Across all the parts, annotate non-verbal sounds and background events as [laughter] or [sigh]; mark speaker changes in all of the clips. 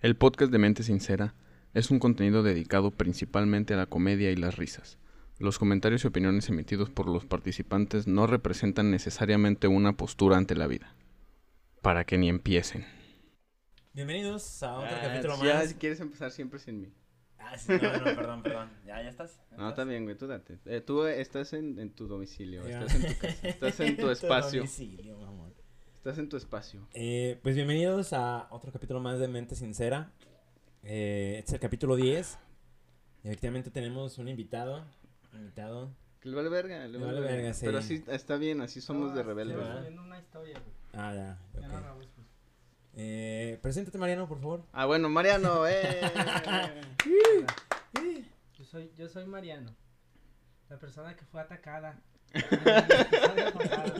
Speaker 1: El podcast de Mente Sincera es un contenido dedicado principalmente a la comedia y las risas. Los comentarios y opiniones emitidos por los participantes no representan necesariamente una postura ante la vida. Para que ni empiecen.
Speaker 2: Bienvenidos a Ah, otro capítulo más.
Speaker 1: Ah, ya si quieres empezar siempre sin mí.
Speaker 2: Ah, sí, no, no, perdón, perdón. ¿Ya, ya estás?
Speaker 1: [laughs]
Speaker 2: ¿Ya
Speaker 1: No,
Speaker 2: estás?
Speaker 1: está bien, güey, tú date. Eh, tú eh, estás en, en tu domicilio,
Speaker 2: Ya.
Speaker 1: estás en tu casa, estás en
Speaker 2: [laughs]
Speaker 1: tu espacio,
Speaker 2: domicilio, mamón.
Speaker 1: estás en tu espacio.
Speaker 2: Eh, pues bienvenidos a otro capítulo más de Mente Sincera. Eh, este es el capítulo 10. Y efectivamente tenemos un invitado. Invitado.
Speaker 1: Que le vale verga, le
Speaker 2: Le vale verga, sí.
Speaker 1: Pero así está bien, así somos de rebeldes.
Speaker 2: sí,
Speaker 1: güey.
Speaker 2: ¿verdad?
Speaker 3: una historia, güey.
Speaker 2: Ah, ya.
Speaker 3: Ya no pues. la
Speaker 2: ok.
Speaker 3: busco.
Speaker 2: Eh, preséntate, Mariano, por favor.
Speaker 1: Ah, bueno, Mariano,
Speaker 2: [laughs]
Speaker 1: eh.
Speaker 3: Yo soy, yo soy Mariano. La persona que
Speaker 2: [laughs]
Speaker 3: fue atacada. Yo
Speaker 1: Ah,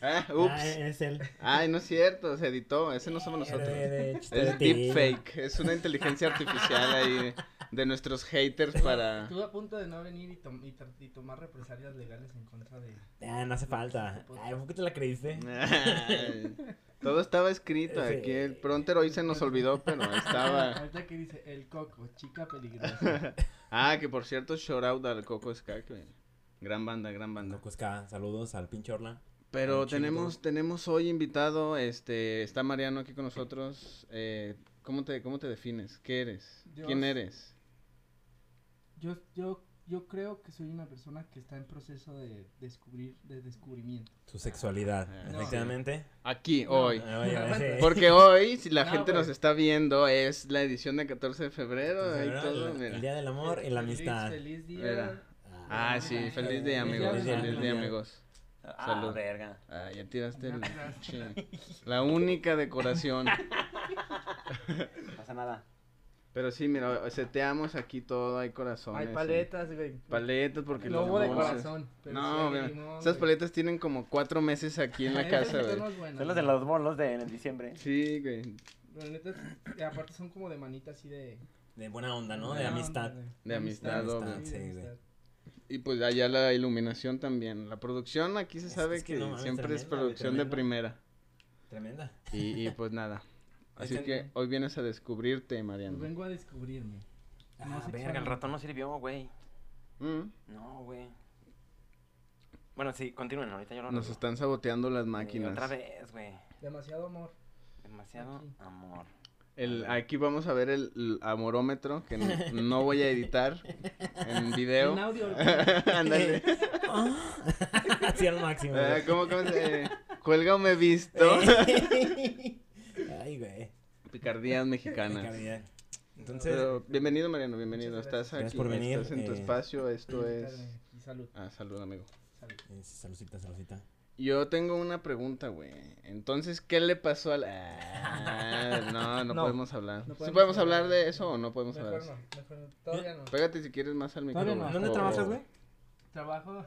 Speaker 2: Ah,
Speaker 1: [laughs] ups.
Speaker 2: es él.
Speaker 1: Ay, no es cierto, se editó, ese no somos nosotros.
Speaker 2: De- de- de-
Speaker 1: Es deepfake, es una inteligencia artificial ahí de, de nuestros haters para...
Speaker 3: Estuve a punto de no venir y, tom- y tra- y tomar represalias legales en contra de.
Speaker 2: Ah, no hace falta. Ay, ¿por qué te la creíste?
Speaker 1: Ay, Todo estaba escrito
Speaker 2: Sí.
Speaker 1: aquí, el pronter hoy se nos olvidó, pero ahí estaba.
Speaker 3: [laughs] Ahorita que dice el coco,
Speaker 1: [laughs]
Speaker 3: chica peligrosa.
Speaker 1: Ah, que por cierto, shout out al Coco Skak, güey. gran banda, gran banda.
Speaker 2: No, Cusca, saludos al pinche Orla.
Speaker 1: Pero
Speaker 2: Un chingo.
Speaker 1: tenemos, tenemos hoy invitado, este, está Mariano aquí con nosotros. eh, ¿cómo, te, ¿Cómo te defines? ¿Qué eres?
Speaker 3: Dios.
Speaker 1: ¿Quién eres?
Speaker 3: Yo, yo, yo creo que soy una persona que está en proceso de descubrir, de descubrimiento.
Speaker 2: Su sexualidad,
Speaker 1: Ah,
Speaker 3: no.
Speaker 2: efectivamente.
Speaker 1: Aquí,
Speaker 3: No,
Speaker 1: hoy.
Speaker 2: Ah, oye, a ver, sí.
Speaker 1: Porque hoy, si la
Speaker 3: No,
Speaker 1: gente
Speaker 3: güey.
Speaker 1: nos está viendo, es la edición de 14 de febrero.
Speaker 2: Entonces,
Speaker 1: ahí
Speaker 2: ¿verdad?
Speaker 1: todo,
Speaker 2: el,
Speaker 1: mira.
Speaker 2: el día del amor y la
Speaker 3: Feliz-
Speaker 2: amistad.
Speaker 3: Feliz día.
Speaker 1: Mira. Ah, sí, feliz
Speaker 3: Feliz
Speaker 1: día, amigos.
Speaker 3: día,
Speaker 1: Feliz día,
Speaker 3: día.
Speaker 1: amigos.
Speaker 2: Ah,
Speaker 1: Salud.
Speaker 2: verga.
Speaker 1: Ah, ya tiraste el-
Speaker 3: Gracias.
Speaker 1: sí. la única
Speaker 3: [laughs]
Speaker 1: decoración.
Speaker 2: No pasa nada.
Speaker 1: Pero sí, mira, seteamos aquí todo, hay corazones.
Speaker 3: Hay
Speaker 1: sí.
Speaker 3: paletas, güey.
Speaker 1: Paletas porque
Speaker 3: No
Speaker 1: los
Speaker 3: hubo de
Speaker 1: dulces-
Speaker 3: corazón. pero sí hay
Speaker 1: No,
Speaker 3: de
Speaker 1: mira,
Speaker 3: limón,
Speaker 1: esas
Speaker 3: güey.
Speaker 1: paletas tienen como cuatro meses aquí
Speaker 3: [laughs]
Speaker 1: en la casa, güey.
Speaker 4: Son los de los bolos de en diciembre.
Speaker 1: Sí, güey,
Speaker 3: La neta, es- aparte son como de manita así de...
Speaker 2: De buena onda, ¿no?
Speaker 3: Ah,
Speaker 2: De amistad.
Speaker 3: güey.
Speaker 1: de amistad,
Speaker 2: amistad,
Speaker 1: doble.
Speaker 2: sí, güey.
Speaker 3: amistad.
Speaker 1: Y pues allá la iluminación también. La producción aquí se
Speaker 2: Es-
Speaker 1: sabe
Speaker 2: es
Speaker 1: que,
Speaker 2: que no mames,
Speaker 1: siempre es
Speaker 2: tremenda, güey,
Speaker 1: producción de
Speaker 2: tremenda.
Speaker 1: primera.
Speaker 2: Tremenda.
Speaker 1: Y, y, pues nada. Así
Speaker 2: Este-
Speaker 1: que hoy vienes a descubrirte,
Speaker 3: Pues
Speaker 1: Mariano.
Speaker 3: vengo a descubrirme. No
Speaker 4: Ah,
Speaker 3: sé
Speaker 4: verga, el
Speaker 3: cómo.
Speaker 4: ratón no sirvió, güey.
Speaker 1: Mm.
Speaker 4: No, güey. Bueno, sí, continúen, ahorita yo lo
Speaker 1: Nos
Speaker 4: arreglo.
Speaker 1: están saboteando las
Speaker 4: Sí,
Speaker 2: Eh,
Speaker 1: máquinas.
Speaker 4: otra vez, güey.
Speaker 3: Demasiado amor.
Speaker 4: Demasiado
Speaker 3: Aquí.
Speaker 2: [laughs]
Speaker 4: amor.
Speaker 1: El, aquí vamos a ver el, el amorómetro que no, no voy a editar en video. [laughs]
Speaker 3: En audio. güey.
Speaker 1: Ándale.
Speaker 2: Así al máximo.
Speaker 1: Ah,
Speaker 2: güey.
Speaker 1: ¿Cómo, cómo se- ¿Cuelga o me visto?
Speaker 2: [laughs] Eh. Ay, güey.
Speaker 1: Picardías
Speaker 2: Qué
Speaker 1: mexicanas.
Speaker 2: calidad. Entonces,
Speaker 1: Pero bienvenido, Mariano, bienvenido.
Speaker 3: Muchas gracias.
Speaker 1: Estás aquí,
Speaker 2: Gracias por venir,
Speaker 1: estás en tu
Speaker 2: eh.
Speaker 1: espacio. Esto es.
Speaker 3: Y salud,
Speaker 1: Ah, salud, amigo.
Speaker 3: salud.
Speaker 2: eh, saludcita, saludcita.
Speaker 1: Yo tengo una pregunta, güey. Entonces, ¿qué le pasó al.? Ah, no, no,
Speaker 3: [laughs] No,
Speaker 1: podemos hablar.
Speaker 3: no
Speaker 1: ¿Sí
Speaker 3: podemos
Speaker 1: podemos
Speaker 3: hablar.
Speaker 1: hablar de eso o no podemos hablar?
Speaker 3: Mejor no, mejor no. Todavía no.
Speaker 1: Pégate si quieres más al
Speaker 3: Todavía
Speaker 1: micrófono.
Speaker 3: no.
Speaker 2: ¿Dónde
Speaker 1: o-
Speaker 2: trabajas, güey? [laughs]
Speaker 3: Trabajo.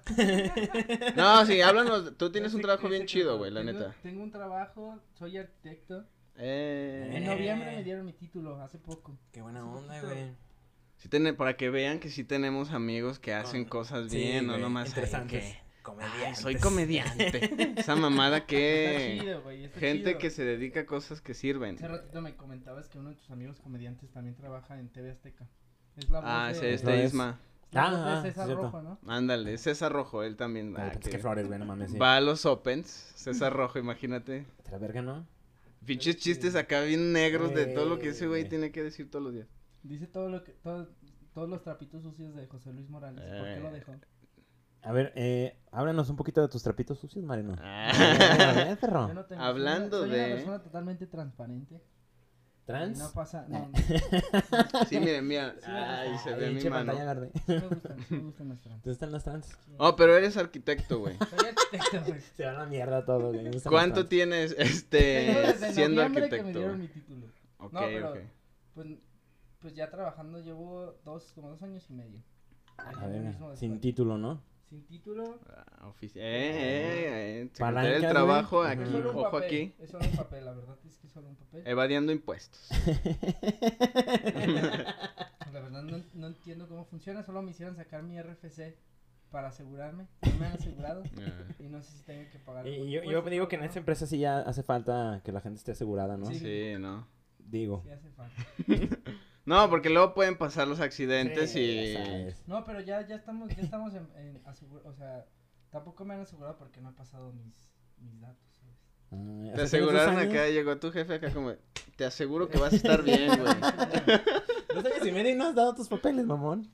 Speaker 1: No, sí, háblanos. Tú tienes
Speaker 3: Ese-
Speaker 1: un trabajo
Speaker 3: ese
Speaker 1: bien
Speaker 3: que-
Speaker 1: chido, güey, la
Speaker 3: tengo-
Speaker 1: neta.
Speaker 3: Tengo un trabajo, soy arquitecto. En
Speaker 2: Eh.
Speaker 1: Eh.
Speaker 3: noviembre me dieron mi título, hace poco.
Speaker 2: Qué buena
Speaker 3: Hace
Speaker 2: onda,
Speaker 3: poquito.
Speaker 2: güey.
Speaker 1: Sí tiene- para que vean que sí tenemos amigos que hacen
Speaker 4: Ah,
Speaker 1: cosas
Speaker 2: Sí,
Speaker 1: bien, no
Speaker 2: güey,
Speaker 1: nomás. ay,
Speaker 2: Interesantes.
Speaker 1: que-
Speaker 2: Comediantes.
Speaker 1: Ay, soy comediante. Esa mamada
Speaker 3: Está
Speaker 1: que.
Speaker 3: chido, güey. está
Speaker 1: Eh. Gente
Speaker 3: chido.
Speaker 1: que se dedica a cosas que sirven.
Speaker 3: Hace ratito me comentabas que uno de tus amigos comediantes también trabaja en TV Azteca. Es la voz
Speaker 1: Ah,
Speaker 3: de,
Speaker 1: ese es
Speaker 2: Otra
Speaker 1: de
Speaker 2: vez.
Speaker 1: Isma.
Speaker 3: es la
Speaker 2: Ah,
Speaker 3: voz de
Speaker 2: ah,
Speaker 3: César
Speaker 2: sí, cierto.
Speaker 3: Rojo, ¿no?
Speaker 1: Ándale, César Rojo, él también.
Speaker 2: Vale,
Speaker 1: ah,
Speaker 2: pues,
Speaker 1: que-
Speaker 2: qué flores, güey, [laughs] no mames. sí.
Speaker 1: Va a los Opens, César Rojo, imagínate.
Speaker 2: Te la verga, ¿no?
Speaker 1: Pinches chistes acá bien negros de todo lo que ese güey
Speaker 2: Eh.
Speaker 1: tiene que decir todos los días.
Speaker 3: Dice todo lo que, todo- todos los trapitos sucios de José Luis Morales. ¿Por qué lo
Speaker 1: Eh.
Speaker 3: dejó?
Speaker 2: A ver, eh, háblanos un poquito de tus trapitos sucios, Marino. [laughs]
Speaker 1: Ah.
Speaker 2: A ver, perro.
Speaker 3: Yo no tengo-
Speaker 1: Hablando
Speaker 3: soy una- soy
Speaker 1: de-
Speaker 3: una persona totalmente transparente.
Speaker 2: ¿Trans?
Speaker 3: No pasa.
Speaker 2: Nah.
Speaker 3: No, no,
Speaker 1: Sí, miren, mira. Ay, se ve mi
Speaker 2: Pinche
Speaker 1: mano.
Speaker 2: pantalla verde.
Speaker 3: sí me gustan, sí me gustan las trans.
Speaker 2: ¿Dónde están las trans?
Speaker 3: Sí.
Speaker 1: Oh, pero eres arquitecto, güey.
Speaker 3: Soy arquitecto,
Speaker 1: [laughs] Eh,
Speaker 3: güey.
Speaker 2: Se van a la mierda todo, güey. me gustan las
Speaker 1: ¿Cuánto
Speaker 2: trans.
Speaker 1: tienes
Speaker 3: Tengo
Speaker 1: este
Speaker 3: desde
Speaker 1: siendo
Speaker 3: noviembre que me
Speaker 1: arquitecto?
Speaker 3: dieron
Speaker 1: güey?
Speaker 3: mi título.
Speaker 1: Ok,
Speaker 3: No, pero-
Speaker 1: ok.
Speaker 3: Pues, pues ya trabajando llevo dos, como dos años y medio.
Speaker 2: A
Speaker 3: Haciendo lo
Speaker 2: ver,
Speaker 3: mismo
Speaker 2: sin
Speaker 3: después.
Speaker 2: título, ¿no?
Speaker 3: Sin título,
Speaker 1: Ah, ofici- Eh, eh, eh. Secretaría
Speaker 2: Palancas,
Speaker 1: del
Speaker 2: güey.
Speaker 1: trabajo
Speaker 2: Ujú.
Speaker 1: aquí,
Speaker 3: Es solo un
Speaker 1: Mm, ojo
Speaker 3: papel,
Speaker 1: aquí.
Speaker 3: Es solo un papel, la verdad es que es solo un papel.
Speaker 1: Evadiendo impuestos. [laughs]
Speaker 3: La verdad no, no entiendo cómo funciona, solo me hicieron sacar mi RFC para asegurarme. No me han asegurado
Speaker 1: Ah.
Speaker 3: y no sé si tengo que pagar.
Speaker 2: Y
Speaker 3: algún
Speaker 2: yo, yo
Speaker 3: impuesto,
Speaker 2: digo que en
Speaker 3: pues, ¿no?
Speaker 2: esta empresa sí ya hace falta que la gente esté asegurada, ¿no?
Speaker 3: Sí.
Speaker 1: Sí, ¿no?
Speaker 2: Digo.
Speaker 3: Sí hace falta.
Speaker 1: No, porque luego pueden pasar los accidentes
Speaker 3: Sí,
Speaker 1: y...
Speaker 2: ya sabes.
Speaker 3: No, pero ya, ya estamos, ya estamos en, en asegur- o sea, tampoco me han asegurado porque no he pasado mis, mis datos, ¿sabes?
Speaker 2: Ah, o sea,
Speaker 1: Te
Speaker 2: tienes
Speaker 1: aseguraron
Speaker 2: dos años-
Speaker 1: acá, llegó tu jefe acá como, te aseguro que vas a estar
Speaker 3: [laughs]
Speaker 1: bien, güey.
Speaker 2: Dos años y medio y no has dado tus papeles, mamón.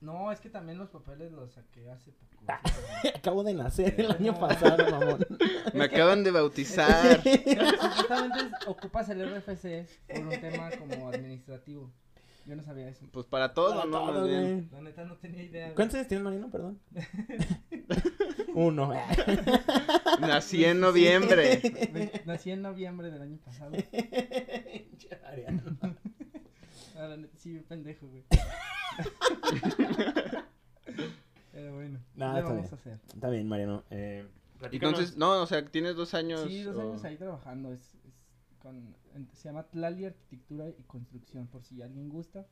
Speaker 3: No, es que también los papeles los saqué hace poco.
Speaker 2: Ah. Acabo de nacer el año
Speaker 3: No.
Speaker 2: pasado,
Speaker 1: [laughs]
Speaker 2: mamón.
Speaker 1: Me acaban de bautizar.
Speaker 3: [laughs] Supuestamente es- ocupas el RFC por un tema como administrativo. Yo no sabía eso.
Speaker 1: Pues para todo,
Speaker 2: Para
Speaker 1: ¿no? Más
Speaker 2: todo,
Speaker 1: bien.
Speaker 2: güey.
Speaker 3: La neta no tenía idea. güey.
Speaker 2: ¿Cuántos años tienes, Marino? Perdón. Uno. [laughs]
Speaker 3: [laughs]
Speaker 1: Nací en noviembre.
Speaker 2: [laughs]
Speaker 3: Ve- Nací en noviembre del año pasado. Ah, la neta, Sí, pendejo,
Speaker 2: [laughs]
Speaker 3: güey. Pero bueno,
Speaker 2: Nah,
Speaker 3: ¿qué le
Speaker 2: está
Speaker 3: vamos
Speaker 2: bien.
Speaker 3: a hacer?
Speaker 2: Está bien, Mariano. Eh,
Speaker 4: Platícanos.
Speaker 1: Entonces, no, o sea, tienes dos años.
Speaker 3: Sí, dos
Speaker 1: o-
Speaker 3: años ahí trabajando. Es, es con, en- se llama Tlali Arquitectura y Construcción, por si alguien gusta.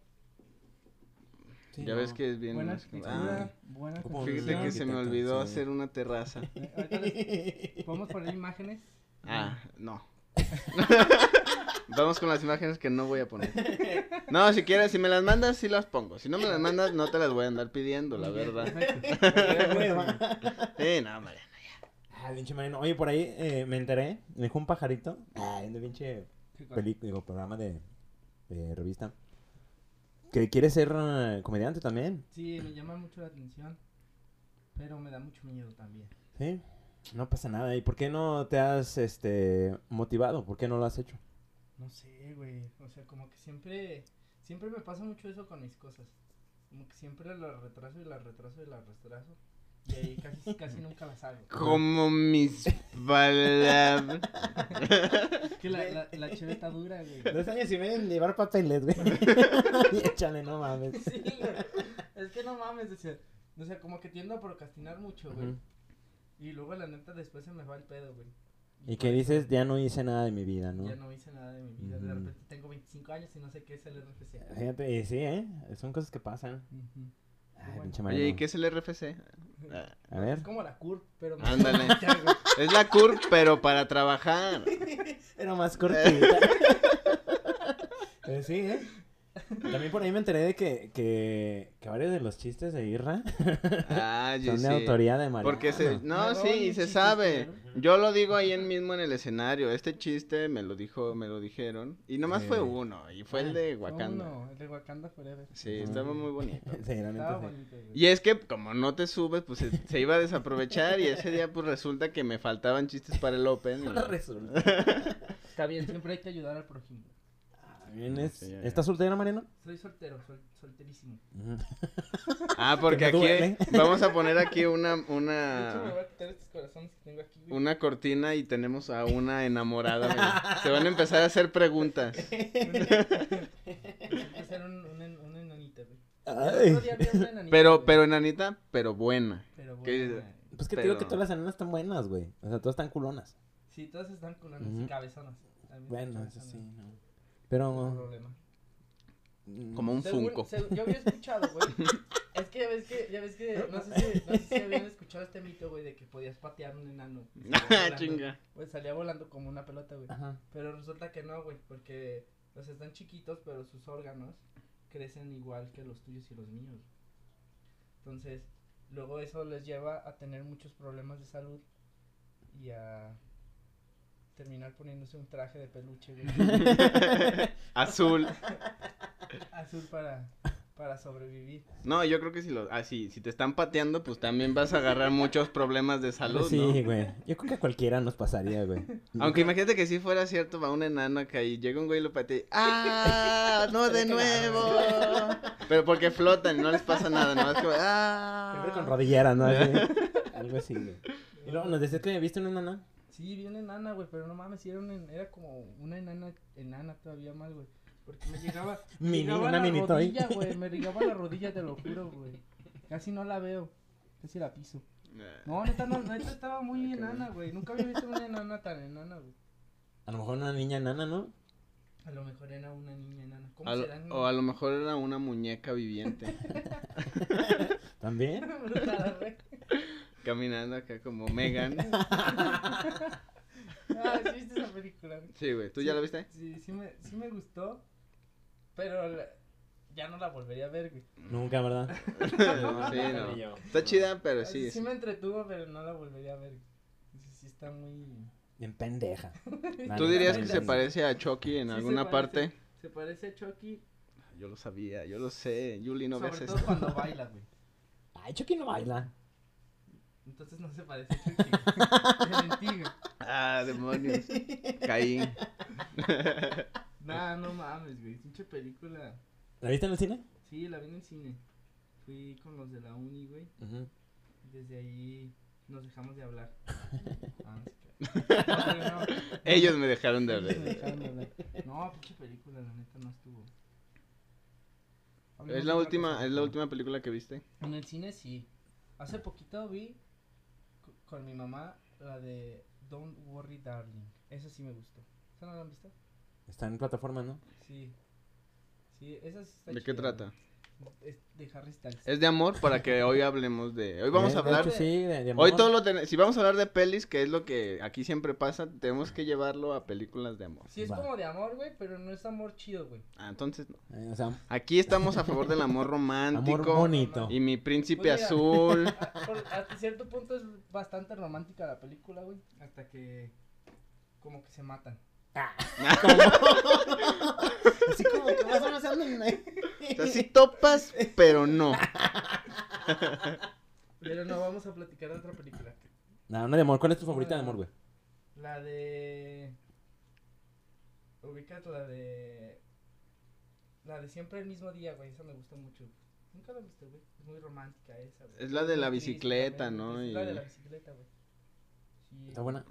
Speaker 2: sí,
Speaker 1: ya
Speaker 2: no.
Speaker 1: ves
Speaker 2: [laughs]
Speaker 1: que es bien.
Speaker 3: buena
Speaker 1: es como-
Speaker 3: arquitectura,
Speaker 5: Ah.
Speaker 3: buena
Speaker 2: Ocupo
Speaker 1: Ah,
Speaker 2: un-
Speaker 1: Fíjate que
Speaker 3: construcción.
Speaker 1: se me
Speaker 2: Arquitecto,
Speaker 1: olvidó
Speaker 2: sí.
Speaker 1: hacer una terraza.
Speaker 3: Eh, ahorita les- ¿Podemos poner imágenes?
Speaker 1: Ah, no. Vamos con las imágenes que no voy a
Speaker 3: [laughs]
Speaker 1: poner. No, si quieres, si me las mandas, sí las pongo. Si no me las mandas, no te las voy a andar pidiendo, la
Speaker 3: Muy bien,
Speaker 1: verdad.
Speaker 3: perfecto.
Speaker 1: [laughs] Sí, no, hombre.
Speaker 2: Ah, pinche Mariano. Oye, por ahí eh, me enteré. Me dejó un pajarito. Ah, en el pinche
Speaker 3: Qué cosa.
Speaker 2: película, digo, programa de, de revista. Que quiere ser eh, comediante también.
Speaker 3: Sí, me llama mucho la atención, pero me da mucho miedo también.
Speaker 2: Sí. No pasa nada. ¿Y por qué no te has este motivado? ¿Por qué no lo has hecho?
Speaker 3: No sé, güey. O sea, como que siempre, siempre me pasa mucho eso con mis cosas. Como que siempre las retraso y las retraso y las retraso. Y ahí
Speaker 2: [laughs]
Speaker 3: casi, casi nunca las hago.
Speaker 1: Como mis
Speaker 2: [laughs]
Speaker 1: palabras.
Speaker 3: Es que la, la, la cheve está dura,
Speaker 2: [laughs]
Speaker 3: güey.
Speaker 2: Dos años y medio en llevar papeles, [laughs] güey. y échale, no mames.
Speaker 3: Sí, güey. Es que no mames, o sea, o sea, como que tiendo a procrastinar mucho, güey.
Speaker 2: Ujú.
Speaker 3: Y luego la neta después se me va el pedo, güey.
Speaker 2: Y
Speaker 3: por
Speaker 2: que
Speaker 3: eso
Speaker 2: dices, ya no hice nada de mi vida, ¿no?
Speaker 3: Ya no hice nada de mi vida. De
Speaker 2: Ujú.
Speaker 3: repente tengo 25 años y no sé qué es el RFC.
Speaker 2: Fíjate, y sí, ¿eh? Son cosas que pasan.
Speaker 3: Ujú.
Speaker 2: Ay,
Speaker 3: Bueno.
Speaker 2: pinche
Speaker 1: Oye, ¿y
Speaker 2: Mariano.
Speaker 1: qué es el RFC? Ah,
Speaker 2: A ver.
Speaker 3: Es como la CURP, pero
Speaker 1: Ándale.
Speaker 3: [laughs] Ya, güey.
Speaker 1: Es la CUR, pero para trabajar.
Speaker 2: Era más
Speaker 1: [laughs]
Speaker 2: cortita.
Speaker 1: Eh.
Speaker 2: Pero sí, [laughs] ¿eh? También por ahí me enteré de que, que, que varios de los chistes de Irra
Speaker 1: Ah, yo
Speaker 2: son de
Speaker 1: sí.
Speaker 2: autoría de Mariano.
Speaker 1: Porque se... No,
Speaker 3: Me roban
Speaker 1: sí, y
Speaker 3: mis
Speaker 1: se
Speaker 3: chistes, ¿eh?
Speaker 1: sabe.
Speaker 3: cabrón.
Speaker 1: Yo lo digo ahí en mismo en el escenario. Este chiste me lo dijo, me lo dijeron. Y nomás
Speaker 2: Eh.
Speaker 1: fue uno, y fue el de
Speaker 3: Fue
Speaker 1: Wakanda.
Speaker 3: uno, el de Wakanda Forever.
Speaker 1: Sí,
Speaker 2: Ujú.
Speaker 1: estaba muy bonito.
Speaker 2: [laughs] Sí, la neta
Speaker 3: Estaba
Speaker 2: sí.
Speaker 3: bonito, güey.
Speaker 1: Y es que como no te subes, pues se, se iba a desaprovechar y ese día pues resulta que me faltaban chistes para el
Speaker 3: [laughs]
Speaker 1: Open. y-
Speaker 2: Resulta.
Speaker 3: Está bien, siempre hay que ayudar al prójimo.
Speaker 2: También es-
Speaker 1: Ah, Sí, ya, ya.
Speaker 2: ¿Estás soltero, Mariano?
Speaker 3: Soy soltero, sol- solterísimo.
Speaker 1: Ah, porque
Speaker 2: Que me duele.
Speaker 1: aquí vamos a poner aquí una
Speaker 3: De hecho, me voy
Speaker 1: una
Speaker 3: a quitar estos corazones que tengo aquí, güey.
Speaker 1: Ah. una cortina y tenemos a una enamorada. mira. Se van a empezar a hacer preguntas.
Speaker 3: [laughs] Necesito hacer un, un, en- un enanita, güey. El
Speaker 2: Ay.
Speaker 3: otro día vi una enanita,
Speaker 1: Pero
Speaker 3: güey,
Speaker 1: pero enanita, pero buena.
Speaker 3: pero
Speaker 1: ¿qué
Speaker 3: bueno,
Speaker 1: dices?
Speaker 3: güey.
Speaker 2: Pues que te digo que
Speaker 1: Pero-
Speaker 2: todas las enanas están buenas, güey. O sea, todas están culonas.
Speaker 3: Sí, todas están con unas
Speaker 2: Ujú.
Speaker 3: cabezonas. También
Speaker 2: Bueno,
Speaker 3: son
Speaker 2: eso sí, Ah.
Speaker 3: cabezonas.
Speaker 2: no.
Speaker 3: No hay
Speaker 2: Pero...
Speaker 3: problema.
Speaker 2: mm,
Speaker 1: Como un
Speaker 3: Según-
Speaker 1: funko.
Speaker 3: según- yo había escuchado, güey.
Speaker 1: [laughs]
Speaker 3: Es que ya ves que, ya ves que, no sé si, no sé si habían escuchado este mito, güey, de que podías patear un
Speaker 1: [laughs]
Speaker 3: enano. y salía volando.
Speaker 1: Ah, Chinga. [laughs]
Speaker 3: Güey, salía volando como una pelota, güey.
Speaker 2: Ajá.
Speaker 3: Pero resulta que no, güey, porque, o sea, están chiquitos, pero sus órganos crecen igual que los tuyos y los míos. Entonces, luego eso les lleva a tener muchos problemas de salud y a terminar poniéndose un traje de peluche, güey,
Speaker 2: [laughs]
Speaker 1: Azul.
Speaker 3: azul para, para sobrevivir.
Speaker 1: No, yo creo que si lo ah, sí, si te están pateando, pues también vas a agarrar muchos problemas de salud, ¿no?
Speaker 2: Sí, güey. Yo creo que a cualquiera nos pasaría, güey.
Speaker 1: [laughs] Aunque imagínate que si fuera cierto, va un enano acá y llega un güey y lo patea. y, ¡Ah! ¡No de nuevo! Pero porque flotan y no les pasa nada, ¿no? Es como, ¡Ah!
Speaker 2: Siempre con rodillera, ¿no?
Speaker 1: [laughs]
Speaker 2: Así, algo así, güey. Y luego nos decías que viste una enana.
Speaker 3: Sí, vi una enana, güey, pero no mames, sí era, una en- era como una enana, enana todavía más, güey. Porque me
Speaker 1: [laughs]
Speaker 3: llegaba, me
Speaker 2: Mini,
Speaker 3: llegaba a
Speaker 2: una
Speaker 3: la
Speaker 2: mini toy.
Speaker 3: rodilla, güey, me llegaba a la rodilla, te lo juro, güey. Casi no la veo, casi la piso.
Speaker 1: Eh,
Speaker 3: No, neta, no, neta estaba
Speaker 1: Ah,
Speaker 3: muy enana, güey. Nunca había visto una enana tan enana, güey.
Speaker 2: A lo mejor una niña enana, ¿no?
Speaker 3: A lo mejor era una niña enana. ¿Cómo
Speaker 1: A lo-
Speaker 3: serán?
Speaker 1: o a lo mejor era una muñeca viviente
Speaker 2: También.
Speaker 3: [laughs] Brutada, güey. [laughs]
Speaker 1: caminando acá como Megan.
Speaker 3: Ah, sí, viste esa película. güey?
Speaker 1: Sí, güey. ¿Tú
Speaker 3: Sí,
Speaker 1: ya la viste?
Speaker 3: Sí, sí me, sí me gustó, pero la- ya no la volvería a ver, güey.
Speaker 2: Nunca, ¿verdad?
Speaker 1: No, sí,
Speaker 2: Nunca
Speaker 1: no.
Speaker 2: ni yo.
Speaker 1: Está chida, pero
Speaker 3: Ah, Sí,
Speaker 1: sí. sí.
Speaker 3: me entretuvo, pero no la volvería a ver. güey. Sí, sí está muy...
Speaker 2: Bien pendeja. La
Speaker 1: ¿Tú
Speaker 2: neta,
Speaker 1: dirías
Speaker 2: la
Speaker 1: que
Speaker 2: neta,
Speaker 1: se
Speaker 2: sí.
Speaker 1: parece a Chucky en
Speaker 3: Sí se
Speaker 1: alguna
Speaker 3: parece.
Speaker 1: parte?
Speaker 3: Se parece a Chucky,
Speaker 1: Yo lo sabía, yo lo sé. Yuli, no ves
Speaker 3: sobre
Speaker 1: esto.
Speaker 3: todo cuando baila, güey.
Speaker 2: Ay, Chucky no baila.
Speaker 3: Entonces no se parece a Chucky.
Speaker 1: [laughs]
Speaker 3: güey. Te mentí, güey.
Speaker 1: [laughs] Ah, demonios.
Speaker 3: [laughs]
Speaker 1: Caí.
Speaker 3: Nah, no mames, güey. Pinche película.
Speaker 2: ¿La viste en el cine?
Speaker 3: Sí, la vi en el cine. Fui con los de la uni, güey. Desde ahí nos dejamos de hablar.
Speaker 1: [laughs]
Speaker 3: Ah, no se crean. No, pero no.
Speaker 1: Ellos me dejaron de
Speaker 3: Ellos me
Speaker 1: hablar.
Speaker 3: dejaron de hablar. No, pinche película, la neta no estuvo. Hablemos
Speaker 1: Es
Speaker 3: de
Speaker 1: la
Speaker 3: otra
Speaker 1: última,
Speaker 3: cosa.
Speaker 1: es la última película que viste.
Speaker 3: En el cine sí. Hace poquito vi co- con mi mamá la de Don't Worry Darling. Esa sí me gustó. ¿Esa no la han visto?
Speaker 2: Está en plataforma, ¿no?
Speaker 3: Sí. Sí, esa sí está
Speaker 1: ¿De qué
Speaker 3: chida,
Speaker 1: trata?
Speaker 3: güey. Es de Harry Styles.
Speaker 1: Es de amor para que hoy hablemos de. Hoy vamos
Speaker 2: De-
Speaker 1: a
Speaker 2: de
Speaker 1: hablar.
Speaker 2: hecho, sí, de, de
Speaker 1: Hoy
Speaker 2: amor.
Speaker 1: todo lo ten- Si vamos a hablar de pelis, que es lo que aquí siempre pasa, tenemos que llevarlo a películas de amor.
Speaker 3: Sí, es
Speaker 2: Va.
Speaker 3: como de amor, güey, pero no es amor chido, güey.
Speaker 1: Ah, entonces no.
Speaker 2: Eh, o sea,
Speaker 1: Aquí estamos a favor del [laughs] amor romántico.
Speaker 2: amor bonito.
Speaker 1: y mi príncipe
Speaker 3: Pues mira. [laughs]
Speaker 1: azul.
Speaker 3: Ah, por- hasta cierto punto es bastante romántica la película, güey. Hasta que como que se matan.
Speaker 2: [laughs] Así como que más o menos andan ahí.
Speaker 1: O sea, sí topas, pero no.
Speaker 3: Pero no vamos a platicar de otra película.
Speaker 2: No, no de amor. ¿Cuál es tu favorita de amor, güey?
Speaker 3: La de. Ubicas la de. La de siempre el mismo día, güey. Esa me gusta mucho. Nunca la viste, güey. Es muy romántica esa, güey.
Speaker 1: Es la de
Speaker 3: Muy
Speaker 1: la
Speaker 3: triste
Speaker 1: bicicleta,
Speaker 3: también,
Speaker 1: ¿no?
Speaker 3: Es la de
Speaker 1: Y-
Speaker 3: la bicicleta, güey. Sí,
Speaker 2: Está buena.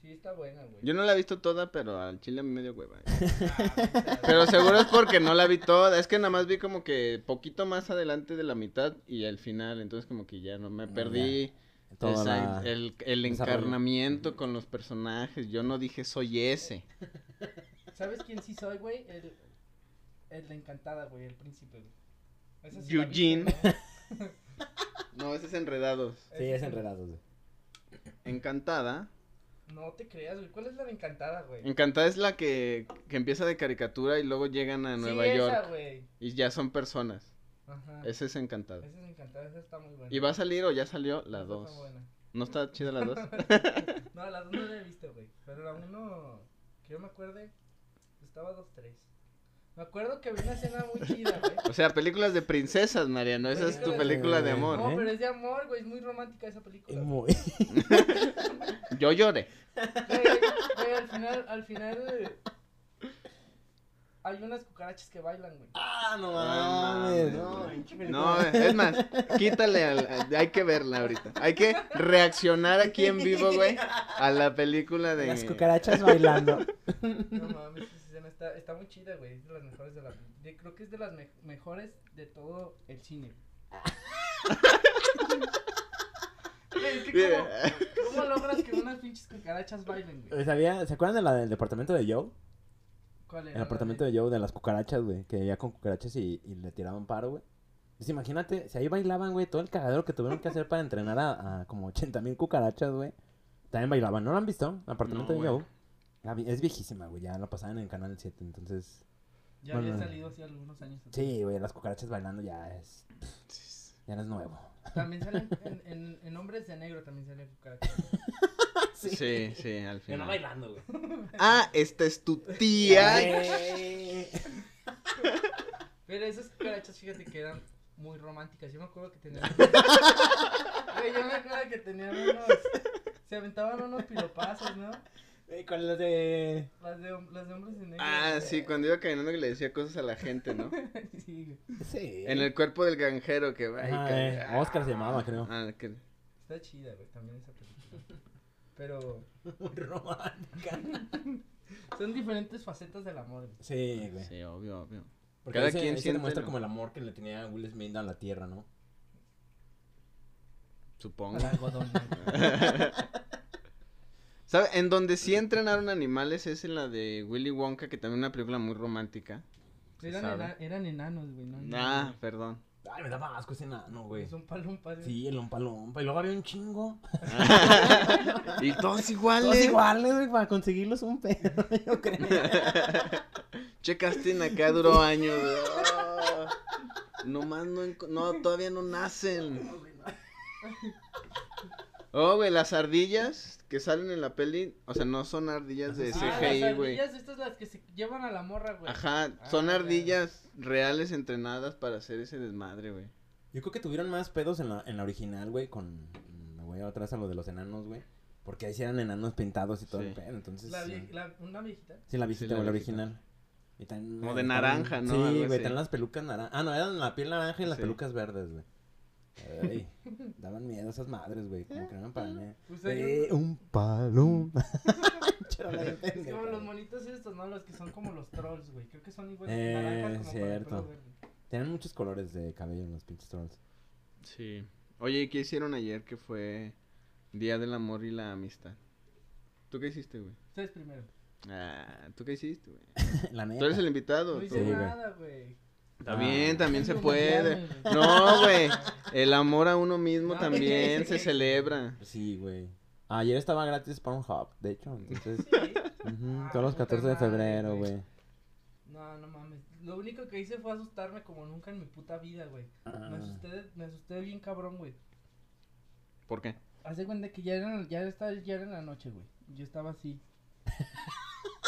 Speaker 3: sí, está buena, güey.
Speaker 1: Yo no la he visto toda, pero al chile me dio hueva.
Speaker 3: Ah,
Speaker 1: Pero seguro es porque no la vi toda. Es que nada más vi como que poquito más adelante de la mitad y el final. Entonces como que ya no me
Speaker 2: Ya.
Speaker 1: perdí
Speaker 2: Toda
Speaker 1: esa-
Speaker 2: la-
Speaker 1: el, el
Speaker 2: desarrollo.
Speaker 1: encarnamiento con los personajes. Yo no dije soy ese.
Speaker 3: ¿Sabes quién sí soy, güey? El, el la encantada, güey. El príncipe, güey. Esa la viste,
Speaker 1: Eugene.
Speaker 3: ¿no?
Speaker 1: No, ese es enredados.
Speaker 2: Sí, es enredados,
Speaker 1: [laughs]
Speaker 2: güey.
Speaker 1: Encantada.
Speaker 3: No te creas, güey. ¿Cuál es la de encantada, güey?
Speaker 1: Encantada es la que, que empieza de caricatura y luego llegan a Nueva
Speaker 3: sí,
Speaker 1: York
Speaker 3: Esa, güey.
Speaker 1: y ya son personas.
Speaker 3: Ajá.
Speaker 1: Ese es encantada.
Speaker 3: Esa es encantada, esa está muy buena.
Speaker 1: Y va a salir o ya salió la
Speaker 3: Esa está
Speaker 1: 2.
Speaker 3: buena.
Speaker 1: ¿No está chida la
Speaker 3: [laughs]
Speaker 1: 2?
Speaker 3: No, la 2 no la he visto, güey. Pero la 1, que yo me acuerde, estaba 2-3. Me acuerdo que había una escena muy chida,
Speaker 2: [laughs]
Speaker 3: güey.
Speaker 1: O sea, películas de princesas, Mariano. Esa es tu
Speaker 3: Películas
Speaker 1: película
Speaker 3: de-
Speaker 1: de amor.
Speaker 3: No,
Speaker 2: ¿eh?
Speaker 3: pero es de amor, güey. Es muy romántica esa
Speaker 1: Ah,
Speaker 3: película.
Speaker 2: Es
Speaker 3: Güey,
Speaker 2: muy-
Speaker 1: Yo lloré.
Speaker 3: güey, al final, al final. eh, Hay unas cucarachas que bailan, güey.
Speaker 2: Ah, no
Speaker 1: mames, no,
Speaker 2: mames. No,
Speaker 1: No, es más, quítale al, al- hay que verla ahorita. Hay que reaccionar aquí en vivo, güey, a la película de
Speaker 2: Las cucarachas bailando. [laughs]
Speaker 3: No mames, esa escena está, está muy chida, güey. Es de las mejores de la. de- creo que es de las me- mejores de todo el
Speaker 2: [laughs]
Speaker 3: cine. Güey, es que como, ¿Cómo logras que unas pinches cucarachas bailen, güey?
Speaker 2: ¿Sabía- ¿Se acuerdan de la del departamento de Joe?
Speaker 3: ¿Cuál era?
Speaker 2: El apartamento de Joe de las cucarachas, güey. Que ya con cucarachas y, y le tiraban paro, güey. Pues imagínate, si ahí bailaban, güey, todo el cagadero que tuvieron que hacer para entrenar a, a como 80 mil cucarachas, güey. También bailaban, ¿no lo han visto? El apartamento
Speaker 1: No,
Speaker 2: de
Speaker 1: güey.
Speaker 2: Joe. La vi- es viejísima, güey, ya lo pasaban en Canal 7, entonces...
Speaker 3: Ya había
Speaker 2: Bueno.
Speaker 3: salido hace algunos años. atrás.
Speaker 2: Sí, güey, las cucarachas bailando ya es... Ya no es nuevo.
Speaker 3: También salen en, en, en Hombres de Negro también salen cucarachas.
Speaker 1: Sí, sí, al final.
Speaker 2: bailando, güey.
Speaker 1: Ah, esta es tu
Speaker 3: Ah,
Speaker 1: tía.
Speaker 2: [laughs]
Speaker 3: Pero esas cucarachas, fíjate que eran muy románticas. Yo me acuerdo que tenían. Güey, yo me acuerdo que tenían unos. Se aventaban unos piropazos, ¿no?
Speaker 2: Con las de...
Speaker 3: Las de, hom- las de Hombres de Negro.
Speaker 1: Ah,
Speaker 3: güey.
Speaker 1: sí, cuando iba caminando que le decía cosas a la gente, ¿no?
Speaker 3: [laughs] Sí, güey.
Speaker 2: Sí.
Speaker 1: En el cuerpo del granjero que va y
Speaker 2: Ajá,
Speaker 1: cae.
Speaker 2: eh, Oscar se llamaba, creo.
Speaker 1: Ah, que-
Speaker 3: Está chida, güey, también esa película. Pero
Speaker 2: Muy romántica.
Speaker 3: son diferentes facetas del amor, güey.
Speaker 2: Sí, güey.
Speaker 1: Sí, obvio, obvio.
Speaker 2: Porque
Speaker 1: Cada
Speaker 2: ahí se-
Speaker 1: quien
Speaker 2: ahí se
Speaker 1: siente
Speaker 2: demuestra
Speaker 1: lo-
Speaker 2: como el amor que le tenía Will Smith a la tierra, ¿no?
Speaker 1: Supongo.
Speaker 3: Al algodón, güey.
Speaker 1: ¿Sabe? En donde sí entrenaron animales es en la de Willy Wonka, que también es una película muy romántica. Se
Speaker 3: Eran,
Speaker 1: sabe.
Speaker 3: Mm. ena- eran enanos, güey. No,
Speaker 1: Ah, perdón.
Speaker 2: Ay, me daba asco ese nano, güey.
Speaker 3: Es un palumpa. güey.
Speaker 2: Sí, el Lompa Lompa. Y luego había un chingo.
Speaker 1: y todos iguales.
Speaker 2: Todos iguales, güey, para conseguirlos un pedo, yo creo.
Speaker 1: [laughs] Che Castin acá duró años. güey. Ah, nomás no, enco- no, todavía no nacen. Oh, güey, las ardillas que salen en la peli, o sea, no son ardillas de
Speaker 3: Ah, las
Speaker 1: CGI, güey.
Speaker 3: ardillas estas las que se llevan a la morra, güey.
Speaker 1: Ajá,
Speaker 3: Ah,
Speaker 1: son
Speaker 3: ya.
Speaker 1: ardillas reales entrenadas para hacer ese desmadre, güey.
Speaker 2: Yo creo que tuvieron más pedos en la, en la original, güey, con... mm, Me voy otra vez a lo de los enanos, güey. Porque ahí sí eran enanos pintados y todo
Speaker 1: Sí.
Speaker 2: el pedo, entonces...
Speaker 3: La vie-
Speaker 2: sí.
Speaker 3: la- una viejita.
Speaker 2: Sí, la visita,
Speaker 1: la
Speaker 2: güey, la
Speaker 1: visita.
Speaker 2: original. Y tan-
Speaker 1: Como de
Speaker 2: tan-
Speaker 1: naranja, ¿no? Algo
Speaker 2: Sí,
Speaker 1: así.
Speaker 2: güey, tenían las pelucas naranjas. Ah, no, eran la piel naranja y las
Speaker 1: Sí.
Speaker 2: pelucas verdes, güey. [laughs] Ay, daban miedo esas madres, güey. Como que no eran para nada.
Speaker 3: Usted-
Speaker 2: Eh, un palo. [laughs] Charola de
Speaker 3: Es como
Speaker 2: pendeja.
Speaker 3: los monitos estos, ¿no? Los que son como los trolls, güey. Creo que son igual
Speaker 2: Eh,
Speaker 3: naranjas como
Speaker 2: cierto.
Speaker 3: con el pelo verde.
Speaker 2: Tenían muchos colores de cabello en los pinches
Speaker 3: [laughs]
Speaker 2: trolls.
Speaker 1: Sí. Oye, ¿y qué hicieron ayer que fue Día del Amor y la Amistad? ¿Tú qué hiciste, güey?
Speaker 3: Ustedes primero.
Speaker 1: Ah, ¿tú qué hiciste, güey?
Speaker 2: La neta.
Speaker 1: Tú eres el invitado.
Speaker 3: No
Speaker 1: tú.
Speaker 3: hice
Speaker 2: Sí, güey.
Speaker 3: nada, güey.
Speaker 1: También, también se
Speaker 3: No
Speaker 1: puede.
Speaker 3: mames, güey.
Speaker 1: No, güey. El amor a uno mismo
Speaker 3: No,
Speaker 1: también
Speaker 3: güey. [laughs]
Speaker 1: se celebra.
Speaker 2: Sí, güey. Ayer estaba gratis Pornhub, de hecho, entonces...
Speaker 3: [laughs] Sí.
Speaker 2: ujú,
Speaker 3: Ah,
Speaker 2: todos los
Speaker 3: puta
Speaker 2: 14 de
Speaker 3: madre,
Speaker 2: febrero,
Speaker 3: güey.
Speaker 2: güey.
Speaker 3: No, no mames. Lo único que hice fue asustarme como nunca en mi puta vida, güey.
Speaker 2: Ah.
Speaker 3: Me asusté, me asusté bien cabrón, güey.
Speaker 1: ¿Por qué?
Speaker 3: Hace cuenta que ya era, ya estaba, ya era en la noche, güey. Yo
Speaker 2: [laughs]
Speaker 3: estaba así.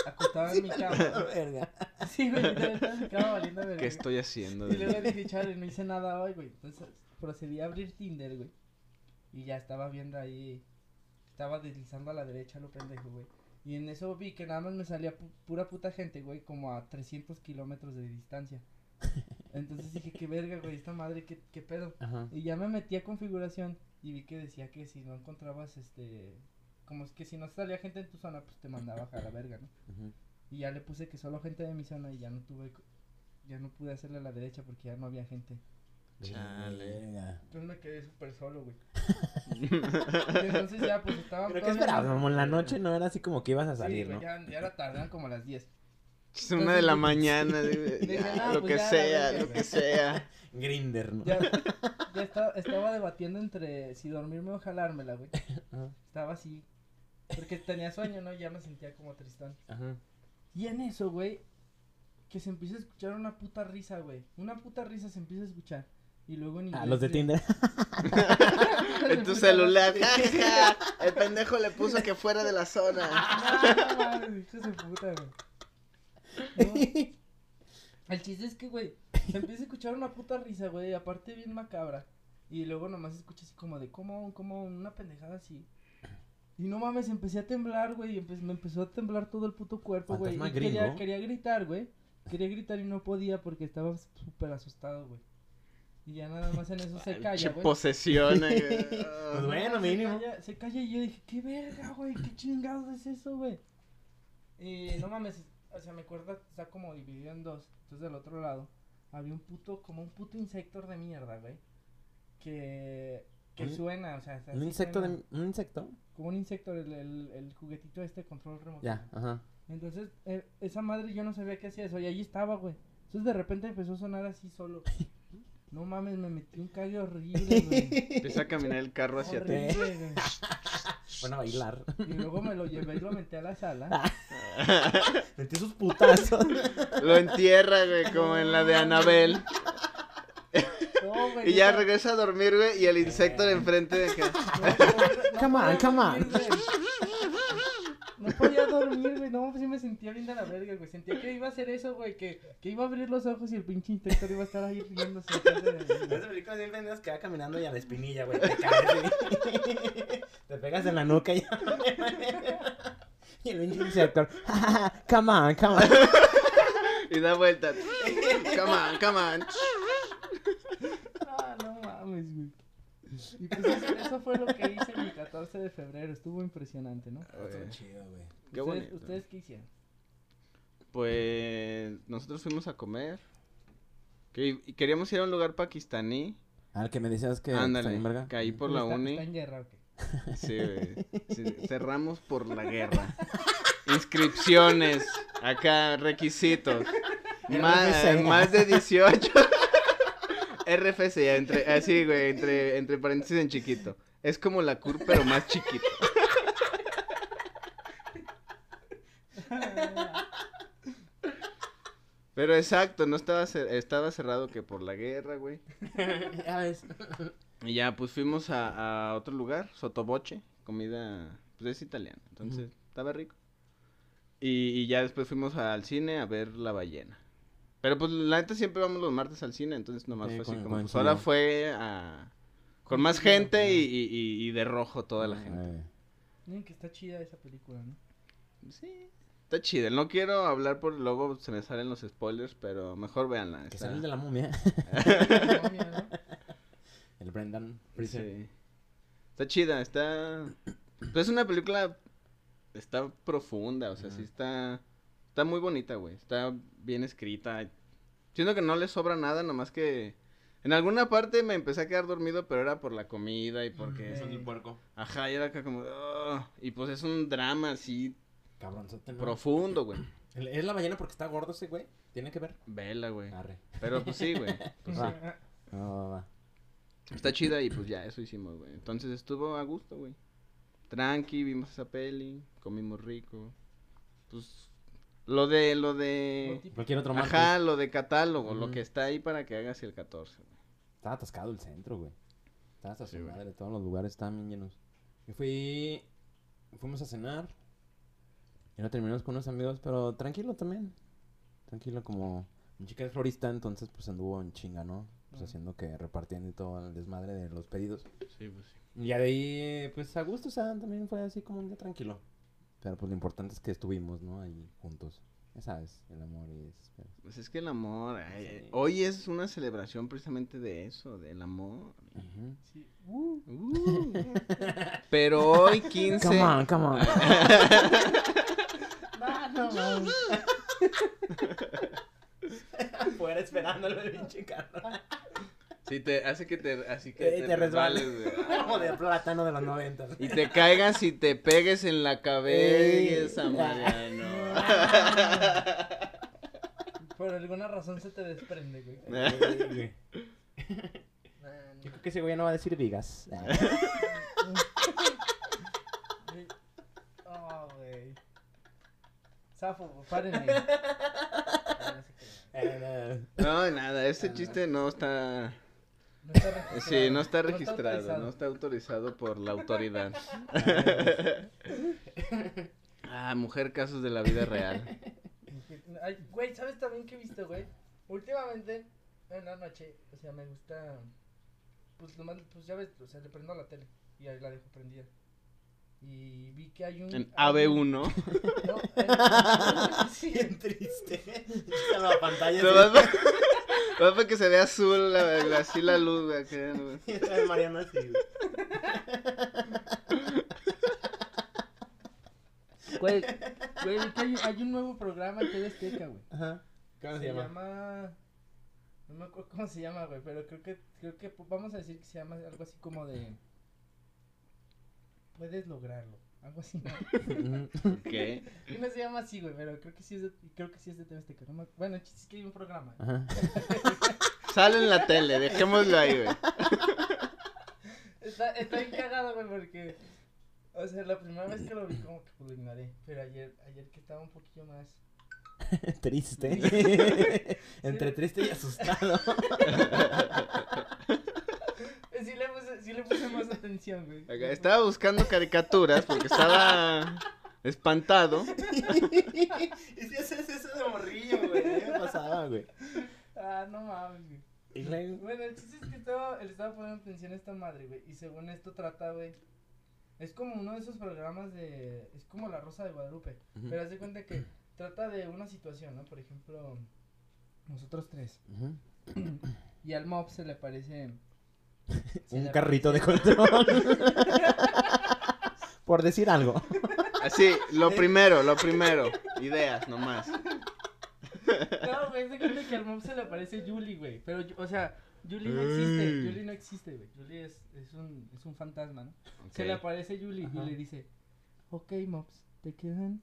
Speaker 3: Acostado en mi
Speaker 2: Ah.
Speaker 3: [laughs] cama.
Speaker 2: Verga.
Speaker 3: Sí, güey, literal, estaba en mi cama valiendo verga.
Speaker 1: ¿Qué estoy haciendo?
Speaker 3: Y
Speaker 1: [laughs]
Speaker 3: luego dije, chale, no hice nada hoy, güey. Entonces procedí a abrir Tinder, güey. Y ya estaba viendo ahí. Estaba deslizando a la derecha, lo pendejo, güey. Y en eso vi que nada más me salía pu- pura puta gente, güey, como a 300 kilómetros de distancia. Entonces dije, qué verga, güey, esta madre, qué, qué pedo.
Speaker 2: Ajá.
Speaker 3: Y ya me metí a configuración y vi que decía que si no encontrabas este. Como es que si no salía gente en tu zona, pues te mandaba a la verga, ¿no?
Speaker 2: ujú.
Speaker 3: Y ya le puse que solo gente de mi zona y ya no tuve. co- Ya no pude hacerle a la derecha porque ya no había gente.
Speaker 1: Chale.
Speaker 2: Verga.
Speaker 3: Entonces me quedé súper
Speaker 2: [laughs]
Speaker 3: solo, güey. Y entonces ya, pues estaba.
Speaker 2: ¿Pero qué
Speaker 3: todavía-
Speaker 2: esperábamos? La noche no era así como que ibas a
Speaker 3: Sí,
Speaker 2: salir,
Speaker 3: güey,
Speaker 2: ¿no?
Speaker 3: ya, ya era tarde, eran como las 10.
Speaker 2: [laughs]
Speaker 1: Es una de la mañana. así, güey,
Speaker 3: Dije,
Speaker 1: ya,
Speaker 3: no,
Speaker 1: lo
Speaker 3: pues
Speaker 1: que
Speaker 3: ya, la
Speaker 1: sea,
Speaker 3: verga,
Speaker 1: lo que
Speaker 3: güey. [laughs]
Speaker 1: sea.
Speaker 2: Grinder, ¿no?
Speaker 3: Ya, ya estaba, estaba debatiendo entre si dormirme o jalármela, güey.
Speaker 2: [laughs] Ajá,
Speaker 3: Estaba así. Porque tenía sueño, ¿no? Ya me sentía como tristón.
Speaker 2: Ajá.
Speaker 3: Y en eso, güey, que se empieza a escuchar una puta risa, güey. Una puta risa se empieza a escuchar. Y luego en
Speaker 2: Ah,
Speaker 3: inglés,
Speaker 2: los de
Speaker 3: güey. [laughs]
Speaker 2: Tinder.
Speaker 1: En tu celular. [laughs] ja, ja, ja. El pendejo le puso que fuera de la zona.
Speaker 3: No, mames, hijos de puta, güey. No, El chiste es que, güey, se empieza a escuchar una puta risa, güey, aparte bien macabra. Y luego nomás escuchas así como de, como, como, una pendejada así. Y no mames, empecé a temblar, güey, y empe- me empezó a temblar todo el puto cuerpo, güey.
Speaker 2: Fantasma
Speaker 3: y Quería,
Speaker 2: gringo.
Speaker 3: quería gritar, güey. Quería gritar y no podía porque estaba súper asustado, güey. Y ya nada más en eso se
Speaker 1: Che,
Speaker 3: calla, güey. [laughs]
Speaker 1: posesión. ahí, güey.
Speaker 2: Pues bueno,
Speaker 3: se
Speaker 2: mínimo.
Speaker 3: calla- se calla y yo dije, qué verga, güey, qué chingados es eso, güey. Y no mames, o sea, mi cuerda está como dividida en dos. Entonces del otro lado había un puto, como un puto insecto de mierda, güey. Que, que
Speaker 2: Un-
Speaker 3: suena, o sea, así
Speaker 2: [laughs] ¿Un insecto de...
Speaker 3: suena,
Speaker 2: ¿Un insecto?
Speaker 3: Como un insecto, el, el, el juguetito este control remoto.
Speaker 2: Ya, ajá.
Speaker 3: Entonces, eh, esa madre yo no sabía qué hacía eso y ahí estaba, güey. Entonces de repente empezó a sonar así
Speaker 2: [laughs]
Speaker 3: solo. No mames, me metí un cague
Speaker 2: [laughs]
Speaker 3: horrible, güey.
Speaker 1: Empieza a caminar el carro hacia ti.
Speaker 2: ti.
Speaker 3: Horrible, güey.
Speaker 2: Bueno, a
Speaker 3: [laughs]
Speaker 2: bailar.
Speaker 3: Y luego me lo llevé y lo metí a la
Speaker 1: Ah.
Speaker 3: sala.
Speaker 2: Sentí sus
Speaker 3: [laughs]
Speaker 2: putazos.
Speaker 1: [laughs] Lo entierra, güey, como en la de Anabel.
Speaker 3: No, güey,
Speaker 1: Y ya
Speaker 3: no,
Speaker 1: regresa a dormir, güey, y el insecto de enfrente de acá.
Speaker 3: no, no, no
Speaker 2: [laughs] Come on, come on.
Speaker 3: podía dormir, güey. No podía dormir, güey. No, sí me sentía bien de la verga, güey. Sentía que iba a hacer eso, güey. Que, que iba a abrir los ojos y el pinche inspector iba a estar ahí riéndose. [laughs] atrás de la verga.
Speaker 2: Esa película siempre andas que va caminando y a la espinilla, güey. Te caes. [laughs] Te pegas en la nuca y Y el pinche insecto. come on, come on.
Speaker 1: Y da vuelta. Come on, come on.
Speaker 3: No, no mames, güey. Y pues eso, eso fue lo que hice mi 14 de febrero. Estuvo impresionante, ¿no?
Speaker 2: chido, güey.
Speaker 1: Qué
Speaker 3: ¿Ustedes,
Speaker 1: bonito.
Speaker 3: ¿Ustedes qué hicieron?
Speaker 1: Pues nosotros fuimos a comer. Que- y queríamos ir a un lugar pakistaní.
Speaker 2: Al Ah, que me decías que.
Speaker 1: Ándale,
Speaker 2: San Verga.
Speaker 1: caí por la
Speaker 3: ¿Está-
Speaker 1: uni.
Speaker 3: está en guerra o qué?
Speaker 1: Sí, güey. Sí, cerramos por la guerra. Inscripciones. Acá, requisitos. Más,
Speaker 2: RFC.
Speaker 1: más de 18. RFC, entre, así, güey, entre, entre paréntesis en chiquito. Es como la CUR, pero más chiquito. Pero exacto, no estaba, cer- estaba cerrado que por la guerra, güey.
Speaker 2: [laughs] Ya ves.
Speaker 1: Y ya, pues fuimos a, a otro lugar, Sotoboche, comida, pues es italiana, entonces estaba rico. Y, y ya después fuimos al cine a ver La Ballena. Pero pues la neta siempre vamos los martes al cine, entonces nomás
Speaker 2: Sí,
Speaker 1: fue así
Speaker 2: con-
Speaker 1: como,
Speaker 2: con
Speaker 1: pues ahora
Speaker 2: cine.
Speaker 1: fue a... Con más gente y, y- y- y de rojo toda la gente.
Speaker 2: Eh,
Speaker 3: Miren que está chida esa
Speaker 1: [laughs]
Speaker 3: película, ¿no?
Speaker 1: Sí, está chida. No quiero hablar por luego se me salen los spoilers, pero mejor véanla.
Speaker 2: Que
Speaker 1: está-
Speaker 2: sale el de la momia. [laughs]
Speaker 3: La momia, ¿no?
Speaker 1: Ah.
Speaker 2: El Brendan Fraser.
Speaker 1: Sí. Está chida, está. Pues es una película. Está profunda, o sea, sí
Speaker 2: Ajá.
Speaker 1: está. Está muy bonita, güey. Está bien escrita. Siento que no le sobra nada, nomás que. En alguna parte me empecé a quedar dormido, pero era por la comida y porque.
Speaker 3: Ujú.
Speaker 2: Eh,
Speaker 1: son- Ajá, y era acá como. "Ugh", Y pues es un drama así
Speaker 2: Cabronzote, ¿no?
Speaker 1: profundo, güey.
Speaker 2: El- Es la ballena porque está gordo ese güey. Tiene que ver.
Speaker 1: Vela, güey.
Speaker 2: Arre.
Speaker 1: Pero pues sí, güey. Pues, sí.
Speaker 3: ah,
Speaker 2: Va. No, Ah, va, va.
Speaker 1: Está chida y pues ya, eso hicimos, güey. Entonces estuvo a gusto, güey. Tranqui, vimos esa peli, comimos rico. Pues lo de, lo
Speaker 3: Lo
Speaker 1: de...
Speaker 3: típico.
Speaker 2: Cualquier otro martes.
Speaker 1: Ajá, lo de catálogo, lo
Speaker 2: Ujú.
Speaker 1: que está ahí para que hagas el 14. güey.
Speaker 2: Estaba atascado el centro, güey. Estaba hasta
Speaker 5: Sí,
Speaker 2: su
Speaker 5: güey.
Speaker 2: madre. Todos los lugares estaban bien llenos. Yo fui... Fuimos a cenar. Y no terminamos con unos amigos, pero tranquilo también. Tranquilo, como... Mi chica es florista, entonces pues anduvo en chinga, ¿no? Pues
Speaker 3: Ah.
Speaker 2: haciendo que repartiendo y todo el desmadre de los pedidos.
Speaker 1: Sí, pues sí.
Speaker 2: Y ya de ahí, pues a gusto, o sea, también fue así como un día tranquilo. Pero pues lo importante es que estuvimos, ¿no? Ahí juntos. Ya sabes, el amor y esas cosas.
Speaker 1: Pues es que el amor, ay, eh,
Speaker 2: Sí.
Speaker 1: hoy es una celebración precisamente de eso, del
Speaker 2: [laughs]
Speaker 1: amor.
Speaker 2: Ujú.
Speaker 3: Sí. Uh,
Speaker 1: Uh. Pero hoy 15...
Speaker 2: Come on, come on.
Speaker 3: no, no, no.
Speaker 2: [laughs] Fuera esperándolo el [laughs] pinche carro.
Speaker 1: Sí, te hace que te... Así que
Speaker 2: Eh, te resbales.
Speaker 1: güey.
Speaker 2: [laughs] Como de plátano de los 90.
Speaker 1: Y te caigas y te pegues en la cabeza,
Speaker 2: Ey.
Speaker 1: Mariano.
Speaker 3: [laughs] Por alguna razón se te desprende, güey.
Speaker 2: [laughs] Yo
Speaker 3: Nah, no.
Speaker 2: creo que ese güey no va a decir vigas. [laughs]
Speaker 3: Oh, güey. Safo, párenle. Ah, no se crean.
Speaker 1: [laughs] No, nada, ese chiste no está...
Speaker 3: No está registrado.
Speaker 1: Sí, no está registrado, no
Speaker 3: autorizado.
Speaker 1: está autorizado por la [laughs] autoridad. Ah, mujer, casos de la vida real.
Speaker 3: Ay, güey, ¿sabes también qué he visto, güey? Últimamente, en la noche, o sea, me gusta. Pues nomás, pues ya ves, o sea, le prendo la tele y ahí la dejo prendida. Y vi que hay un.
Speaker 1: En
Speaker 3: hay un-
Speaker 1: AB1.
Speaker 3: [laughs] No, hay- [laughs] sí,
Speaker 2: triste. Está la pantalla.
Speaker 1: Lo vas pa- lo vas para que se vea azul, la- la- así la luz. güey, acá, güey.
Speaker 2: Mariano así.
Speaker 3: Güey, güey, vi que hay, hay un nuevo programa en TV Azteca, güey.
Speaker 2: Ajá. ¿Cómo se llama?
Speaker 3: No me acuerdo cómo se llama, güey, pero creo que, creo que po- vamos a decir que se llama algo así como de. Puedes lograrlo. Algo así. [laughs] ¿no?
Speaker 2: Ujú.
Speaker 1: ¿Qué?
Speaker 3: Y no se llama así, güey, pero creo que sí es de, creo que sí es de TV Azteca. no me- bueno, el chiste es que hay un programa.
Speaker 2: Ajá. [laughs]
Speaker 1: Sale en la tele, dejémoslo ahí, güey.
Speaker 3: Está, está bien cagado, güey, porque. O sea, la primera vez que lo vi, como que pues, lo ignoré. Pero ayer, ayer que estaba un poquillo más.
Speaker 2: Triste. [laughs] Entre triste y asustado. [laughs]
Speaker 3: eh, Sí le puse, sí le puse más [laughs] atención, güey.
Speaker 1: Acá, Estaba buscando caricaturas porque estaba espantado.
Speaker 2: y si haces eso de morrillo, güey. ¿Qué pasaba, güey?
Speaker 3: Ah, no mames, güey.
Speaker 2: Y luego.
Speaker 3: Bueno, el chiste es que estaba, le estaba poniendo atención a esta madre, güey. Y según esto trata, güey. Es como uno de esos programas de. Es como La Rosa de Guadalupe.
Speaker 2: Ujú.
Speaker 1: Mm.
Speaker 3: Pero haz de cuenta que trata de una situación, ¿no? Por ejemplo, nosotros tres.
Speaker 2: Ujú.
Speaker 3: Y al mob se
Speaker 1: [laughs]
Speaker 3: le aparece. se
Speaker 2: Un
Speaker 3: le
Speaker 2: carrito de [laughs] control. Por decir algo.
Speaker 1: Así,
Speaker 2: ¿Eh?
Speaker 1: lo primero, lo primero. Ideas, nomás.
Speaker 3: [laughs] No, güey, se cuenta que al mob se le aparece Julie, güey. Pero, yo- o sea, Julie no existe.
Speaker 1: Ey.
Speaker 3: Julie no existe, güey. Julie es, es, un, es un fantasma, ¿no? Se le
Speaker 1: Ok.
Speaker 3: aparece Julie
Speaker 2: Ajá.
Speaker 3: y le dice: Ok, mobs, te quedan.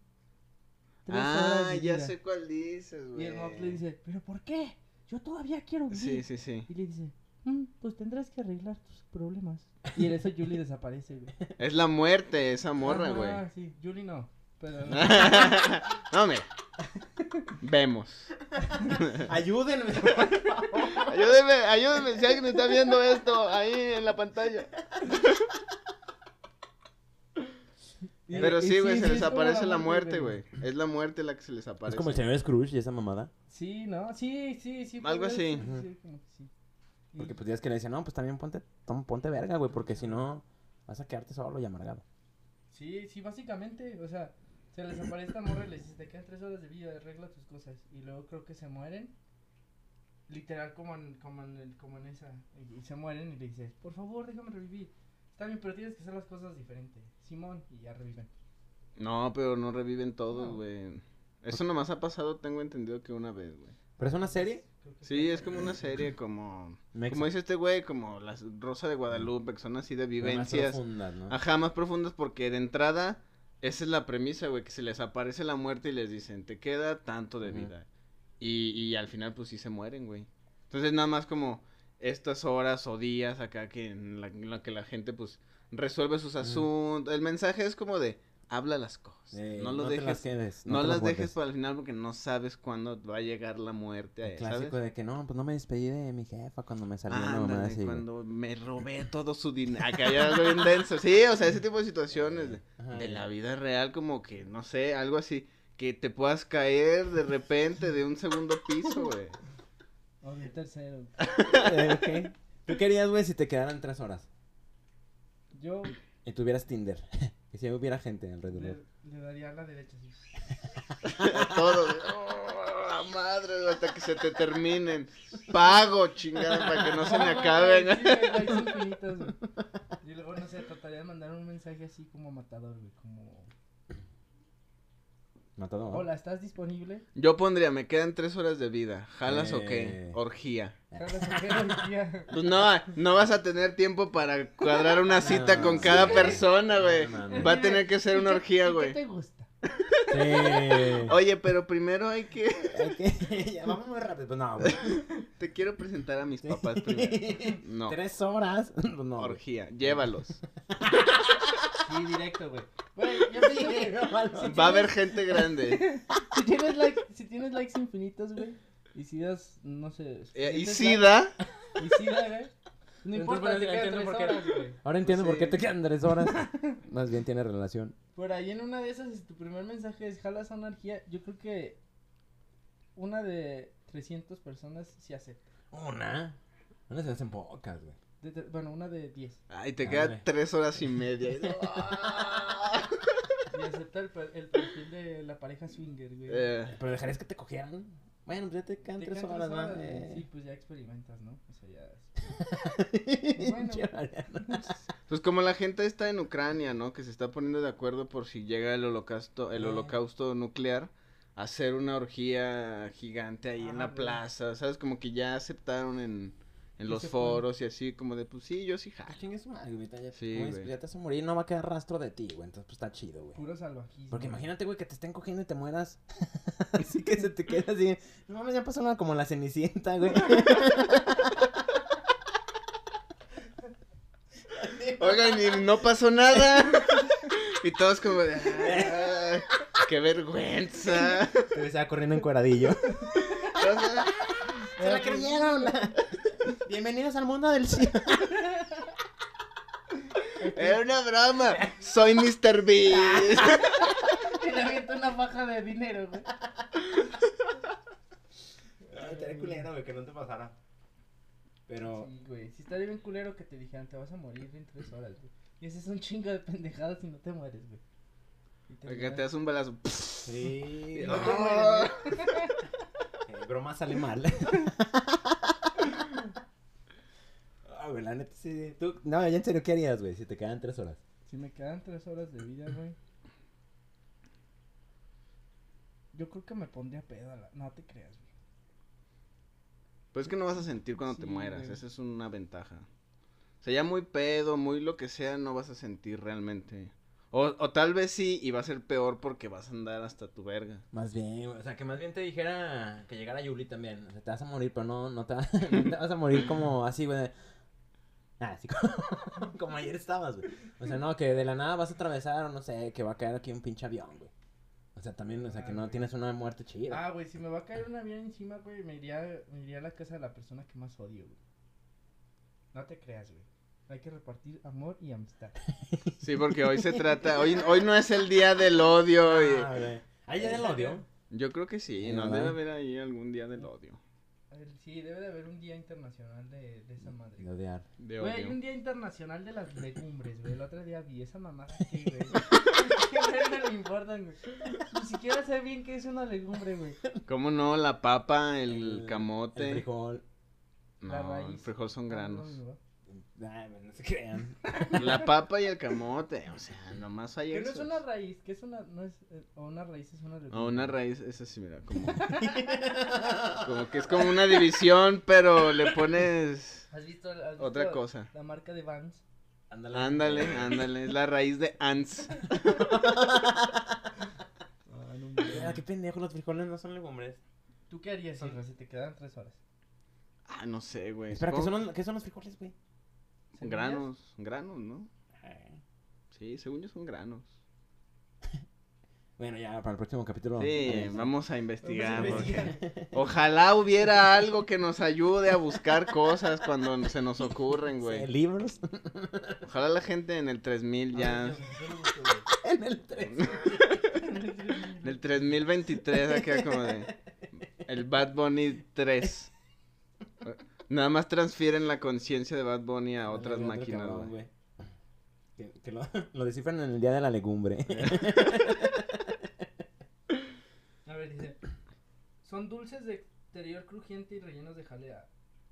Speaker 3: tres horas
Speaker 1: Ah,
Speaker 3: de
Speaker 1: ya
Speaker 3: vida".
Speaker 1: sé cuál dices, güey.
Speaker 3: Y el mob le dice: ¿Pero por qué? Yo todavía quiero vivir.
Speaker 1: Sí, sí, sí.
Speaker 3: Y le dice: "Mm, pues tendrás que arreglar tus problemas. Y en eso Julie desaparece, güey.
Speaker 1: Es la muerte esa morra,
Speaker 3: Ah,
Speaker 1: güey.
Speaker 3: sí, Julie no. Pero
Speaker 1: [laughs] no, mira. Vemos.
Speaker 2: [laughs] Ayúdenme.
Speaker 1: Ayúdeme, ayúdeme si alguien está viendo esto ahí en la pantalla.
Speaker 3: Y-
Speaker 1: Pero
Speaker 3: y
Speaker 1: sí, güey, se
Speaker 3: sí,
Speaker 1: les
Speaker 3: es como
Speaker 1: aparece la muerte, güey. Es la muerte la que se les
Speaker 2: Es
Speaker 1: aparece.
Speaker 2: como el señor Scrooge y esa mamada.
Speaker 3: Sí, ¿no? Sí, sí, sí.
Speaker 1: Algo
Speaker 3: podría
Speaker 1: así.
Speaker 3: ser,
Speaker 2: Ajá.
Speaker 3: sí, como que sí. Y-
Speaker 2: Porque pues días que le dicen, no, pues también ponte, tom- ponte verga, güey, porque si no vas a quedarte solo y amargado.
Speaker 3: Sí, sí, básicamente, o sea, se les aparece esta morra y les dice, te quedan tres horas de vida, arregla tus cosas. Y luego creo que se mueren, literal como en, como en, el- como en esa, y, y se mueren y le dices, por favor, déjame revivir. Está bien, pero tienes que hacer las cosas diferente. Simón, y ya reviven.
Speaker 1: No, pero no reviven todos,
Speaker 3: No.
Speaker 1: güey. Eso nomás ha pasado, tengo entendido que una vez, güey.
Speaker 2: Pero es una serie.
Speaker 3: Creo que
Speaker 1: Sí,
Speaker 3: fue-
Speaker 1: es como una serie, como...
Speaker 2: mexa,
Speaker 1: Como dice este güey, como las Rosa de Guadalupe, que son así de
Speaker 2: pero más
Speaker 1: vivencias.
Speaker 2: profundas, ¿no?
Speaker 1: Ajá, más profundas porque de entrada esa es la premisa, güey, que se les aparece la muerte y les dicen, te queda tanto de
Speaker 2: Ujú.
Speaker 1: vida. Y, y al final pues sí se mueren, güey. Entonces nada más como estas horas o días acá que en la, en la que la gente pues resuelve sus asuntos. El mensaje es como de, habla las cosas.
Speaker 2: Eh,
Speaker 1: no lo
Speaker 2: te las
Speaker 1: dejes.
Speaker 2: quedes,
Speaker 1: no
Speaker 2: te
Speaker 1: las
Speaker 2: guardes.
Speaker 1: dejes para el final porque no sabes cuándo va a llegar la muerte a
Speaker 2: El clásico de que no, pues no me despedí de mi jefa cuando me salió una mamada
Speaker 1: Ándale,
Speaker 2: así. güey.
Speaker 1: cuando me robé todo su dinero. Acá ya algo bien denso. Sí, o sea, ese tipo de situaciones de,
Speaker 2: Ajá,
Speaker 1: de
Speaker 2: güey.
Speaker 1: la vida real, como que, no sé, algo así. Que te puedas caer de repente de un segundo piso, güey.
Speaker 3: O de tercero.
Speaker 2: [laughs] Eh, ok. ¿Tú querías, güey, si te quedaran tres horas
Speaker 1: [laughs]
Speaker 3: Yo
Speaker 2: y tuvieras Tinder? [laughs] y si hubiera gente alrededor.
Speaker 1: Eh,
Speaker 3: le, le daría a la derecha, así.
Speaker 1: A todos. Oh, la madre, güey, hasta que se te terminen. Pago, chingada, para que no se me acaben.
Speaker 3: Ah, Sí, güey, hay infinitos, güey. Y luego, no sé, trataría de mandar un mensaje así como matador, güey, como...
Speaker 2: Matador.
Speaker 3: Hola, ¿estás disponible?
Speaker 1: Yo pondría, me quedan tres horas de vida. ¿Jalas o qué?
Speaker 2: Eh.
Speaker 1: Orgía.
Speaker 3: Carlos Ojeda,
Speaker 1: Pues no, no vas a tener tiempo para cuadrar una cita
Speaker 2: No,
Speaker 1: con
Speaker 2: sí.
Speaker 1: cada persona, güey.
Speaker 2: No, no, no.
Speaker 1: Va a tener que ser una
Speaker 3: ¿Y qué-
Speaker 1: orgía,
Speaker 3: y
Speaker 1: güey.
Speaker 3: ¿Qué te gusta?
Speaker 2: Sí.
Speaker 1: [laughs] Oye, pero primero hay que... [laughs]
Speaker 2: Ok, [laughs] ya vamos muy rápido. Pues no, güey.
Speaker 1: Te quiero presentar a mis
Speaker 2: Sí.
Speaker 1: papás
Speaker 3: [laughs]
Speaker 1: primero.
Speaker 2: [laughs]
Speaker 1: No.
Speaker 2: Tres horas. [laughs] Pues no. güey.
Speaker 1: Orgía,
Speaker 3: [laughs]
Speaker 1: llévalos.
Speaker 3: Sí, directo, güey. Güey, [laughs] yo pienso que si
Speaker 1: Va a haber
Speaker 3: tienes-
Speaker 1: gente
Speaker 3: [laughs]
Speaker 1: grande.
Speaker 3: Si tienes, like, si tienes likes infinitos, güey. Y si das, no sé.
Speaker 1: Eh, Y
Speaker 3: suficientes
Speaker 1: Sida,
Speaker 3: likes- Y si da, güey. No
Speaker 2: Entonces,
Speaker 3: importa,
Speaker 2: bueno,
Speaker 3: te
Speaker 2: ya
Speaker 3: quedan
Speaker 2: entiendo
Speaker 3: tres
Speaker 2: por qué.
Speaker 3: horas, güey.
Speaker 2: Ahora entiendo
Speaker 1: Pues
Speaker 2: por qué
Speaker 1: sí.
Speaker 2: te quedan tres [laughs] horas. Más bien tiene relación.
Speaker 3: Por ahí en una de esas, si tu primer mensaje es jalas a una orgía, yo creo que una de 300 personas sí acepta.
Speaker 2: Una. Una se hacen pocas, güey.
Speaker 3: De tre- bueno, una de 10.
Speaker 1: Ay, te
Speaker 3: Ah,
Speaker 2: Ándale.
Speaker 1: queda tres horas y
Speaker 3: [laughs]
Speaker 1: ah. media.
Speaker 3: Y acepta el, per- el perfil de la pareja swinger, güey.
Speaker 1: Eh,
Speaker 2: Pero dejarías que te cogieran. Bueno, pues ya te quedan
Speaker 3: Te
Speaker 2: tres
Speaker 3: quedan
Speaker 2: horas, ¿no?
Speaker 3: güey.
Speaker 2: Eh.
Speaker 3: Sí, pues ya experimentas, ¿no? O sea, ya.
Speaker 2: [laughs]
Speaker 3: Bueno.
Speaker 2: Pinche Mariano.
Speaker 1: Pues como la gente está en Ucrania, ¿no? Que se está poniendo de acuerdo por si llega el holocausto, el
Speaker 2: Ah.
Speaker 1: holocausto nuclear, hacer una orgía gigante ahí en
Speaker 3: Ah,
Speaker 1: la
Speaker 3: güey.
Speaker 1: plaza, ¿sabes? Como que ya aceptaron en, en
Speaker 3: Sí
Speaker 1: los
Speaker 3: se puede.
Speaker 1: foros y así, como de, pues sí, yo sí jalo.
Speaker 2: Pues chingue su madre, güey, ahorita ya-
Speaker 1: Sí,
Speaker 2: como
Speaker 1: güey.
Speaker 2: dices, pues ya te vas a morir, no va a quedar rastro de ti, güey. Entonces, pues está chido, güey.
Speaker 3: [laughs] Puro salvajismo.
Speaker 2: Porque
Speaker 3: [laughs]
Speaker 2: imagínate, güey, que te estén cogiendo y te mueras. [laughs] así que se te queda así. No mames, ya pasó una como la cenicienta, [laughs] güey.
Speaker 1: Oigan, y no pasó nada. y todos como de, "Ah, qué vergüenza.
Speaker 2: Te estaba corriendo en cueradillo.
Speaker 1: Todos, "Ah,
Speaker 2: ¡Se la creyeron! [laughs] Bienvenidos al mundo del cine.
Speaker 1: Era una broma. Soy Mr. Beast.
Speaker 3: Y le avienta una faja de dinero, güey.
Speaker 2: Estaría culero, güey, que no te pasara. Pero.
Speaker 3: Sí, güey. Si estaría bien culero que te dijeran, te vas a morir en tres horas, güey. Y ese es un chingo de pendejadas y no te mueres, güey. Y te
Speaker 1: Oiga, te
Speaker 3: mueres.
Speaker 1: das un balazo.
Speaker 2: Sí.
Speaker 3: Y
Speaker 2: No,
Speaker 3: no te mueres, güey.
Speaker 2: eh, broma sale mal. [laughs] Ah, güey, la neta sí. Tú- No, ya en serio, ¿qué harías, güey? Si te quedan tres horas.
Speaker 3: Si me quedan tres horas de vida, güey. Yo creo que me pondría pedo. a la- No te creas, güey.
Speaker 1: Pues es que no vas a sentir cuando te
Speaker 3: Sí,
Speaker 1: mueras,
Speaker 3: güey.
Speaker 1: esa es una ventaja. O sea, ya muy pedo, muy lo que sea, no vas a sentir realmente. O, o tal vez sí, y va a ser peor porque vas a andar hasta tu verga.
Speaker 2: Más bien, o sea, que más bien te dijera que llegara Yuli también. O sea, te vas a morir, pero no, no, te, va- [laughs] no te vas a morir como así, güey. de- Ah, así [laughs] como, como ayer estabas, güey. O sea, no, que de la nada vas a atravesar o no sé, que va a caer aquí un pinche avión, güey. O sea, también, o sea, que no tienes una muerte chida.
Speaker 3: Ah, güey, si me va a caer un avión encima, güey, me iría, me iría a la casa de la persona que más odio, güey. No te creas, güey. Hay que repartir amor y amistad.
Speaker 1: Sí, porque hoy se trata, hoy, hoy no es el día del odio. y-
Speaker 2: Ah, güey. Ahí ya del odio.
Speaker 1: Yo creo que sí,
Speaker 2: Sí,
Speaker 1: no
Speaker 2: ¿verdad?
Speaker 1: debe haber ahí algún día del odio.
Speaker 3: El- Sí, debe de haber un día internacional de, de esa madre.
Speaker 2: De odiar.
Speaker 1: De
Speaker 3: Güey, hay
Speaker 1: odio.
Speaker 3: un día internacional de las legumbres, güey. El otro día vi esa mamada aquí, güey. ¿Qué verga le importan, güey? Ni siquiera sé bien qué es una legumbre, güey.
Speaker 1: ¿Cómo no? La papa, el,
Speaker 2: El-
Speaker 1: camote.
Speaker 2: El frijol.
Speaker 3: La
Speaker 1: No,
Speaker 3: raíz.
Speaker 1: el frijol son granos.
Speaker 2: Ay, güey, no se crean.
Speaker 1: La papa y el camote. O sea, nomás hay
Speaker 3: ¿Qué no es
Speaker 1: esos.
Speaker 3: una raíz? ¿Qué es una.? No es, eh, o una raíz es una legumbre.
Speaker 1: No, una raíz es así, mira, como... como que es como una división, pero le pones...
Speaker 3: ¿Has visto, has
Speaker 1: Otra
Speaker 3: visto
Speaker 1: cosa.
Speaker 3: La marca de Vans.
Speaker 2: Ándale.
Speaker 1: Ándale, ándale, es la raíz de ants.
Speaker 3: Ah, [laughs] no,
Speaker 2: Ah, qué pendejo, los frijoles no son legumbres.
Speaker 3: ¿Tú qué harías, Isra, si te quedan tres horas?
Speaker 1: Ah, no sé, güey.
Speaker 2: Espera, ¿qué
Speaker 1: supongo-
Speaker 2: son los, qué son los frijoles, güey?
Speaker 3: ¿Semillas?
Speaker 1: Granos, granos, ¿no? Sí, según yo son granos.
Speaker 2: Bueno, ya para el próximo capítulo.
Speaker 1: Sí,
Speaker 2: Adiós.
Speaker 1: vamos a investigar.
Speaker 3: Vamos a
Speaker 1: porque-
Speaker 3: investigar.
Speaker 1: Ojalá hubiera algo que nos ayude a buscar cosas cuando se nos ocurren,
Speaker 2: Sí,
Speaker 1: güey.
Speaker 2: libros [laughs]
Speaker 1: Ojalá la gente en el 3000 ya...
Speaker 3: Yo lo busco, güey.
Speaker 2: en el 3.
Speaker 1: Del 3023 acá como de... El Bad Bunny 3. Nada más transfieren la conciencia de Bad Bunny a otras máquinas, güey.
Speaker 2: Que, que lo, [laughs] lo descifran en el día de la legumbre. [laughs]
Speaker 3: A ver, dice. Son dulces de exterior crujiente y rellenos de jalea.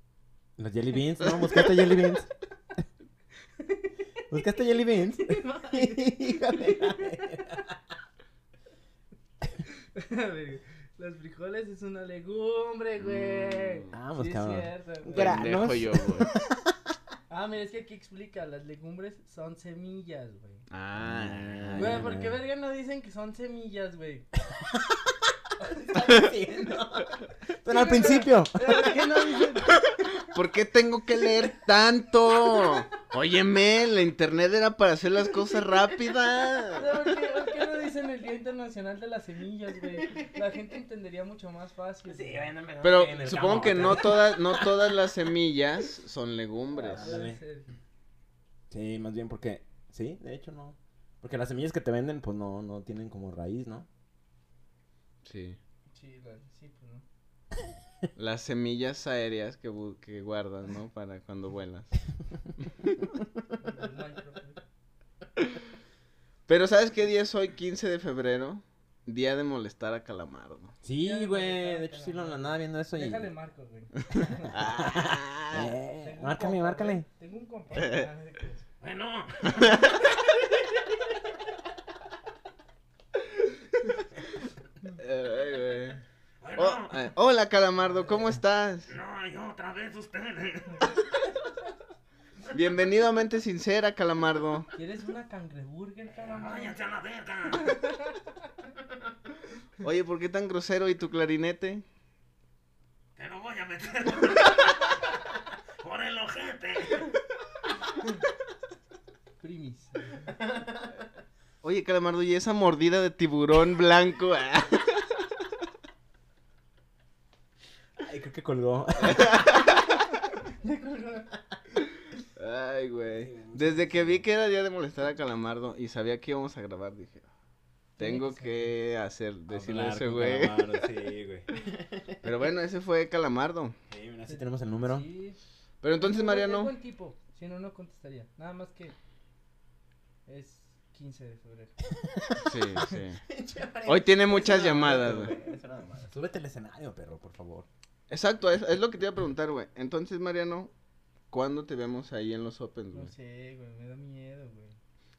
Speaker 3: [laughs]
Speaker 2: Los jelly beans, ¿no? Buscaste jelly beans. [laughs] Buscaste jelly beans. [laughs] Híjole.
Speaker 3: A ver, los frijoles es una legumbre, güey.
Speaker 1: Mm.
Speaker 2: Vamos,
Speaker 3: Sí es
Speaker 2: Ah, pues cabrón.
Speaker 3: cierto, güey.
Speaker 2: Gra-
Speaker 1: Pendejo
Speaker 2: Granos.
Speaker 1: yo, güey.
Speaker 3: Ah, mira, es que aquí explica, las legumbres son semillas, güey.
Speaker 1: Ah.
Speaker 3: Güey, ¿por qué verga no dicen que son semillas, güey?
Speaker 2: Pero al principio.
Speaker 3: Pero, ¿Por qué no dicen?
Speaker 1: ¿Por qué tengo que leer tanto? Óyeme, la internet era para hacer las cosas
Speaker 3: o
Speaker 1: rápidas.
Speaker 3: sea, ¿Por qué, por qué no dicen el Día Internacional de las Semillas, güey? La gente entendería mucho más fácil. güey.
Speaker 1: Pero supongo que no todas, no todas las semillas son legumbres.
Speaker 2: Ándale.
Speaker 3: Puede ser.
Speaker 2: Sí, más bien porque. Sí, de hecho no. Porque las semillas que te venden, pues no, no tienen como raíz, ¿no?
Speaker 1: Sí.
Speaker 3: Sí, la- sí, pues
Speaker 2: [laughs]
Speaker 3: no.
Speaker 1: Las semillas aéreas que, bu- que guardas, ¿no? Para cuando vuelas.
Speaker 3: El Minecraft, güey.
Speaker 1: Pero ¿sabes qué día es hoy? 15 de febrero. Día de molestar a Calamardo.
Speaker 2: Sí,
Speaker 3: Ya,
Speaker 2: güey.
Speaker 3: déjale,
Speaker 2: De hecho, sí lo andaba viendo eso y.
Speaker 3: Déjale marco, güey.
Speaker 2: [laughs]
Speaker 1: Ah,
Speaker 2: Eh,
Speaker 3: Tengo un
Speaker 2: márcale,
Speaker 3: compa,
Speaker 2: márcale.
Speaker 3: güey. Tengo un compa. Ah, de que-
Speaker 2: Bueno.
Speaker 1: eh, ay, güey. Oh,
Speaker 3: ah.
Speaker 1: eh, hola Calamardo, ¿cómo estás?
Speaker 2: No, yo otra vez ustedes.
Speaker 1: Bienvenido a Mente Sincera, Calamardo.
Speaker 3: ¿Quieres una cangreburger, calamar?
Speaker 2: a la verga.
Speaker 1: Oye, ¿por qué tan grosero y tu clarinete?
Speaker 2: Te lo voy a meter. Por el ojete.
Speaker 3: Primis.
Speaker 1: Oye, Calamardo, ¿y esa mordida de tiburón blanco? Ah,
Speaker 2: Ay, creo que colgó.
Speaker 1: Ay, güey. Desde que vi que era día de molestar a Calamardo y sabía que íbamos a grabar, dije, tengo que hacer, decirle
Speaker 2: Hablar
Speaker 1: eso,
Speaker 2: con
Speaker 1: güey.
Speaker 2: Calamardo, Sí, güey.
Speaker 1: Pero bueno, ese fue Calamardo.
Speaker 2: Sí, mira, sí tenemos el número.
Speaker 3: Sí.
Speaker 1: Pero entonces,
Speaker 3: Es buen- Es
Speaker 1: Mariano,
Speaker 3: buen tipo. Si no, no contestaría. Nada más que. Es 15 de febrero.
Speaker 2: Pues,
Speaker 1: sí, sí. Hoy tiene muchas llamadas, güey.
Speaker 2: Súbete al escenario, perro, por favor.
Speaker 1: Exacto, es, es lo que te iba a preguntar, güey. Entonces, Mariano, ¿cuándo te vemos ahí en los Opens,
Speaker 3: No
Speaker 1: güey?
Speaker 3: sé, güey. Me da miedo, güey.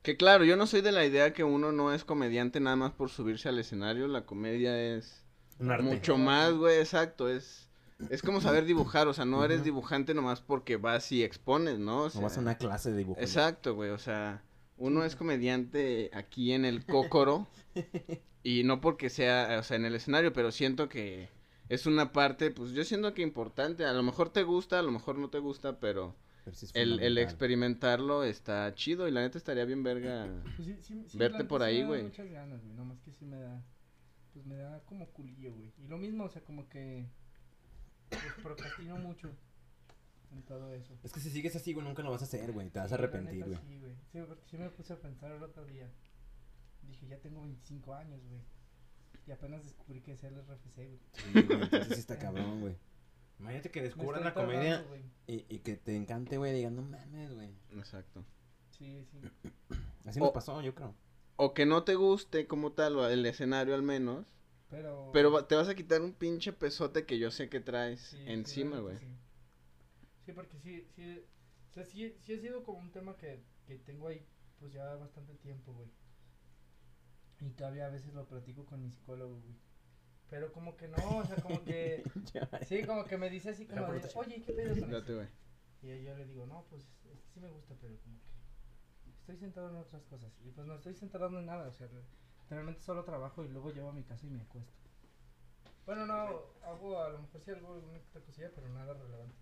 Speaker 1: Que claro, yo no soy de la idea que uno no es comediante nada más por subirse al escenario. La comedia es
Speaker 2: Un arte.
Speaker 1: mucho más, güey, exacto. Es, es como saber dibujar, o sea, no eres
Speaker 2: Ujú.
Speaker 1: dibujante nomás porque vas y expones, ¿no? O
Speaker 2: No vas a
Speaker 1: sea,
Speaker 2: una clase de dibujo.
Speaker 1: Exacto, güey, o sea, Uno es comediante aquí en
Speaker 2: [laughs]
Speaker 1: el Cócoro. y no porque sea, o sea, en el escenario, pero siento que es una parte, pues yo siento que importante. A lo mejor te gusta, a lo mejor no te gusta, pero
Speaker 2: Pero sí es
Speaker 1: el, el
Speaker 2: fundamental.
Speaker 1: experimentarlo está chido. Y la neta estaría bien
Speaker 2: [laughs]
Speaker 1: verga.
Speaker 3: Pues sí- sí- sí,
Speaker 1: Verte
Speaker 3: la neta,
Speaker 1: por
Speaker 3: sí me
Speaker 1: ahí,
Speaker 3: da
Speaker 1: güey.
Speaker 3: Muchas ganas, güey. Nomás que sí me da. Pues me da como culillo, güey. Y lo mismo, o sea, como que. Pues procrastino mucho en todo eso.
Speaker 2: Es que si sigues así, güey, nunca lo vas a hacer, güey. Te vas a
Speaker 3: Sí, la
Speaker 2: arrepentir,
Speaker 3: neta,
Speaker 2: güey.
Speaker 3: Sí, güey. Sí, porque sí me puse a pensar el otro día. Dije, ya tengo 25 años, güey. Y apenas descubrí que es el RFC, güey.
Speaker 2: Sí, güey, entonces sí está cabrón, güey. Imagínate que
Speaker 3: Me
Speaker 2: descubran la
Speaker 3: estoy tardando,
Speaker 2: comedia
Speaker 3: güey.
Speaker 2: y, y que te encante, güey, digan, no mames, güey.
Speaker 1: Exacto.
Speaker 3: Sí, sí.
Speaker 2: Así
Speaker 1: O-
Speaker 2: nos pasó, yo
Speaker 1: [laughs]
Speaker 2: creo.
Speaker 1: O que no te guste como tal, o el escenario al menos.
Speaker 3: Pero.
Speaker 1: Pero va- te vas a quitar un pinche pesote que yo sé que traes
Speaker 3: Sí, sí,
Speaker 1: encima,
Speaker 3: realmente
Speaker 1: güey.
Speaker 3: Sí. Sí, porque sí, sí. O sea, sí, sí ha sido como un tema que, que tengo ahí, pues ya bastante tiempo, güey. Y todavía a veces lo platico con mi psicólogo, güey. Pero como que no, o sea,
Speaker 1: [laughs]
Speaker 3: como que. sí, como que me dice así
Speaker 2: La
Speaker 3: como de,
Speaker 2: bruta.
Speaker 3: oye, ¿qué pedo con
Speaker 1: Date,
Speaker 3: eso?
Speaker 1: güey.
Speaker 3: Y yo- yo le digo, no, pues este sí me gusta, pero como que. Estoy centrado en otras cosas. Y pues no estoy centrado en nada, o sea, re- realmente solo trabajo y luego llevo a mi casa y me acuesto. Bueno, no, hago a lo mejor sí algo, alguna que otra cosilla, pero nada relevante.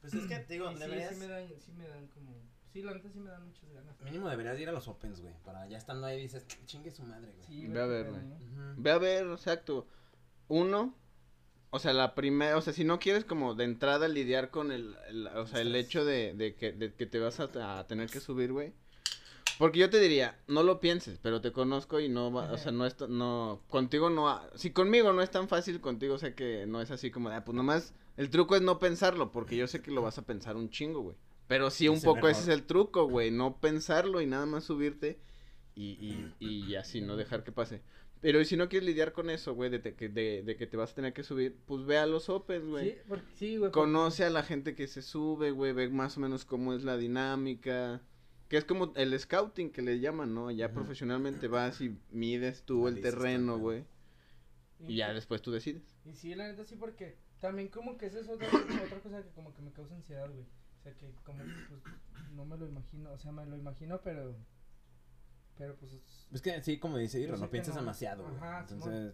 Speaker 2: Pues es que, digo,
Speaker 3: Y sí,
Speaker 2: deberías...
Speaker 3: sí me dan, sí me dan como, sí, la neta sí me dan muchas ganas.
Speaker 2: Mínimo deberías ir a los opens, güey. Para ya estando ahí dices, chingue su madre, güey.
Speaker 3: Sí,
Speaker 1: Ve
Speaker 3: ver
Speaker 1: a
Speaker 3: qué
Speaker 1: ver,
Speaker 3: pedo,
Speaker 1: güey.
Speaker 3: ¿no?
Speaker 2: Ujú.
Speaker 1: Ve a ver, exacto. Uno, o sea, la primera, o sea, si no quieres como de entrada lidiar con el, el- o sea, el
Speaker 2: Estrés.
Speaker 1: hecho de, de que, de que te vas a, a tener que subir, güey. Porque yo te diría, no lo pienses, pero te conozco y no, va- o sea, no es, t- no, contigo no, ha- si conmigo no es tan fácil, contigo sé que no es así como, de, ah, pues nomás, el truco es no pensarlo, porque yo sé que lo vas a pensar un chingo, güey. Pero sí, un
Speaker 2: Es el
Speaker 1: poco ese es
Speaker 2: error.
Speaker 1: el truco, güey, no pensarlo y nada más subirte y, y, y así, no dejar que pase. Pero y si no quieres lidiar con eso, güey, de, te- que- de, de que te vas a tener que subir, pues ve a los opens, güey.
Speaker 3: Sí, porque, sí, güey. porque-
Speaker 1: Conoce a la gente que se sube, güey, ve más o menos cómo es la dinámica. Que es como el scouting que le llaman, ¿no? Ya
Speaker 2: Ajá.
Speaker 1: profesionalmente vas y mides tú el
Speaker 2: Analizas
Speaker 1: terreno,
Speaker 2: todo.
Speaker 1: güey.
Speaker 3: y-
Speaker 1: Y ya después tú
Speaker 2: [laughs]
Speaker 1: decides. [laughs]
Speaker 3: Y sí, la neta sí, porque también como que esa es otra, [coughs] otra cosa que como que me causa ansiedad, güey. O sea, que como que, pues no me lo imagino, o sea, me lo imagino, pero... Pero pues... es-
Speaker 2: Es que sí, como dice
Speaker 3: Yo
Speaker 2: Irro,
Speaker 3: sé
Speaker 2: no
Speaker 3: que
Speaker 2: piensas
Speaker 3: no.
Speaker 2: demasiado, güey.
Speaker 3: Ajá,
Speaker 2: Entonces,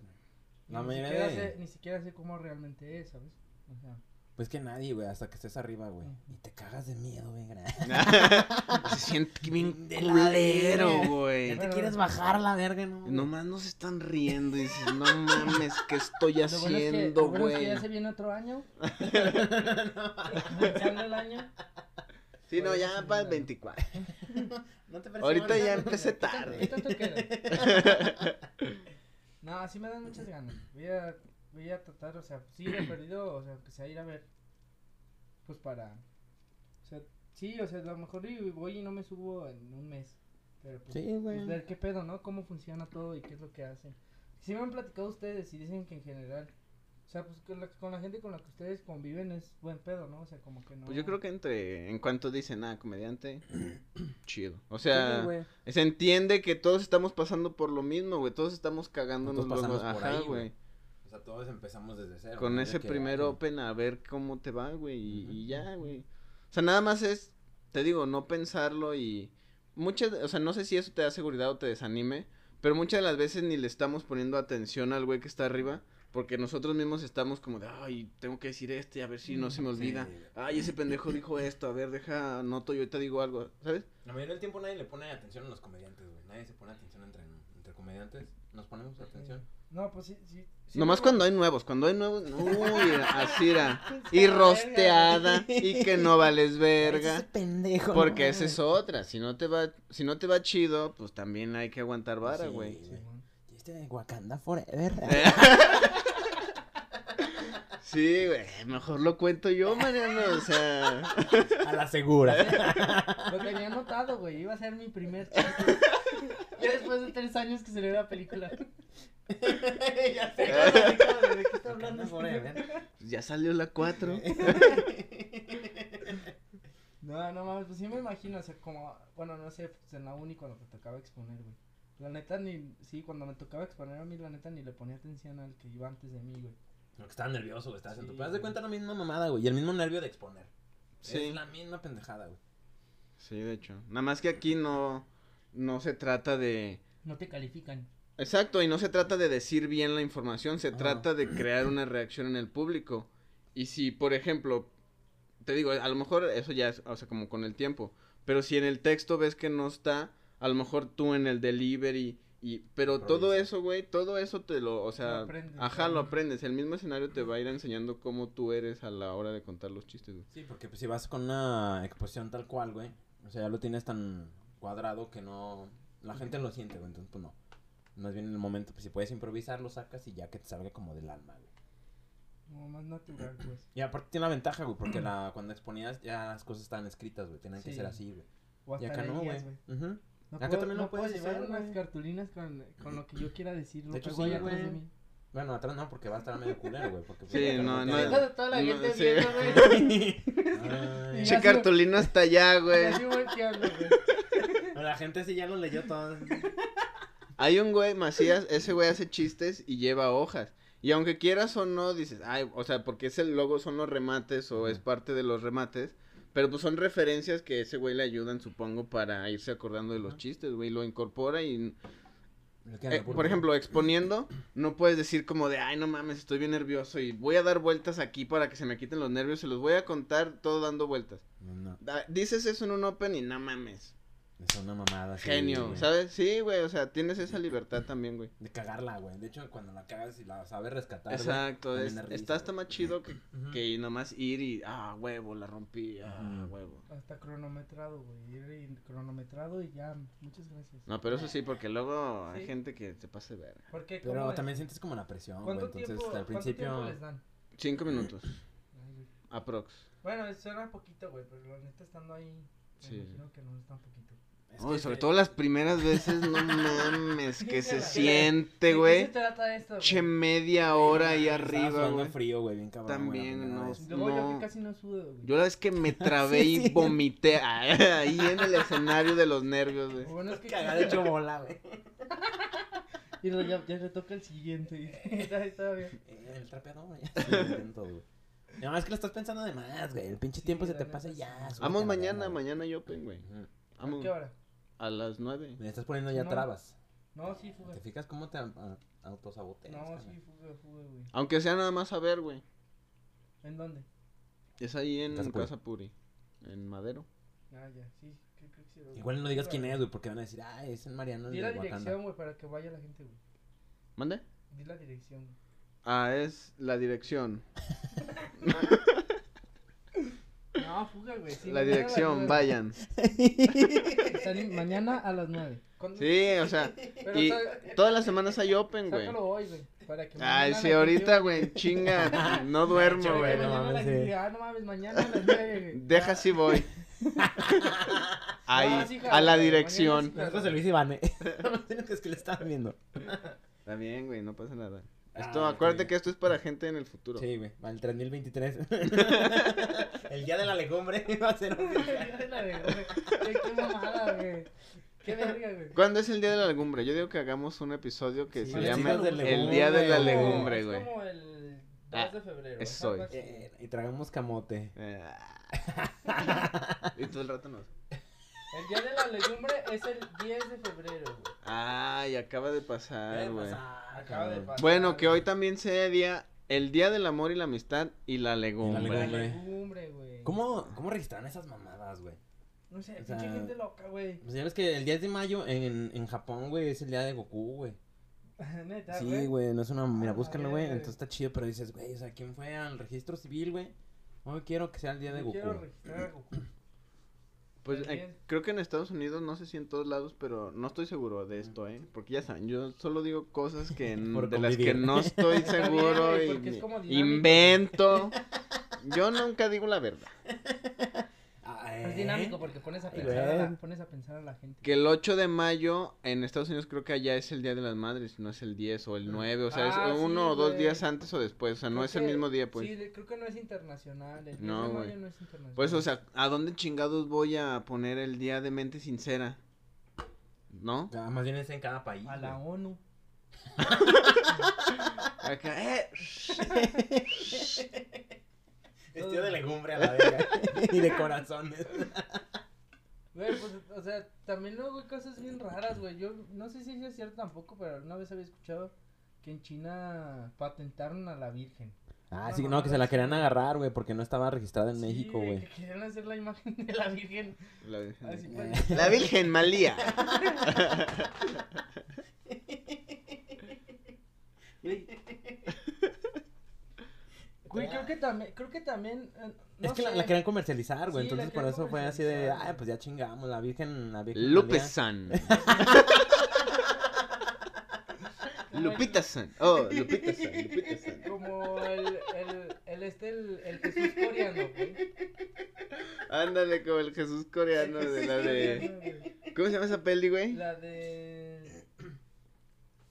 Speaker 2: la
Speaker 3: ni
Speaker 2: mayoría
Speaker 3: siquiera
Speaker 2: de...
Speaker 3: sé- ni siquiera sé cómo realmente es, ¿sabes? O sea,
Speaker 2: Pues que nadie, güey, hasta que estés arriba, güey.
Speaker 3: Ujú.
Speaker 2: Y te cagas de miedo, güey. gra-
Speaker 1: se siente bien
Speaker 2: De la
Speaker 1: culero,
Speaker 2: verga.
Speaker 1: güey.
Speaker 2: [laughs] Ya te quieres bajar la verga, ¿no? güey?
Speaker 1: Nomás nos están riendo y dices, no mames, ¿qué estoy
Speaker 3: Lo bueno es que-
Speaker 1: haciendo,
Speaker 3: lo bueno es que
Speaker 1: güey?
Speaker 3: ya se viene otro año. Comenzando el año.
Speaker 1: Sí,
Speaker 3: Por
Speaker 1: no,
Speaker 3: eso
Speaker 1: ya
Speaker 3: se
Speaker 1: para el
Speaker 3: me-
Speaker 1: 24.
Speaker 2: [laughs] No te
Speaker 1: Ahorita
Speaker 2: [laughs]
Speaker 1: ya
Speaker 2: presiones.
Speaker 1: empecé
Speaker 3: ¿Qué
Speaker 1: tarde.
Speaker 3: tanto queda? [laughs] No, sí me dan muchas ganas. Voy a, voy a tratar, o sea, sí lo he perdido, o sea, que sea ir a ver. Pues para. O sea, sí, o sea, a lo mejor y voy y no me subo en un mes. Pero pues,
Speaker 2: Sí,
Speaker 3: pues
Speaker 2: güey.
Speaker 3: ver qué pedo, ¿no? Cómo funciona todo y qué es lo que hacen. Si me han platicado ustedes y dicen que en general. O sea, pues con la, con la gente con la que ustedes conviven es buen pedo, ¿no? O sea, como que no.
Speaker 1: Pues yo creo que entre, en cuanto dicen, ah,
Speaker 2: [clears throat]
Speaker 1: comediante, chido. O
Speaker 3: Sí,
Speaker 1: sea,
Speaker 3: güey.
Speaker 1: se entiende que todos estamos pasando por lo mismo, güey. Todos estamos cagándonos
Speaker 2: Todos
Speaker 1: los-
Speaker 2: pasamos por
Speaker 1: Ajá,
Speaker 2: ahí, güey.
Speaker 1: güey.
Speaker 2: O sea, todos empezamos desde cero.
Speaker 1: Con
Speaker 2: ¿no?
Speaker 1: ese
Speaker 2: De que,
Speaker 1: primer
Speaker 2: ay,
Speaker 1: open a ver cómo te va, güey. Y,
Speaker 2: Ujú.
Speaker 1: y ya, güey. O sea, nada más es, te digo, no pensarlo y... Muchas, o sea, no sé si eso te da seguridad o te desanime, pero muchas de las veces ni le estamos poniendo atención al güey que está arriba, porque nosotros mismos estamos como de, ay, tengo que decir este, a ver si no se me
Speaker 2: Mm, Sí,
Speaker 1: olvida.
Speaker 2: güey.
Speaker 1: Ay, ese pendejo dijo esto, a ver, deja, noto, yo te digo algo, ¿sabes?
Speaker 2: La mayoría del tiempo nadie le pone atención a los comediantes, güey. Nadie se pone atención entre, entre comediantes. Nos ponemos atención.
Speaker 3: No, pues sí. sí, sí
Speaker 1: Nomás
Speaker 3: me- [laughs]
Speaker 1: cuando hay nuevos, cuando hay nuevos, uy, así era.
Speaker 2: [laughs]
Speaker 1: Y
Speaker 3: Pinche verga,
Speaker 1: rosteada, y que no vales verga.
Speaker 2: pendejo.
Speaker 1: Porque esa es otra, si no te va, si no te va chido, pues también hay que aguantar vara,
Speaker 2: Sí.
Speaker 1: güey.
Speaker 3: Sí, güey.
Speaker 2: Este de Wakanda Forever.
Speaker 1: Sí, güey, mejor lo cuento yo, Mariano, o sea,
Speaker 2: A la [laughs] segura.
Speaker 3: Lo tenía anotado, güey. Iba a ser mi primer chiste. [laughs] ya después de tres años que se le ve la película.
Speaker 2: ya sé. [laughs]
Speaker 3: ¿De qué
Speaker 2: Wakanda
Speaker 3: está hablando?
Speaker 2: Forever.
Speaker 1: ya salió la 4.
Speaker 3: No, no mames, pues sí me imagino, o sea, como, bueno, no sé, pues en la uni cuando te tocaba exponer, güey. La neta ni, sí, cuando me tocaba exponer a mí, la neta ni le ponía atención al que iba antes de mí, güey.
Speaker 2: Porque estaba nervioso, güey. Estabas en tu.
Speaker 3: Sí,
Speaker 2: Pero haz de
Speaker 3: güey.
Speaker 2: cuenta la misma mamada, güey. Y el mismo nervio de exponer.
Speaker 1: Sí.
Speaker 2: Es la misma pendejada, güey.
Speaker 1: Sí, de hecho. Nada más que aquí no, no se trata de...
Speaker 3: No te califican.
Speaker 1: Exacto, y no se trata de decir bien la información, se
Speaker 2: Ah.
Speaker 1: trata de crear una reacción en el público. Y si, por ejemplo, te digo, a lo mejor eso ya es, o sea, como con el tiempo, pero si en el texto ves que no está, a lo mejor tú en el delivery y pero todo
Speaker 2: Improvisa.
Speaker 1: eso, güey, todo eso te lo, o sea,
Speaker 3: aprendes,
Speaker 1: ajá, lo
Speaker 3: ajá.
Speaker 1: aprendes, el mismo escenario te va a ir enseñando cómo tú eres a la hora de contar los chistes. güey.
Speaker 2: Sí, porque pues, si vas con una exposición tal cual, güey. O sea, ya lo tienes tan cuadrado que no. La gente lo siente, güey. Entonces, pues no. Más bien en el momento, pues si puedes improvisar, lo sacas y ya que te salga como del alma, güey.
Speaker 3: Como más natural,
Speaker 2: [clears throat]
Speaker 3: pues.
Speaker 2: Y aparte tiene la ventaja, güey, porque [clears throat] la, cuando exponías ya las cosas estaban escritas, güey. Tenían que
Speaker 3: Sí.
Speaker 2: ser así, güey.
Speaker 3: O
Speaker 2: Y
Speaker 3: hasta
Speaker 2: acá no, güey.
Speaker 3: leías, güey.
Speaker 2: Ujú.
Speaker 3: No
Speaker 2: Acá
Speaker 3: puedo-
Speaker 2: también lo
Speaker 3: no puedo
Speaker 2: puedes
Speaker 3: llevar
Speaker 2: hacer,
Speaker 3: unas
Speaker 2: güey.
Speaker 3: cartulinas con, con lo que yo quiera decir.
Speaker 2: De hecho,
Speaker 3: luego
Speaker 2: sí,
Speaker 3: ya atrás de
Speaker 2: güey.
Speaker 3: mí.
Speaker 2: Bueno, atrás no, porque va a estar medio culero, güey. Porque,
Speaker 1: Sí, no, no.
Speaker 3: Deja de toda la
Speaker 1: No,
Speaker 3: gente
Speaker 1: sí.
Speaker 3: viendo,
Speaker 2: [laughs]
Speaker 3: güey.
Speaker 2: Ay,
Speaker 1: Che
Speaker 3: Ya sé.
Speaker 1: cartulino hasta allá, güey.
Speaker 2: Pues.
Speaker 3: Así volteando, güey.
Speaker 2: la gente sí ya lo leyó todo.
Speaker 1: Eh, Hay un güey, Macías, ese güey hace chistes y lleva hojas. Y aunque quieras o no, dices, ay, o sea, porque es el logo, son los remates o es parte de los remates. Pero pues son referencias que ese güey le ayudan, supongo, para irse acordando de los chistes, güey. Lo incorpora y,
Speaker 2: Le quedan
Speaker 1: eh,
Speaker 2: de
Speaker 1: por
Speaker 2: puro-
Speaker 1: ejemplo, exponiendo, no puedes decir como de, ay, no mames, estoy bien nervioso y voy a dar vueltas aquí para que se me quiten los nervios. Se los voy a contar todo dando vueltas.
Speaker 2: No, no,
Speaker 1: Da- Dices eso en un open y no mames.
Speaker 2: es una mamada. sí,
Speaker 1: Genio,
Speaker 2: güey.
Speaker 1: ¿sabes? Sí, güey, o sea, tienes esa libertad también, güey.
Speaker 2: De cagarla, güey. De hecho, cuando la cagas y la sabes rescatar. güey,
Speaker 1: Exacto,
Speaker 2: también
Speaker 1: es-
Speaker 2: da risa,
Speaker 1: está hasta
Speaker 2: güey.
Speaker 1: más chido que,
Speaker 2: Ujú.
Speaker 1: que nomás ir y, ah, huevo, la rompí, ah,
Speaker 2: Ujú.
Speaker 1: huevo.
Speaker 3: Hasta cronometrado, güey. Ir y cronometrado y ya. Muchas gracias.
Speaker 1: No, pero eso sí, porque luego hay
Speaker 3: Sí.
Speaker 1: gente que se pase ver.
Speaker 3: Porque
Speaker 2: Pero
Speaker 3: ¿cómo es?
Speaker 2: también sientes como la presión, güey.
Speaker 3: ¿Cuánto
Speaker 2: Entonces,
Speaker 3: tiempo,
Speaker 2: al
Speaker 3: cuánto tiempo les
Speaker 2: principio.
Speaker 3: dan?
Speaker 1: Cinco minutos,
Speaker 3: Ay, güey.
Speaker 1: aprox.
Speaker 3: Bueno, suena poquito, güey, pero la neta estando ahí, me
Speaker 1: Sí.
Speaker 3: imagino que no es tan poquito.
Speaker 2: es
Speaker 1: No, y
Speaker 2: que
Speaker 1: sobre
Speaker 2: te-
Speaker 1: todo las primeras veces,
Speaker 2: [laughs]
Speaker 1: no mames, que se
Speaker 3: ¿De qué
Speaker 1: siente,
Speaker 3: ¿De
Speaker 1: güey.
Speaker 3: qué se trata esto,
Speaker 1: Che,
Speaker 3: güey?
Speaker 1: media hora ahí
Speaker 2: estabas
Speaker 1: arriba,
Speaker 2: sudando
Speaker 1: güey.
Speaker 2: frío, güey, bien cabrón. güey, la
Speaker 1: También,
Speaker 2: primera
Speaker 1: no. [laughs]
Speaker 2: vez.
Speaker 3: Luego yo
Speaker 1: no.
Speaker 3: que casi no sudo, güey.
Speaker 1: Yo la vez que
Speaker 2: [laughs]
Speaker 1: me trabé y vomité [laughs] ahí en el escenario de los nervios, güey.
Speaker 3: Lo bueno
Speaker 1: [laughs]
Speaker 3: es que
Speaker 2: Cagada hecho bola, güey.
Speaker 3: Y luego ya, ya le toca el siguiente. [laughs] Y está, está bien.
Speaker 2: Eh, El trapeador, güey. Sí, lo intento, güey. No, es que lo estás pensando de más, güey. El pinche
Speaker 3: Sí,
Speaker 2: tiempo se
Speaker 3: la
Speaker 2: te
Speaker 3: neta
Speaker 2: pasa y
Speaker 3: sí.
Speaker 2: ya. suéltala,
Speaker 1: Vamos mañana,
Speaker 2: verga, güey.
Speaker 1: mañana hay open, güey.
Speaker 2: Ujú.
Speaker 3: ¿A
Speaker 1: Vamos
Speaker 3: qué hora?
Speaker 1: a las nueve.
Speaker 2: Me estás poniendo ya
Speaker 3: No.
Speaker 2: trabas.
Speaker 3: No, sí, fuga.
Speaker 2: ¿Te fijas cómo te ah, autosaboteas?
Speaker 3: Pues, No,
Speaker 2: cabrón?
Speaker 3: sí, fuga, fuga, güey.
Speaker 1: Aunque sea nada más a ver, güey.
Speaker 3: ¿En dónde?
Speaker 1: Es ahí en
Speaker 2: Casa
Speaker 1: Casa
Speaker 2: Puri.
Speaker 1: Puri. En Madero.
Speaker 3: Ah, ya, sí. Creo, creo que sí. lo-
Speaker 2: Igual no digas quién es, güey, porque van a decir, ah, es el Mariano el
Speaker 3: Di la
Speaker 2: de Wakanda.
Speaker 3: dirección, güey, para que vaya la gente, güey.
Speaker 1: ¿Mande?
Speaker 3: Di la dirección, güey.
Speaker 1: Ah, es la dirección.
Speaker 3: No, fuga, güey. sí,
Speaker 1: la
Speaker 3: mañana a las
Speaker 1: dirección,
Speaker 3: nueve.
Speaker 1: vayan.
Speaker 2: [laughs]
Speaker 3: Están en- mañana a las 9.
Speaker 1: Sí, o sea,
Speaker 3: [laughs] Pero
Speaker 1: y
Speaker 3: sa-
Speaker 1: todas las semanas hay open, güey.
Speaker 3: sácalo hoy, güey. Para que mañana
Speaker 1: Ay,
Speaker 3: la
Speaker 1: sí,
Speaker 3: gente
Speaker 1: ahorita,
Speaker 3: diga-
Speaker 1: güey, chinga,
Speaker 3: [laughs]
Speaker 1: no duermo,
Speaker 3: Para
Speaker 1: güey.
Speaker 3: que
Speaker 2: no
Speaker 3: mañana la
Speaker 2: mames,
Speaker 3: gente
Speaker 2: sí.
Speaker 3: diga, ah, no mames, mañana a las 9.
Speaker 1: Deja así voy.
Speaker 3: Ah,
Speaker 1: Ahí,
Speaker 3: sí, jala,
Speaker 1: a la
Speaker 3: güey, mañana
Speaker 1: dirección.
Speaker 3: sí.
Speaker 2: Nosotros se lo hice
Speaker 3: [laughs]
Speaker 2: Iván, eh. [laughs] No tienes que es que le estaban viendo.
Speaker 1: Está bien, güey, no pasa nada. Esto,
Speaker 2: Ah,
Speaker 1: acuérdate
Speaker 2: está bien.
Speaker 1: que esto es para gente en el futuro.
Speaker 2: Sí, güey, para el 3023. [laughs] el día de la legumbre [laughs] va a ser un...
Speaker 3: [laughs] Qué qué mamada, güey. Qué verga, güey.
Speaker 1: ¿Cuándo es el día de la legumbre? Yo digo que hagamos un episodio que
Speaker 2: Sí,
Speaker 1: se
Speaker 2: los
Speaker 1: llame
Speaker 2: días de
Speaker 1: El día de la
Speaker 2: legumbre.
Speaker 1: legumbre,
Speaker 3: Es
Speaker 1: güey.
Speaker 3: como el 2
Speaker 1: Ah,
Speaker 3: de febrero.
Speaker 1: es
Speaker 3: ajá,
Speaker 1: hoy.
Speaker 3: algo así.
Speaker 2: Eh, y tragamos camote.
Speaker 1: Eh, Ah.
Speaker 2: [laughs]
Speaker 1: y todo el rato nos.
Speaker 3: El día de la legumbre es el 10 de febrero, güey.
Speaker 1: Ay, acaba de pasar, güey.
Speaker 3: Acaba de pasar.
Speaker 1: Bueno, que hoy
Speaker 3: güey.
Speaker 1: también sea día el día del amor y la amistad y la legumbre.
Speaker 2: Y la
Speaker 3: La
Speaker 2: legumbre.
Speaker 3: legumbre, güey.
Speaker 2: ¿Cómo, ¿Cómo registraron esas mamadas, güey?
Speaker 3: No sé,
Speaker 2: O
Speaker 3: pinche
Speaker 2: sea-
Speaker 3: gente loca, güey. [laughs]
Speaker 2: Pues ya ves que el 10 de mayo en, en Japón, güey, es el día de Goku, güey.
Speaker 3: Neta, güey.
Speaker 2: Sí, güey, no es una. Mira,
Speaker 3: Ah,
Speaker 2: búscalo,
Speaker 3: verga,
Speaker 2: güey.
Speaker 3: güey.
Speaker 2: Entonces está chido, pero dices, güey, o sea, ¿quién fue al registro civil, güey? Hoy quiero que sea el día de
Speaker 3: Yo
Speaker 2: Goku. ¿Eh?
Speaker 3: Quiero registrar a Goku.
Speaker 1: Pues eh,
Speaker 3: También.
Speaker 1: creo que en Estados Unidos, no sé si en todos lados, pero no estoy seguro de esto, ¿eh? Porque ya saben, yo solo digo cosas que n-
Speaker 2: Por
Speaker 1: de las que
Speaker 2: [laughs] convivir.
Speaker 1: no estoy
Speaker 3: Está bien,
Speaker 1: seguro
Speaker 3: güey,
Speaker 1: y
Speaker 3: porque es
Speaker 1: me
Speaker 3: como
Speaker 2: [laughs]
Speaker 3: dinámico.
Speaker 1: invento. Yo nunca digo la verdad.
Speaker 2: Ah, ¿eh?
Speaker 3: Es dinámico porque pones a
Speaker 2: Ay,
Speaker 3: pensar a
Speaker 2: güey.
Speaker 3: la, pones a pensar a la gente.
Speaker 1: Que el 8 de mayo en Estados Unidos creo que allá es el Día de las Madres, no es el 10 o el 9, o sea,
Speaker 3: Ah,
Speaker 1: es
Speaker 3: sí,
Speaker 1: uno o dos
Speaker 3: güey.
Speaker 1: días antes o después, o sea, no
Speaker 3: Creo
Speaker 1: es el
Speaker 3: que-
Speaker 1: mismo día, pues.
Speaker 3: Sí, de- creo que no es internacional. El
Speaker 1: No,
Speaker 3: no,
Speaker 1: güey.
Speaker 3: no es internacional.
Speaker 1: Pues, o sea, ¿a dónde chingados voy a poner el día de mente sincera? ¿No?
Speaker 2: Ah, más bien es en cada país.
Speaker 3: A la
Speaker 2: güey.
Speaker 3: ONU.
Speaker 1: Acá,
Speaker 3: [laughs]
Speaker 1: eh,
Speaker 2: [laughs]
Speaker 3: [laughs]
Speaker 2: Es día de legumbre a la verga. y de corazones.
Speaker 3: Güey, pues, o sea, también luego hay cosas bien raras, güey. Yo no sé si eso es cierto tampoco, pero alguna vez había escuchado que en China patentaron a la Virgen.
Speaker 2: Ah,
Speaker 3: No
Speaker 2: sí, no, que se la
Speaker 3: mames.
Speaker 2: querían agarrar, güey, porque no estaba registrada en
Speaker 3: Sí,
Speaker 2: México,
Speaker 3: de
Speaker 2: güey.
Speaker 3: Que querían hacer la imagen de la Virgen.
Speaker 1: La Virgen,
Speaker 3: Así
Speaker 1: de-
Speaker 3: pues.
Speaker 2: Eh,
Speaker 1: La Virgen Malía.
Speaker 3: [laughs] Güey, creo que también, creo que también. eh,
Speaker 2: Es
Speaker 3: no
Speaker 2: que la,
Speaker 3: sé.
Speaker 2: la querían comercializar, güey,
Speaker 3: Sí, la
Speaker 2: entonces por
Speaker 3: querían
Speaker 2: eso fue así de,
Speaker 3: comercializar,
Speaker 2: ay,
Speaker 3: güey.
Speaker 2: pues ya chingamos, la virgen, la virgen.
Speaker 1: Lupe
Speaker 2: María".
Speaker 3: [laughs]
Speaker 1: San.
Speaker 3: Como el-
Speaker 1: Lupita San. Oh, Lupita San. Lupita
Speaker 3: [laughs]
Speaker 1: San.
Speaker 3: Como el, el, el este, el, el Jesús coreano, güey.
Speaker 1: Ándale, como el Jesús coreano de la de. ¿Cómo se llama esa peli, güey?
Speaker 3: La de.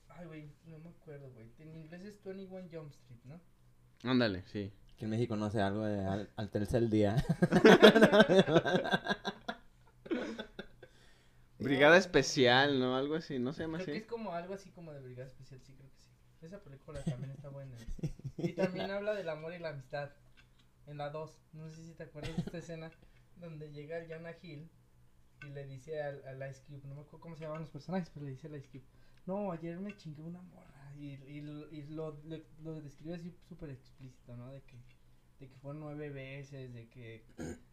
Speaker 3: Ay, güey, no me acuerdo, güey. En inglés es 21 Jump Street, ¿no?
Speaker 1: Ándale, sí.
Speaker 2: Que en México no sé, algo de al, al tercer
Speaker 3: [laughs]
Speaker 2: día. [laughs]
Speaker 1: Brigada Especial, ¿no? Algo así, ¿no se llama
Speaker 3: Creo que es
Speaker 1: así?
Speaker 3: como algo así como de Brigada Especial, sí, creo que sí. Esa película también está buena. Y también habla del amor y la amistad. En la 2, no sé si te acuerdas de esta escena donde llega el Jonah Hill y le dice al, al Ice Cube, no me acuerdo cómo se llaman los personajes, pero le dice al Ice Cube, no, ayer me chingué una morra. Y, y, lo- y lo, le- lo describe así súper explícito, ¿no? De que, de que fue nueve veces, de que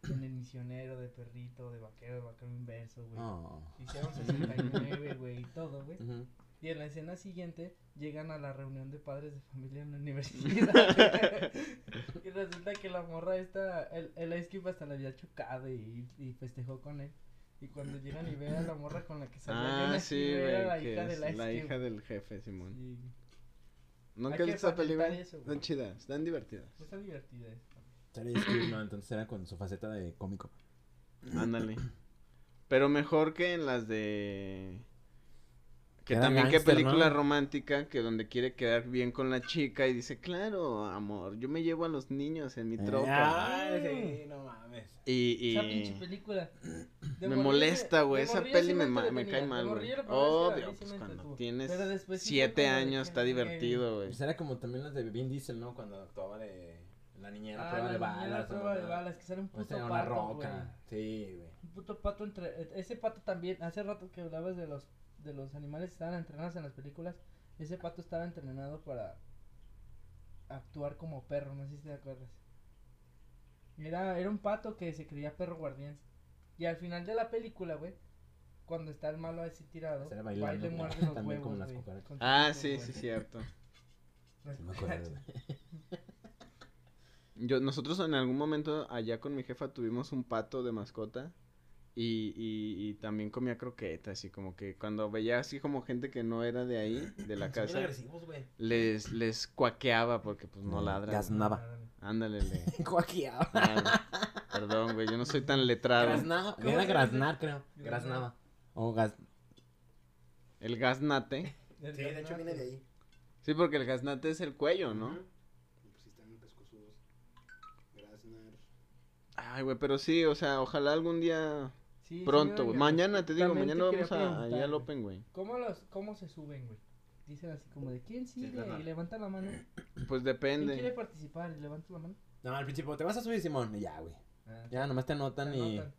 Speaker 3: en el misionero, de perrito, de vaquero, de vaquero inverso, güey.
Speaker 2: Oh.
Speaker 3: Hicieron 69, güey, y todo, güey.
Speaker 2: Ujú.
Speaker 3: Y en la escena siguiente llegan a la reunión de padres de familia en la
Speaker 1: [laughs]
Speaker 3: universidad. y resulta que la morra esta, el, el Ice Cube hasta la había chocado y, y festejó con él. Y cuando llegan y ven a la morra con la que salió
Speaker 1: Ah,
Speaker 3: Jonah
Speaker 1: sí,
Speaker 3: Hill, era
Speaker 1: güey.
Speaker 3: la hija
Speaker 1: Que es
Speaker 3: del Ice
Speaker 1: la
Speaker 3: Cube.
Speaker 1: hija del jefe, Simón.
Speaker 3: Sí.
Speaker 1: ¿Nunca
Speaker 3: Hay
Speaker 1: has
Speaker 3: que
Speaker 1: visto esa peli,
Speaker 3: patentar
Speaker 1: güey?
Speaker 3: eso, güey.
Speaker 1: Están chidas, están
Speaker 3: [clears throat]
Speaker 1: divertidas.
Speaker 3: Pues Está divertida esta.
Speaker 2: Terry Crews, no, entonces era con su faceta de cómico.
Speaker 1: Ándale. Pero mejor que en las de. Que
Speaker 2: Queda
Speaker 1: también que
Speaker 2: gángster,
Speaker 1: película
Speaker 2: ¿no?
Speaker 1: romántica, que donde quiere quedar bien con la chica y dice, claro, amor, yo me llevo a los niños en mi
Speaker 2: Eh,
Speaker 1: troca.
Speaker 2: Ay, sí, no mames.
Speaker 1: Y, y-
Speaker 3: Esa pinche película. De
Speaker 1: me
Speaker 3: morrillo
Speaker 1: molesta,
Speaker 3: se-
Speaker 1: güey.
Speaker 3: de
Speaker 1: Esa
Speaker 3: morrillo
Speaker 1: peli
Speaker 3: sí
Speaker 1: me, ma- me
Speaker 3: entretenía,
Speaker 1: cae
Speaker 3: de
Speaker 1: mal, güey.
Speaker 3: morrillo la primera vez que la vi
Speaker 1: Obvio,
Speaker 3: sí
Speaker 1: pues
Speaker 3: me
Speaker 1: cuando
Speaker 3: entretuvo.
Speaker 1: tienes
Speaker 3: Pero después sí fue
Speaker 1: siete
Speaker 3: como de
Speaker 1: años
Speaker 3: que,
Speaker 1: está
Speaker 3: eh,
Speaker 1: divertido, güey.
Speaker 2: Pues era como también las de Vin Diesel, ¿no? Cuando actuaba de la niñera
Speaker 3: Ah,
Speaker 2: prueba
Speaker 3: la
Speaker 2: de
Speaker 3: niña de
Speaker 2: balas.
Speaker 3: prueba de balas, que sale un
Speaker 2: O
Speaker 3: puto
Speaker 2: sea, una
Speaker 3: pato, güey.
Speaker 2: roca. Sí, güey.
Speaker 3: Un puto pato entre eh, ese pato también hace rato que hablabas de los de los animales que estaban entrenados en las películas ese pato estaba entrenado para actuar como perro no sé si te acuerdas era era un pato que se creía perro guardián y al final de la película güey cuando está el malo así tirado
Speaker 2: Sale
Speaker 3: va y
Speaker 2: bailando,
Speaker 3: le
Speaker 2: ¿no?
Speaker 3: muerde
Speaker 2: [laughs]
Speaker 3: los
Speaker 2: También como
Speaker 3: huevos
Speaker 2: las
Speaker 3: güey,
Speaker 2: cucarachas.
Speaker 3: con sus
Speaker 1: Ah,
Speaker 3: hijos,
Speaker 1: sí,
Speaker 3: güey.
Speaker 1: sí, cierto.
Speaker 3: Las
Speaker 2: Sí me
Speaker 3: [laughs]
Speaker 2: acuerdo,
Speaker 3: cucarachas.
Speaker 2: güey.
Speaker 1: Yo, nosotros en algún momento allá con mi jefa tuvimos un pato de mascota y, y, y también comía croquetas así como que cuando veía así como gente que no era de ahí, de la
Speaker 2: Son bien
Speaker 1: casa,
Speaker 2: agresivos, güey. [laughs]
Speaker 1: les, les cuaqueaba porque pues no
Speaker 2: Mm,
Speaker 1: ladran.
Speaker 2: gasn- Nada.
Speaker 1: Ándale,
Speaker 3: [laughs]
Speaker 1: le-
Speaker 2: Cuaqueaba.
Speaker 1: Ah, Perdón, güey, yo no soy tan letrado.
Speaker 2: Graznaba.
Speaker 3: ¿Cómo
Speaker 2: Era
Speaker 3: se dice?
Speaker 2: graznar, creo.
Speaker 3: Graznaba.
Speaker 2: Graznaba. O gas...
Speaker 1: El gaznate.
Speaker 3: El
Speaker 6: Sí, de hecho viene de ahí.
Speaker 1: Sí, porque el gaznate es el cuello, ¿no?
Speaker 6: Ujú. Pues sí, están pescozudos. Grasnar.
Speaker 1: Ay, güey, pero sí, o sea, ojalá algún día
Speaker 3: Sí, sí,
Speaker 1: pronto, güey.
Speaker 3: oigan,
Speaker 1: Mañana te digo,
Speaker 3: también
Speaker 1: mañana
Speaker 3: quería
Speaker 1: vamos a, allá
Speaker 3: preguntar,
Speaker 1: al
Speaker 3: güey.
Speaker 1: Open, güey.
Speaker 3: ¿Cómo, los, ¿Cómo se suben, güey? Dicen así como de quién sigue
Speaker 6: claro.
Speaker 3: y levanta la mano.
Speaker 1: Pues
Speaker 3: ¿Quién quiere
Speaker 1: depende.
Speaker 3: participar y levanta la mano?
Speaker 2: No, al principio te vas a subir, Simón. Y ya, güey.
Speaker 3: Ah,
Speaker 2: Ya, nomás te anotan
Speaker 3: se
Speaker 2: y...
Speaker 3: anotan.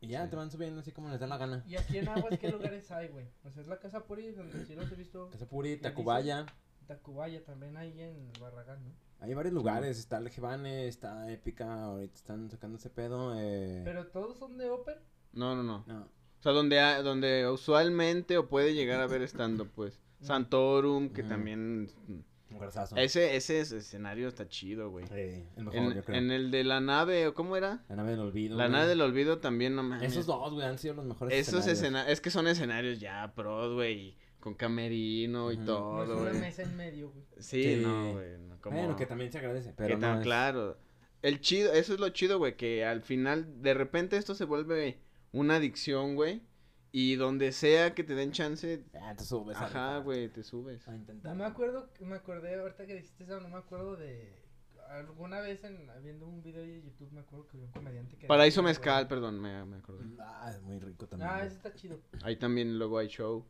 Speaker 2: Y ya
Speaker 1: Sí.
Speaker 2: te van subiendo así como les da la gana.
Speaker 3: ¿Y aquí en Aguas qué lugares hay, güey? O sea, es la Casa Puri donde sí los he visto.
Speaker 2: Casa Puri, Tacubaya.
Speaker 3: Tacubaya también hay en Barragán, ¿no?
Speaker 2: Hay varios lugares. Está el Jebane, está Épica. Ahorita están sacando ese pedo. Eh...
Speaker 3: Pero todos son de Open.
Speaker 1: No, no, no.
Speaker 2: No.
Speaker 1: O sea, donde, ha- donde usualmente o puede llegar a ver estando, pues.
Speaker 3: Mm.
Speaker 1: Santorum, que
Speaker 2: Ujú.
Speaker 1: también...
Speaker 2: Un grasazo.
Speaker 1: Ese, ese es- escenario está chido, güey.
Speaker 2: Eh, el mejor,
Speaker 1: En,
Speaker 2: yo creo.
Speaker 1: en el de la nave, ¿o ¿cómo era?
Speaker 2: La nave del olvido.
Speaker 1: La
Speaker 2: güey. Ah,
Speaker 1: nave del olvido también, no mames.
Speaker 2: Esos dos, güey, han sido los mejores
Speaker 1: Esos
Speaker 2: escenarios.
Speaker 1: escenarios, es que son escenarios ya pros, güey, con camerino y
Speaker 2: Ujú.
Speaker 1: todo,
Speaker 3: No es Pues, una
Speaker 1: güey.
Speaker 3: mesa en medio, güey.
Speaker 1: Sí,
Speaker 2: Sí.
Speaker 1: no, güey, no, como-
Speaker 2: Bueno, que también se agradece,
Speaker 1: que
Speaker 2: pero no
Speaker 1: tan
Speaker 2: es-
Speaker 1: claro. El chido, eso es lo chido, güey, que al final, de repente esto se vuelve una adicción, güey, y donde sea que te den chance,
Speaker 2: Ah, te subes.
Speaker 1: ajá,
Speaker 2: a rifar,
Speaker 1: güey, te subes.
Speaker 2: A intentar.
Speaker 3: No me acuerdo, me acordé ahorita que dijiste eso, no me acuerdo de. Alguna vez en, viendo un video de YouTube, me acuerdo que había un comediante que.
Speaker 1: Paraíso
Speaker 3: decía,
Speaker 1: Mezcal,
Speaker 3: güey,
Speaker 1: perdón, me, me acordé.
Speaker 2: Ah, es muy rico también.
Speaker 3: Ah,
Speaker 2: güey.
Speaker 3: ese está chido.
Speaker 1: Ahí también luego hay show.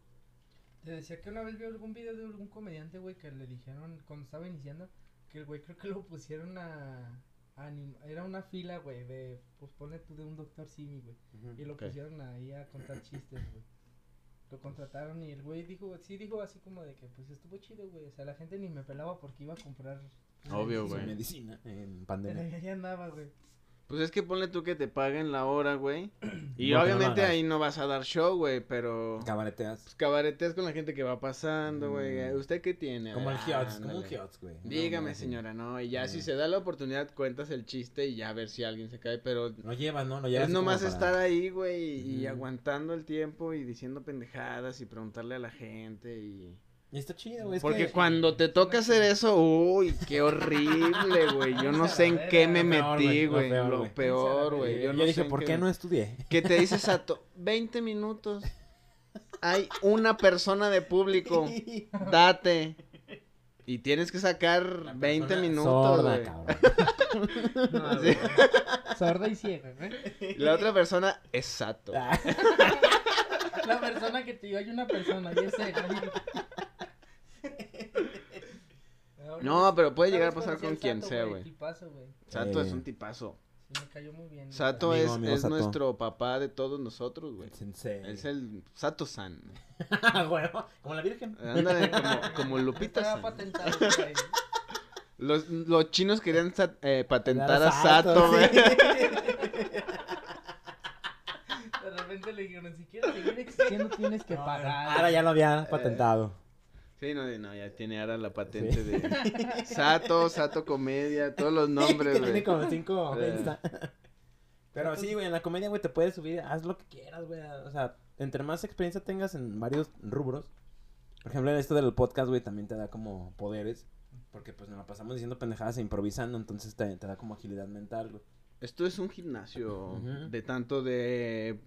Speaker 3: Te decía que una vez vi algún video de algún comediante, güey, que le dijeron, cuando estaba iniciando, que el güey creo que lo pusieron a, anim- era una fila, güey, de, pues ponle tú de un doctor Simi, güey. Y lo
Speaker 1: Ok.
Speaker 3: pusieron ahí a contar chistes, güey. Lo contrataron y el güey dijo, sí dijo así como de que pues estuvo chido, güey. O sea, la gente ni me pelaba porque iba a comprar.
Speaker 1: Obvio,
Speaker 2: Sin
Speaker 1: güey.
Speaker 2: medicina en
Speaker 3: Pero
Speaker 2: pandemia.
Speaker 3: ya andaba, güey.
Speaker 1: Pues es que ponle tú que te paguen la hora, güey. Y
Speaker 2: [clears throat] No, que no lo
Speaker 1: obviamente
Speaker 2: hagas.
Speaker 1: ahí no vas a dar show, güey, pero...
Speaker 2: Cabareteas.
Speaker 1: Pues cabareteas con la gente que va pasando, güey.
Speaker 2: Mm.
Speaker 1: ¿Usted qué tiene? A
Speaker 2: Como el
Speaker 1: ver,
Speaker 2: kiosk, como un
Speaker 1: Ah, ándale.
Speaker 2: kiosk, güey. No,
Speaker 1: Dígame,
Speaker 2: no, sí.
Speaker 1: señora, no. Y ya
Speaker 2: Ah.
Speaker 1: si se da la oportunidad, cuentas el chiste y ya a ver si alguien se cae. Pero
Speaker 2: No llevas, ¿no? No llevas.
Speaker 1: es nomás estar
Speaker 2: estar
Speaker 1: ahí, güey, y
Speaker 2: Ujú.
Speaker 1: aguantando el tiempo y diciendo pendejadas y preguntarle a la gente y...
Speaker 2: Y está chido, güey. es
Speaker 1: Porque
Speaker 2: que-
Speaker 1: cuando te toca hacer eso, uy, qué horrible, güey. Yo no sé en qué me
Speaker 2: Lo peor,
Speaker 1: metí, güey.
Speaker 2: güey, lo peor,
Speaker 1: Lo
Speaker 2: güey.
Speaker 1: peor, güey.
Speaker 2: Yo,
Speaker 1: no sé
Speaker 2: dije,
Speaker 1: en
Speaker 2: ¿por qué
Speaker 1: me-
Speaker 2: no estudié?
Speaker 1: Que te dices a 20 minutos. Hay una persona de
Speaker 2: [laughs]
Speaker 3: [laughs]
Speaker 1: público. Date. Y tienes que sacar 20 minutos,
Speaker 2: Sorda,
Speaker 1: güey.
Speaker 2: cabrón.
Speaker 3: No,
Speaker 1: Sí.
Speaker 3: güey. Sorda y ciega, güey.
Speaker 1: La otra persona, exacto.
Speaker 2: Ah, [laughs]
Speaker 3: La persona que te dio hay una persona, y es [laughs] ciega. Ahora,
Speaker 1: No, pero puede
Speaker 3: una
Speaker 1: llegar a
Speaker 3: vez
Speaker 1: pasar
Speaker 3: conocí
Speaker 1: con
Speaker 3: al
Speaker 1: quien
Speaker 3: Sato,
Speaker 1: sea, güey.
Speaker 3: tipazo, güey.
Speaker 1: Sato
Speaker 2: Eh.
Speaker 1: es un tipazo.
Speaker 3: Sí, me cayó muy bien.
Speaker 1: Sato
Speaker 2: Amigo,
Speaker 1: es,
Speaker 2: amigo
Speaker 1: es
Speaker 2: Sato.
Speaker 1: nuestro papá de todos nosotros, güey.
Speaker 2: Sensei.
Speaker 1: Es el Sato-san.
Speaker 2: [laughs] Ah, güey, Como la virgen.
Speaker 1: Ándale, como, como
Speaker 3: Este, Estaba
Speaker 1: Lupita-san.
Speaker 3: patentado, güey.
Speaker 1: Los, los chinos querían sa- eh, patentar
Speaker 2: Era
Speaker 1: a Sato, güey.
Speaker 2: [laughs]
Speaker 3: De repente le dijeron, si quieres seguir existiendo tienes que pagar.
Speaker 2: Ahora ya lo había
Speaker 1: [laughs]
Speaker 2: patentado.
Speaker 1: Sí, no, no, ya tiene ahora la patente de Sato, Sato Comedia, todos
Speaker 2: [laughs]
Speaker 1: los nombres,
Speaker 2: que tiene
Speaker 1: güey.
Speaker 2: como cinco
Speaker 1: Eh.
Speaker 2: Insta. [laughs] Pero sí, güey, en la comedia, güey, te puedes subir, haz lo que quieras, güey. O sea, entre más experiencia tengas en varios rubros. Por ejemplo, en esto del podcast, güey, también te da como poderes. Porque pues nos la pasamos diciendo pendejadas e improvisando, entonces te, te da como agilidad mental, güey.
Speaker 1: Esto es un gimnasio
Speaker 2: Ujú.
Speaker 1: de tanto de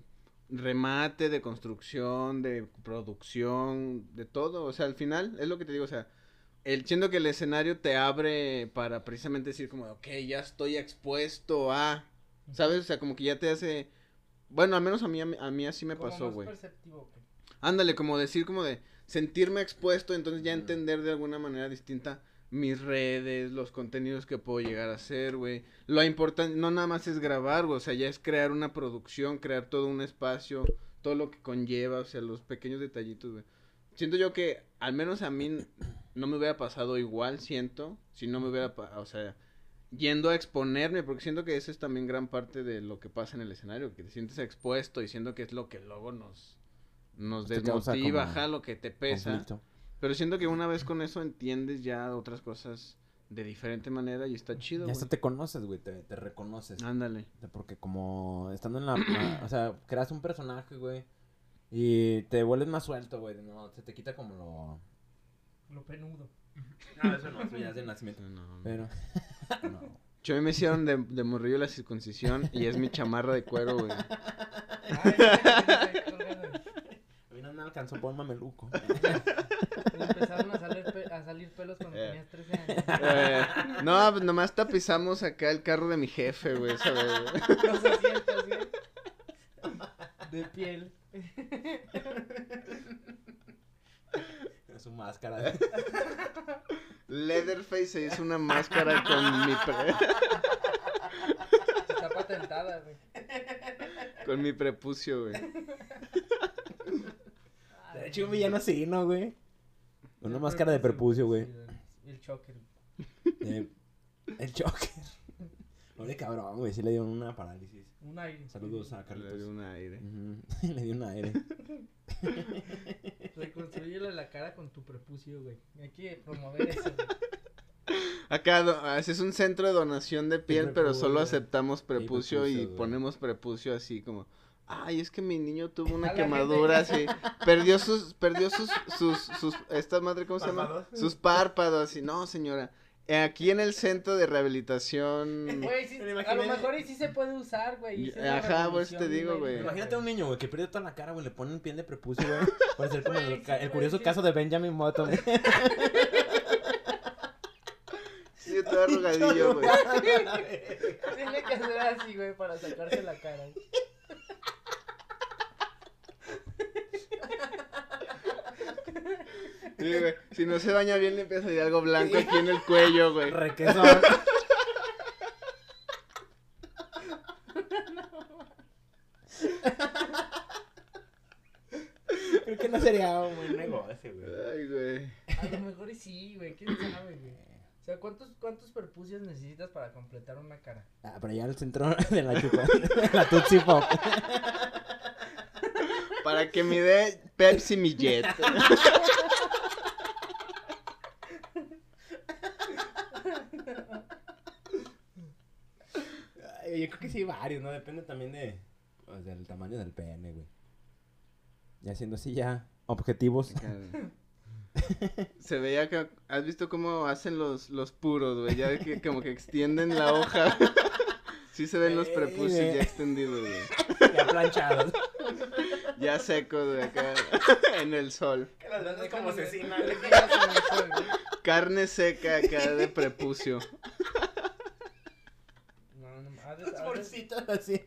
Speaker 1: remate, de construcción, de producción, de todo. O sea, al final, es lo que te digo, o sea, el, siento que el escenario te abre para precisamente decir como, ok, ya estoy expuesto a, ¿sabes? O sea, como que ya te hace... Bueno, al menos a mí, a mí, a mí así me
Speaker 3: Como
Speaker 1: pasó,
Speaker 3: más
Speaker 1: güey.
Speaker 3: perceptivo, güey.
Speaker 1: Ándale, como decir, como de sentirme expuesto, entonces ya
Speaker 2: Ujú.
Speaker 1: entender de alguna manera distinta mis redes, los contenidos que puedo llegar a hacer, güey. Lo importante, no nada más es grabar, güey, o sea, ya es crear una producción, crear todo un espacio, todo lo que conlleva, o sea, los pequeños detallitos, güey. Siento yo que, al menos a mí, no me hubiera pasado igual, siento, si no me hubiera, pa- o sea, yendo a exponerme, porque siento que eso es también gran parte de lo que pasa en el escenario, que te sientes expuesto y siento que es lo que luego nos, nos
Speaker 2: Te causa
Speaker 1: desmotiva,
Speaker 2: como
Speaker 1: ajá, lo que te pesa.
Speaker 2: Conflicto.
Speaker 1: Pero siento que una vez con eso entiendes ya otras cosas de diferente manera y está chido,
Speaker 2: Ya hasta
Speaker 1: güey. Ah.
Speaker 2: te conoces, güey, te, te reconoces.
Speaker 1: Ándale.
Speaker 2: O sea, Porque como estando en la... la- o sea, creas un personaje, güey. Y te vuelves más suelto, güey. No, se te quita como lo...
Speaker 3: Lo [laughs] penudo.
Speaker 2: Ah, eso no, eso ya es de nacimiento.
Speaker 1: No,
Speaker 2: Pero... [laughs] no.
Speaker 1: Yo me hicieron de, de morrillo la circuncisión y es mi chamarra de cuero, güey.
Speaker 3: Ay, güey,
Speaker 2: A mí no me alcanzó por mameluco. [laughs]
Speaker 3: me empezaron a salir, pe- a salir pelos cuando
Speaker 1: Eh.
Speaker 3: tenías 13 años.
Speaker 1: Eh, no, pues nomás tapizamos acá el carro de mi jefe, güey, esa vez, güey.
Speaker 3: Los asientos, güey. De piel.
Speaker 2: Su máscara.
Speaker 1: Leatherface se hizo una máscara con mi, pre-
Speaker 3: Está patentada, güey.
Speaker 1: con mi prepucio, güey.
Speaker 2: De hecho, un villano así, ¿no, güey? Una máscara de prepucio, güey.
Speaker 3: Y el choker.
Speaker 2: Eh, el Joker. [laughs] Pobre cabrón, güey. Sí le dio una parálisis.
Speaker 3: Un aire.
Speaker 2: Saludos ah.
Speaker 1: Le
Speaker 2: a
Speaker 1: dio
Speaker 2: Carlitos.
Speaker 1: un aire.
Speaker 2: Ujú. [laughs] Le dio un aire.
Speaker 3: Reconstruyele la cara con tu prepucio, güey. Hay que promover eso, güey.
Speaker 1: Acá do- haces un centro de donación de piel, pero solo
Speaker 2: prepucio.
Speaker 1: aceptamos prepucio
Speaker 2: prepucio,
Speaker 1: y
Speaker 2: güey.
Speaker 1: ponemos prepucio así como... Ay, es que mi niño tuvo
Speaker 3: A
Speaker 1: una
Speaker 3: la
Speaker 1: quemadura así. Perdió sus, perdió sus, sus, sus, esta madre, ¿cómo se llama? Sus párpados así. No, señora. Aquí en el centro de rehabilitación.
Speaker 3: Güey,
Speaker 2: [laughs]
Speaker 3: sí,
Speaker 2: Me
Speaker 3: a lo
Speaker 2: imaginé-
Speaker 3: mejor y sí se puede usar, güey. y sí es una
Speaker 1: Ajá, por eso
Speaker 3: revolución,
Speaker 1: te digo, güey.
Speaker 2: Imagínate a un niño, güey, que pierde toda la cara, güey. Le ponen piel de prepucio, [laughs] güey. Para ser como
Speaker 3: Güey,
Speaker 2: el,
Speaker 3: sí,
Speaker 2: ca- el
Speaker 3: güey,
Speaker 2: curioso
Speaker 3: sí.
Speaker 2: caso de Benjamin Button. güey.
Speaker 1: Sí, todo arrugadillo,
Speaker 2: [laughs]
Speaker 1: güey.
Speaker 3: [laughs] Tiene que ser así, güey, para sacarse la cara.
Speaker 1: Sí, güey. Si no [laughs] se baña bien, le empieza a ir algo blanco aquí en el cuello, güey.
Speaker 2: Requesón.
Speaker 7: hace, güey.
Speaker 1: Ay, güey.
Speaker 3: A lo mejor y sí, güey. ¿Quién sabe, güey? O sea, ¿cuántos, cuántos perpucios necesitas para completar una cara?
Speaker 2: Ah, pero ya el centro [laughs] de la chupa, de la Tutsi Pop.
Speaker 1: Para que me dé Pepsi mi jet.
Speaker 2: Ay, Yo creo que sí, varios, ¿no? Depende también de, pues, del tamaño del pene, güey. Y haciendo así ya objetivos.
Speaker 1: Se veía que. ¿Has visto cómo hacen los, los puros, güey? Ya que como que extienden la hoja. Sí se ven los
Speaker 2: Ey,
Speaker 1: prepucios
Speaker 2: güey.
Speaker 1: ya extendidos, güey.
Speaker 2: ya planchados.
Speaker 1: Ya secos, güey, acá en el sol.
Speaker 7: Que las vendas como cecina,
Speaker 3: güey.
Speaker 7: güey.
Speaker 1: Carne seca acá de prepucio.
Speaker 3: No,
Speaker 2: [laughs]
Speaker 3: no, ha de-
Speaker 7: Las
Speaker 3: ha de-
Speaker 7: bolsitas así.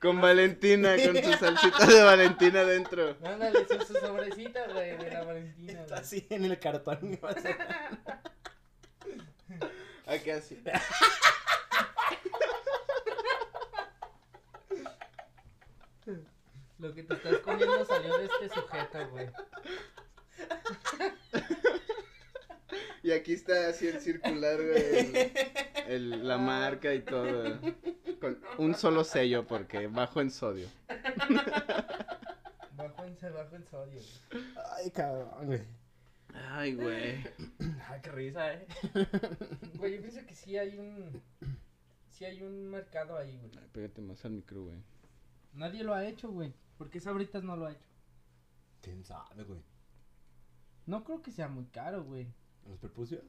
Speaker 1: Con Valentina, con su salsita de Valentina adentro.
Speaker 3: Ándale, su, su sobrecita, güey, de la Valentina, güey.
Speaker 2: Así en el cartón. y va a ser-
Speaker 1: Acá así.
Speaker 3: Lo que te estás comiendo salió de este sujeto, güey.
Speaker 1: Y aquí está así el circular, güey. el- el- la marca y todo. güey. Con un solo sello, porque bajo en sodio.
Speaker 3: Bajo en, bajo en sodio, güey.
Speaker 2: Ay, cabrón, güey.
Speaker 1: Ay, güey.
Speaker 3: Ah, qué risa, eh. [laughs] Güey, yo pienso que sí hay un. Sí hay un mercado ahí, güey.
Speaker 1: Ay, Pégate más al micro, güey.
Speaker 3: Nadie lo ha hecho, güey. Porque Sabritas no lo ha hecho.
Speaker 2: ¿Quién sabe, güey?
Speaker 3: No creo que sea muy caro, güey.
Speaker 2: ¿Los prepucios?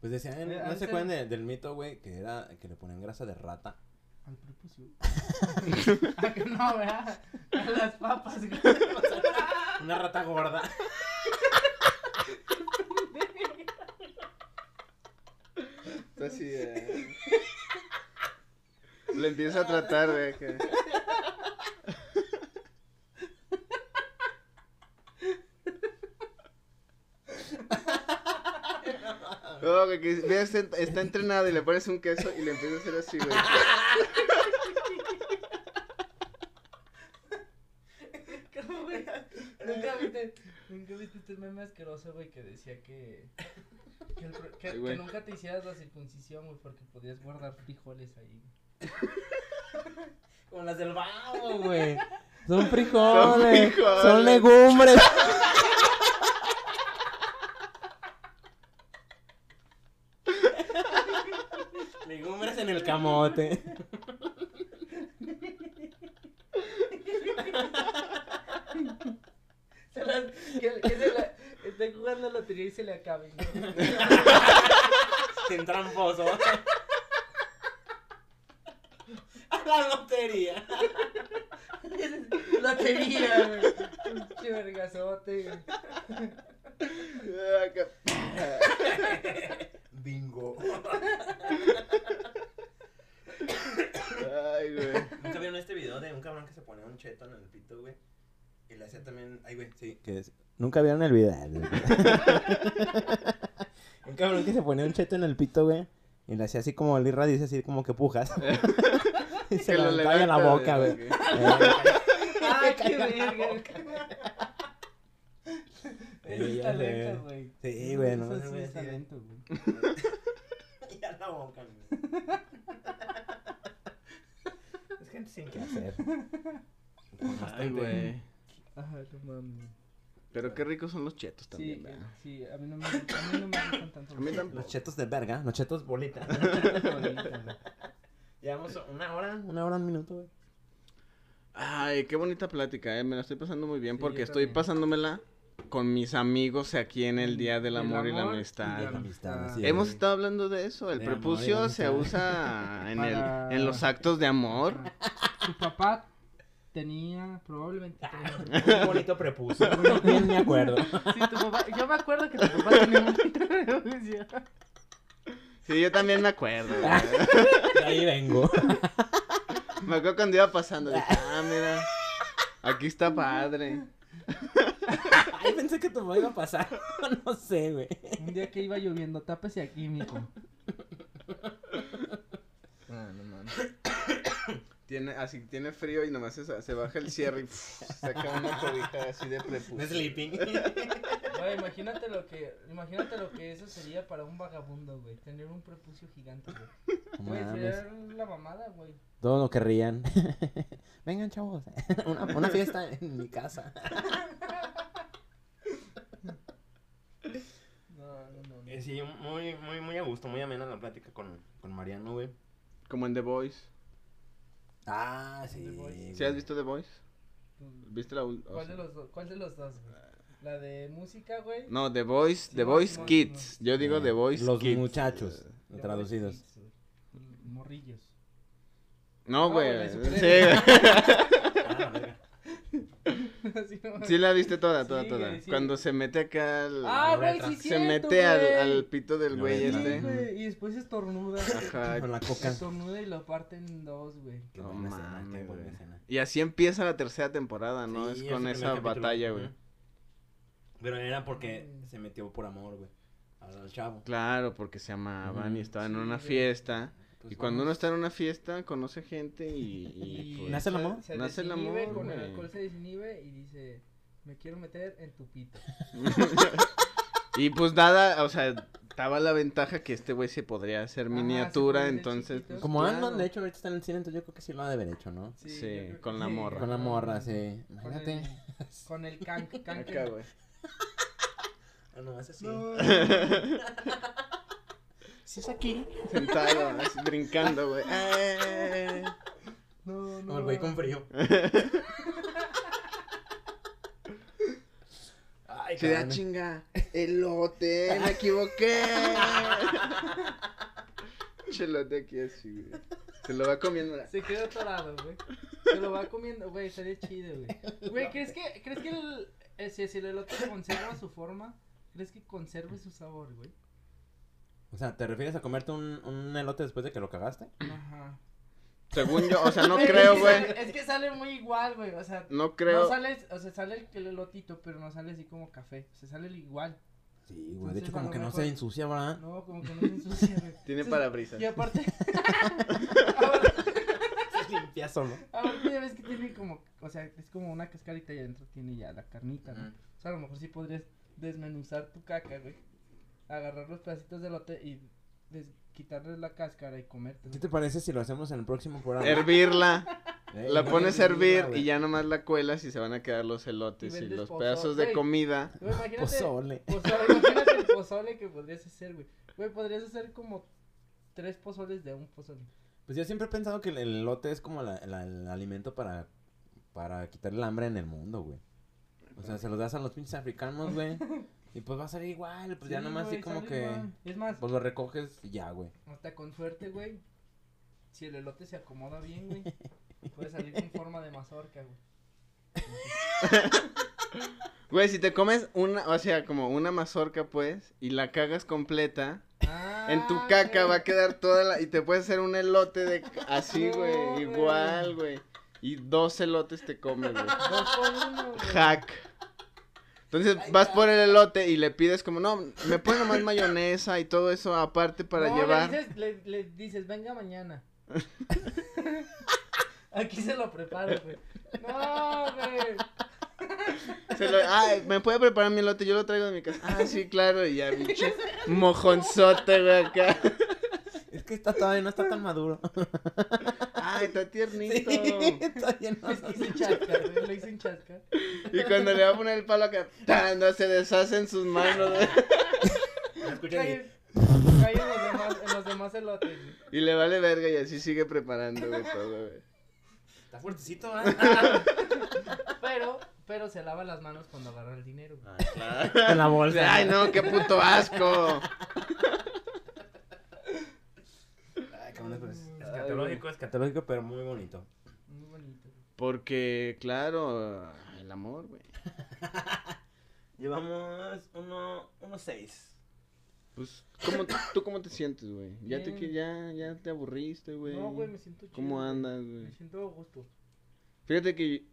Speaker 2: Pues decían,
Speaker 3: Eh,
Speaker 2: ¿no
Speaker 3: antes-
Speaker 2: se acuerdan de- del mito, güey? Que era que le ponían grasa de rata.
Speaker 3: Al prepucio. [laughs] ¿A que no, ¿verdad? A las papas, güey.
Speaker 2: Una rata gorda.
Speaker 1: Está así. eh. Le empieza a tratar, güey. acá. No, güey, que ve, está, está entrenado y le pones un queso y le empieza a hacer así, güey.
Speaker 3: ¿Cómo, güey? Nunca viste, nunca viste este meme asqueroso, güey, que decía que. Que, el pro- que-
Speaker 1: Ay,
Speaker 3: que
Speaker 1: güey.
Speaker 3: nunca te hicieras la circuncisión, güey, porque podías guardar frijoles ahí.
Speaker 2: Como las del vago, güey. Son
Speaker 1: frijoles,
Speaker 2: frijoles.
Speaker 1: frijoles. son
Speaker 2: Son legumbres. [laughs] legumbres en el camote.
Speaker 3: Se las- que, que se la, está jugando a la lotería y se le acabe. güey.
Speaker 2: [laughs] Sin tramposo. A la lotería.
Speaker 3: [laughs] Lotería, güey. Pinche vergazote, [laughs] güey.
Speaker 1: Ah, acá.
Speaker 2: Bingo.
Speaker 1: Ay, güey.
Speaker 2: Nunca vieron este video de un cabrón que se ponía un cheto en el pito, güey. Y le hacía también. Ay, güey, sí. Que es... Nunca vieron el [laughs] video. güey. un cabrón que se ponía un cheto en el pito, güey. Y le hacía así como el irra dice, así como que [laughs] pujas. y se
Speaker 1: Que
Speaker 2: lo
Speaker 1: lo
Speaker 2: levantaba en la
Speaker 1: levanta,
Speaker 2: boca, güey.
Speaker 1: acá.
Speaker 3: ¡Ay, qué
Speaker 2: cayó la
Speaker 3: verga!
Speaker 2: [laughs]
Speaker 3: Eso
Speaker 2: Sí,
Speaker 3: es
Speaker 2: ya
Speaker 3: talento,
Speaker 2: sé.
Speaker 3: güey.
Speaker 2: Sí, güey, no,
Speaker 3: Eso
Speaker 2: no
Speaker 3: sí
Speaker 2: me
Speaker 3: es
Speaker 2: decía.
Speaker 3: talento, güey.
Speaker 2: Y a la boca, güey.
Speaker 3: Es gente sin
Speaker 2: ¿Qué hacer?
Speaker 1: Ay, güey.
Speaker 3: Ajá, no mames.
Speaker 1: Pero qué ricos son los chetos también,
Speaker 3: Sí,
Speaker 1: ¿verdad?
Speaker 3: sí, a mí no me, a mí no me gustan tanto.
Speaker 1: A mí
Speaker 2: Los
Speaker 1: tampoco.
Speaker 2: chetos de verga, los chetos
Speaker 7: [laughs]
Speaker 2: bolita. Llevamos una hora, una hora, un
Speaker 7: [laughs]
Speaker 2: minuto, güey.
Speaker 1: Ay, qué bonita plática, eh. Me la estoy pasando muy bien
Speaker 3: Sí,
Speaker 1: porque
Speaker 3: yo
Speaker 1: estoy
Speaker 3: también.
Speaker 1: pasándomela con mis amigos aquí en el Día del
Speaker 3: Del
Speaker 1: Amor, y la
Speaker 3: amor y
Speaker 1: Amistad.
Speaker 3: de
Speaker 2: la amistad, así
Speaker 1: Hemos
Speaker 2: Sí.
Speaker 1: estado hablando de eso. El
Speaker 2: De amor y
Speaker 1: prepucio se
Speaker 2: amistad.
Speaker 1: usa en, el-
Speaker 3: Para-
Speaker 1: en los actos de amor.
Speaker 3: Su papá tenía, probablemente
Speaker 1: [laughs]
Speaker 3: tenía.
Speaker 2: Un bonito prepuso. Bien me acuerdo.
Speaker 3: Sí, tu papá, yo me acuerdo que tu papá tenía [laughs] mucha revolución.
Speaker 1: Sí, yo también me acuerdo. güey.
Speaker 2: De ahí vengo.
Speaker 7: [laughs]
Speaker 1: me acuerdo cuando iba pasando. Dije, ah, mira. Aquí está padre.
Speaker 2: Ay, pensé que tu mamá iba a pasar. [laughs] No sé, güey.
Speaker 3: Un día que iba lloviendo, tápese aquí, mijo.
Speaker 1: Ah, [coughs] Tiene, así tiene frío y nomás se, se baja el cierre y saca una cobija así de prepucio.
Speaker 7: sleeping.
Speaker 3: Güey, imagínate lo que, imagínate lo que eso sería para un vagabundo, güey, tener un prepucio gigante, güey.
Speaker 7: [laughs]
Speaker 2: No
Speaker 3: Güey,
Speaker 2: mames.
Speaker 3: sería la mamada, güey.
Speaker 2: Todo lo querrían. [laughs] Vengan, chavos. [laughs] una, una fiesta en mi casa.
Speaker 3: No, no, no. no.
Speaker 7: Eh, Sí, muy, muy, muy a gusto, muy amena la plática con, con Mariano, güey.
Speaker 1: Como en The Voice.
Speaker 2: Ah, sí.
Speaker 3: The Voice.
Speaker 1: ¿Sí
Speaker 2: güey.
Speaker 1: has visto The Voice?
Speaker 3: Tú-
Speaker 1: ¿Viste la ul- o
Speaker 3: ¿Cuál de
Speaker 1: sea,
Speaker 3: los dos? ¿Cuál de los dos, güey? La de música, güey.
Speaker 1: No, The Voice, The
Speaker 3: Simón,
Speaker 1: Voice
Speaker 3: Simón,
Speaker 1: Kids. Yo digo
Speaker 2: Eh,
Speaker 1: The Voice
Speaker 2: Los
Speaker 1: Kids.
Speaker 2: muchachos,
Speaker 3: Yo, güey,
Speaker 2: traducidos.
Speaker 3: kids, güey. Mm, Morrillos. [laughs]
Speaker 1: No,
Speaker 3: No,
Speaker 1: güey.
Speaker 3: güey,
Speaker 1: sí,
Speaker 3: superhéroe. [laughs]
Speaker 1: güey.
Speaker 7: Ah,
Speaker 3: Así, no,
Speaker 1: Sí la viste toda, toda,
Speaker 3: Sí,
Speaker 1: toda.
Speaker 3: güey, sí.
Speaker 1: Cuando se mete acá al...
Speaker 3: Ah, güey, sí,
Speaker 1: se
Speaker 3: cierto,
Speaker 1: mete al,
Speaker 3: güey.
Speaker 1: al pito del
Speaker 2: No,
Speaker 1: güey
Speaker 2: güey,
Speaker 3: Sí, [laughs]
Speaker 1: este.
Speaker 3: güey, y después estornuda.
Speaker 1: Ajá.
Speaker 2: Con la coca.
Speaker 3: Estornuda y lo parten en dos, güey.
Speaker 2: Qué
Speaker 1: No
Speaker 2: buena escena,
Speaker 1: mames,
Speaker 2: qué buena
Speaker 1: güey.
Speaker 2: escena.
Speaker 1: Y así empieza la tercera temporada, ¿no?
Speaker 7: Sí,
Speaker 1: es con
Speaker 7: ese primer
Speaker 1: esa
Speaker 7: capítulo.
Speaker 1: batalla, güey.
Speaker 7: Ujú. Pero era porque
Speaker 3: Mm.
Speaker 7: se metió por amor, güey. Al chavo.
Speaker 1: Claro, porque se amaban y
Speaker 2: Ujú.
Speaker 1: estaban en
Speaker 3: Sí,
Speaker 1: una
Speaker 3: güey.
Speaker 1: fiesta.
Speaker 3: Pues
Speaker 1: y cuando uno
Speaker 3: vamos.
Speaker 1: está en una fiesta, conoce gente y...
Speaker 3: [laughs]
Speaker 1: y, pues,
Speaker 2: ¿Nace el
Speaker 3: se-
Speaker 2: amor?
Speaker 3: se
Speaker 1: Nace el
Speaker 3: desinhibe,
Speaker 1: amor,
Speaker 3: Con el
Speaker 1: güey.
Speaker 3: alcohol se desinhibe y dice, me quiero meter en tu pito.
Speaker 1: [laughs] y pues nada, o sea, estaba la ventaja que este güey se podría hacer
Speaker 3: Ajá, se
Speaker 1: miniatura,
Speaker 3: podría hacer
Speaker 1: entonces...
Speaker 3: chiquito.
Speaker 1: pues,
Speaker 2: Como
Speaker 1: claro.
Speaker 2: Andan, de hecho, ahorita está en el cine, entonces yo creo que sí lo ha de haber hecho, ¿no?
Speaker 1: [laughs] Sí,
Speaker 3: yo creo que
Speaker 1: con la morra.
Speaker 2: Con la morra, sí.
Speaker 3: Con el-
Speaker 2: Imagínate.
Speaker 3: [laughs] Con el can, can
Speaker 1: Acá,
Speaker 3: [laughs]
Speaker 1: güey.
Speaker 7: Ah, no, es así.
Speaker 2: Sí, es aquí.
Speaker 1: [laughs] Sentado, así, brincando, güey. ¡Eh!
Speaker 3: No, no.
Speaker 7: Como el güey con
Speaker 1: [laughs]
Speaker 7: frío. Ay,
Speaker 1: Se da
Speaker 7: cabrón.
Speaker 1: chinga. Elote, me equivoqué. Chelote aquí así, güey. Se lo va comiendo la...
Speaker 3: Se quedó atorado, güey. Se lo va comiendo, güey, estaría chido, güey. Güey, ¿crees que, ¿crees que el, eh, si, si el elote conserva su forma, crees que conserve su sabor, güey?
Speaker 2: O sea, ¿te refieres a comerte un, un elote después de que lo cagaste?
Speaker 3: Ajá.
Speaker 1: Según yo, o sea, no
Speaker 3: [laughs] Güey, es
Speaker 1: creo,
Speaker 3: que
Speaker 1: güey.
Speaker 3: sale- Es que sale muy igual, güey, o sea...
Speaker 1: No
Speaker 3: No
Speaker 1: creo.
Speaker 3: sale, o sea, sale el, el elotito, pero no sale así como café. O sea, sale igual.
Speaker 2: Sí, güey. De
Speaker 3: Entonces,
Speaker 2: hecho,
Speaker 3: a
Speaker 2: como
Speaker 3: lo
Speaker 2: que no
Speaker 3: mejor-
Speaker 2: se ensucia, ¿verdad?
Speaker 3: No, como que no se ensucia, güey.
Speaker 1: [laughs] Tiene
Speaker 3: Entonces,
Speaker 1: parabrisas.
Speaker 3: Y aparte. [laughs] aparte,
Speaker 2: Se limpia solo.
Speaker 3: aparte ya ves que tiene como. O sea, es como una cascarita y adentro tiene ya la carnita, ¿no?
Speaker 7: Ujú.
Speaker 3: O sea, a lo mejor sí podrías desmenuzar tu caca, güey. Agarrar los pedacitos de lote y des- quitarles la cáscara y comerte.
Speaker 2: ¿Qué te parece si lo hacemos en el próximo programa?
Speaker 1: Hervirla,
Speaker 2: Eh,
Speaker 1: la
Speaker 2: güey,
Speaker 1: pones a
Speaker 2: sí,
Speaker 1: hervir
Speaker 2: güey.
Speaker 1: y ya nomás la cuelas y se van a quedar los
Speaker 3: Y
Speaker 1: elotes y
Speaker 3: vendes
Speaker 1: los
Speaker 3: pozole.
Speaker 1: pedazos de
Speaker 3: Güey.
Speaker 1: comida.
Speaker 3: Güey, imagínate.
Speaker 2: Pozole.
Speaker 3: pozole, imagínate el pozole que podrías hacer, güey. Güey, podrías hacer como tres pozoles de un pozole.
Speaker 2: Pues yo siempre he pensado que el elote es como la- la- el alimento para, para quitar el hambre en el mundo, güey. O sea, se los das a los pinches africanos, güey. Y pues va a ser igual, pues ya
Speaker 3: Sí,
Speaker 2: nomás así
Speaker 3: güey,
Speaker 2: como
Speaker 3: sale
Speaker 2: que...
Speaker 3: igual. Es más,
Speaker 2: Pues lo recoges y ya, güey.
Speaker 3: Hasta con suerte, güey. Si el elote se acomoda bien, güey. Puede
Speaker 2: [laughs]
Speaker 3: salir en forma de mazorca, güey.
Speaker 1: Güey, si te comes una, o sea, como una mazorca, pues, y la cagas completa, en
Speaker 3: Ah,
Speaker 1: tu caca va a quedar toda la. Y te puedes hacer un elote
Speaker 3: [laughs]
Speaker 1: de. Así,
Speaker 3: No,
Speaker 1: güey,
Speaker 3: güey.
Speaker 1: igual, güey. Y dos elotes te comes,
Speaker 3: [laughs]
Speaker 1: güey.
Speaker 3: Dos por uno,
Speaker 1: [laughs]
Speaker 3: güey.
Speaker 1: Hack. Entonces vas por el elote y le pides como, no, me pones nomás mayonesa y todo eso aparte para
Speaker 3: No,
Speaker 1: llevar.
Speaker 3: Le dices, le- le dices,
Speaker 1: [laughs]
Speaker 3: venga mañana. Aquí se lo preparo, güey. No, güey.
Speaker 1: Se lo- "Ay, me puede preparar mi elote, yo lo traigo de mi casa. Ah, sí, claro, y ya, pinche mojonzote, güey, acá.
Speaker 2: Es que está todavía no está tan maduro.
Speaker 1: Ay, está tiernito.
Speaker 2: todavía
Speaker 7: [laughs]
Speaker 2: no.
Speaker 3: Es que hice chasca, güey. Lo hice en chasca.
Speaker 1: Y cuando le va a poner el palo acá, ¡tan! no se deshacen sus manos, güey.
Speaker 7: Escucha ahí.
Speaker 3: Cae, cae en, los demás, en los demás elotes, güey.
Speaker 1: Y le vale verga y así sigue preparando, güey, todo, güey.
Speaker 7: Está fuertecito,
Speaker 2: ¿eh?
Speaker 7: ¿verdad?
Speaker 3: [laughs] Pero, pero se lava las manos cuando agarra el dinero, güey.
Speaker 1: Ah,
Speaker 2: En la bolsa.
Speaker 1: Ay, no, qué puto asco.
Speaker 7: Ay, cabrón, pero es escatológico, escatológico, pero muy bonito.
Speaker 3: Muy bonito. güey.
Speaker 1: Porque, claro, el amor, güey.
Speaker 7: Llevamos uno, uno seis.
Speaker 1: Pues, ¿cómo, ¿tú cómo te sientes, güey? Ya te, que- ya, ya te aburriste, güey.
Speaker 3: No, güey, me siento chido.
Speaker 1: ¿Cómo
Speaker 3: güey.
Speaker 1: andas,
Speaker 3: Me
Speaker 1: güey?
Speaker 3: siento a gusto.
Speaker 1: Fíjate que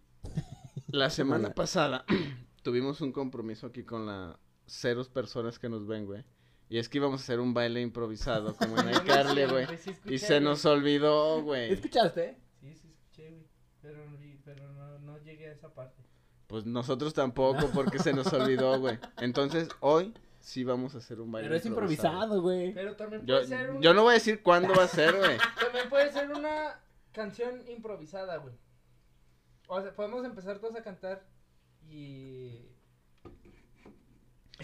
Speaker 1: la semana pasada [clears throat] tuvimos un compromiso aquí con las ceros personas que nos ven, güey. Y es que íbamos a hacer un baile
Speaker 3: [laughs]
Speaker 1: improvisado, como en iCarly, güey.
Speaker 3: Pues, Sí, sí,
Speaker 1: Y
Speaker 3: escuché,
Speaker 1: se
Speaker 3: güey.
Speaker 1: nos olvidó, güey.
Speaker 2: ¿Escuchaste?
Speaker 3: Sí, sí, escuché. Sí, güey. Pero, y- pero no, no llegué a esa parte.
Speaker 1: Pues nosotros tampoco, porque se nos olvidó, güey. Entonces, hoy sí vamos a hacer un baile.
Speaker 2: Pero es improvisado, güey.
Speaker 3: Pero también
Speaker 1: Yo,
Speaker 3: puede ser un-
Speaker 1: yo no voy a decir cuándo va a ser, güey.
Speaker 3: También puede ser una canción improvisada, güey. O sea, podemos empezar todos a cantar y...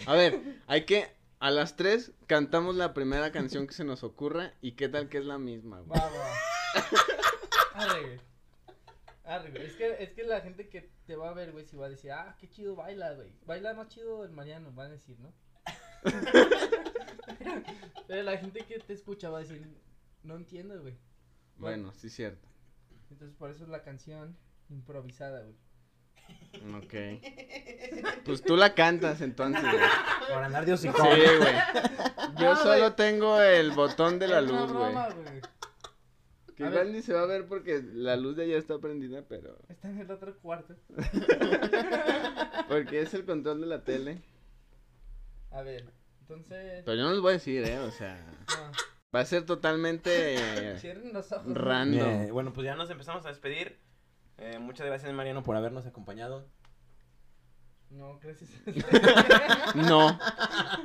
Speaker 1: A ver, hay que. A las tres cantamos la primera canción que se nos ocurra y qué tal que es la misma, güey.
Speaker 3: Va, va, va. Arre, güey. Arre, güey. Es que, es que la gente que te va a ver, güey, si va a decir, ah, qué chido baila, güey. Baila más chido el Mariano, van a decir, ¿no? Pero la gente que te escucha va a decir, no entiendo, güey.
Speaker 1: Bueno, sí, cierto.
Speaker 3: Entonces, por eso es la canción improvisada, güey. [laughs]
Speaker 1: Ok. Pues tú la cantas entonces, güey.
Speaker 2: Por andar Dios y
Speaker 1: Sí, güey. Yo
Speaker 3: No,
Speaker 1: solo
Speaker 3: güey.
Speaker 1: tengo el botón de la
Speaker 3: Es una
Speaker 1: luz, güey.
Speaker 3: broma, güey.
Speaker 1: Que
Speaker 3: A
Speaker 1: igual
Speaker 3: ver.
Speaker 1: ni se va a ver porque la luz de allá está prendida, pero.
Speaker 3: Está en el otro cuarto.
Speaker 1: Porque es el control de la tele.
Speaker 3: A ver, entonces.
Speaker 1: Pero yo no les voy a decir, ¿eh? O sea.
Speaker 3: no,
Speaker 1: Va a ser totalmente.
Speaker 3: cierren los ojos.
Speaker 2: Eh.
Speaker 1: random.
Speaker 7: bueno, pues ya nos empezamos a despedir. Eh, muchas gracias, Mariano, por habernos acompañado.
Speaker 3: No, gracias.
Speaker 1: [laughs] No.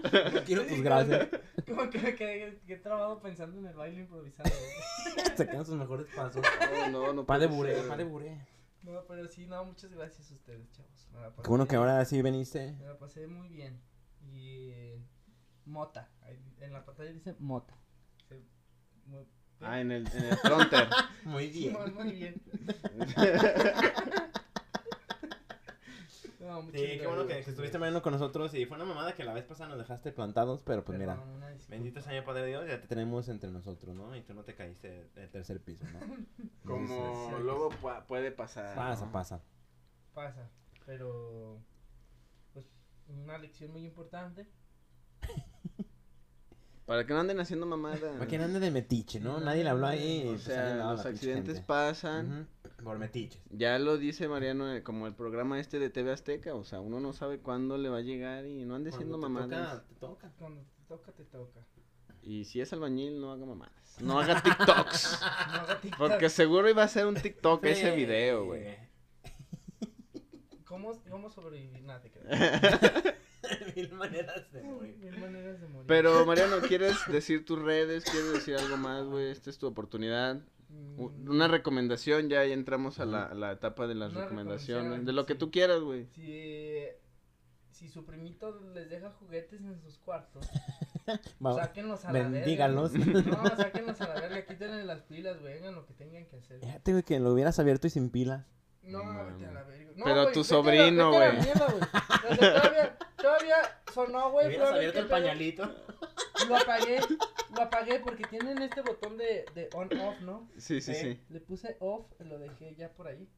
Speaker 2: No quiero tus gracias.
Speaker 1: [laughs]
Speaker 3: Como que me quedé que he trabado pensando en el baile improvisado. güey.
Speaker 2: Se quedan sus mejores pasos.
Speaker 1: No, no, no.
Speaker 2: Pa de
Speaker 1: puede
Speaker 2: buré,
Speaker 1: ser.
Speaker 2: pa de buré.
Speaker 3: No, pero sí, no, muchas gracias a ustedes, chavos. Me la pasé
Speaker 2: Qué bueno que
Speaker 3: bien,
Speaker 2: ahora sí veniste.
Speaker 3: Me la pasé muy bien. Y. eh, Mota. ahí En la pantalla dice Mota. Se- mu-
Speaker 1: Ah, en el, en el [laughs] fronter.
Speaker 2: Muy
Speaker 3: Simón, [laughs] muy bien. No, muchas
Speaker 7: Sí, qué bueno que,
Speaker 3: gracias.
Speaker 7: que estuviste,
Speaker 2: Pues
Speaker 7: Mariano, con nosotros. Y fue una mamada que la vez pasada nos dejaste plantados, pero pues mira.
Speaker 3: Perdón, una disculpa.
Speaker 7: Bendito sea mi Padre Dios, ya te tenemos entre nosotros, ¿no? Y tú no te caíste del tercer piso,
Speaker 1: [laughs]
Speaker 7: ¿no?
Speaker 1: Como
Speaker 3: Entonces,
Speaker 1: luego pu- puede pasar.
Speaker 2: Pasa,
Speaker 1: ¿no?
Speaker 2: pasa.
Speaker 3: pasa, pero pues una lección muy importante.
Speaker 1: Para que no anden haciendo mamadas.
Speaker 2: Para quien ande de metiche, ¿no? Nadie le habló ahí. y,
Speaker 1: O
Speaker 2: pues, ahí
Speaker 1: sea,
Speaker 2: andaba
Speaker 1: los
Speaker 2: la pinche
Speaker 1: accidentes
Speaker 2: gente.
Speaker 1: pasan.
Speaker 2: Ujú, Por metiches.
Speaker 1: Ya lo dice Mariano, eh, como el programa este de TV Azteca, o sea, uno no sabe cuándo le va a llegar y no ande siendo
Speaker 2: Cuando te
Speaker 1: mamadas.
Speaker 2: toca, te toca.
Speaker 3: Cuando te toca,
Speaker 2: [laughs]
Speaker 3: te toca.
Speaker 1: Y si es albañil, no haga mamadas. No haga TikToks.
Speaker 3: No haga TikTok.
Speaker 1: Porque seguro iba a ser un TikTok ese
Speaker 2: Sí.
Speaker 7: [laughs]
Speaker 1: video, güey.
Speaker 3: ¿Cómo, cómo sobrevivir? Nada, te creo.
Speaker 2: Mil maneras de morir.
Speaker 3: Mil maneras de morir.
Speaker 1: Pero Mariano, ¿quieres decir tus redes? ¿Quieres decir algo más, güey? Esta es tu oportunidad.
Speaker 3: Mm,
Speaker 1: U- Una recomendación, ya ahí entramos a la, a la etapa de las
Speaker 3: Una
Speaker 1: recomendaciones.
Speaker 3: recomendación,
Speaker 1: De lo que
Speaker 3: sí.
Speaker 1: tú quieras, güey.
Speaker 3: si, si su primito les deja juguetes en sus cuartos,
Speaker 7: Ah,
Speaker 2: Va-
Speaker 3: sáquenlos a
Speaker 2: bendígalos.
Speaker 3: la verga. No, sáquenlos a la verga, quítenle las pilas, güey, hagan lo que tengan que hacer.
Speaker 2: Fíjate, güey, que lo hubieras abierto y sin pilas.
Speaker 3: No,
Speaker 1: No
Speaker 3: vete a la verga. No,
Speaker 1: Pero
Speaker 3: güey,
Speaker 1: tu
Speaker 3: vete a la-
Speaker 1: sobrino,
Speaker 3: vete a la
Speaker 1: güey.
Speaker 3: mierda, güey. O sea, todavía, todavía sonó, güey.
Speaker 7: Hubieras
Speaker 3: fue a ver
Speaker 7: abierto
Speaker 3: qué
Speaker 7: el
Speaker 3: pedo.
Speaker 7: pañalito.
Speaker 2: [laughs]
Speaker 3: Lo apagué, lo apagué porque tienen este botón de, de on-off, ¿no?
Speaker 1: Sí, sí,
Speaker 7: Sí.
Speaker 1: sí.
Speaker 3: Le puse off, lo dejé ya por ahí.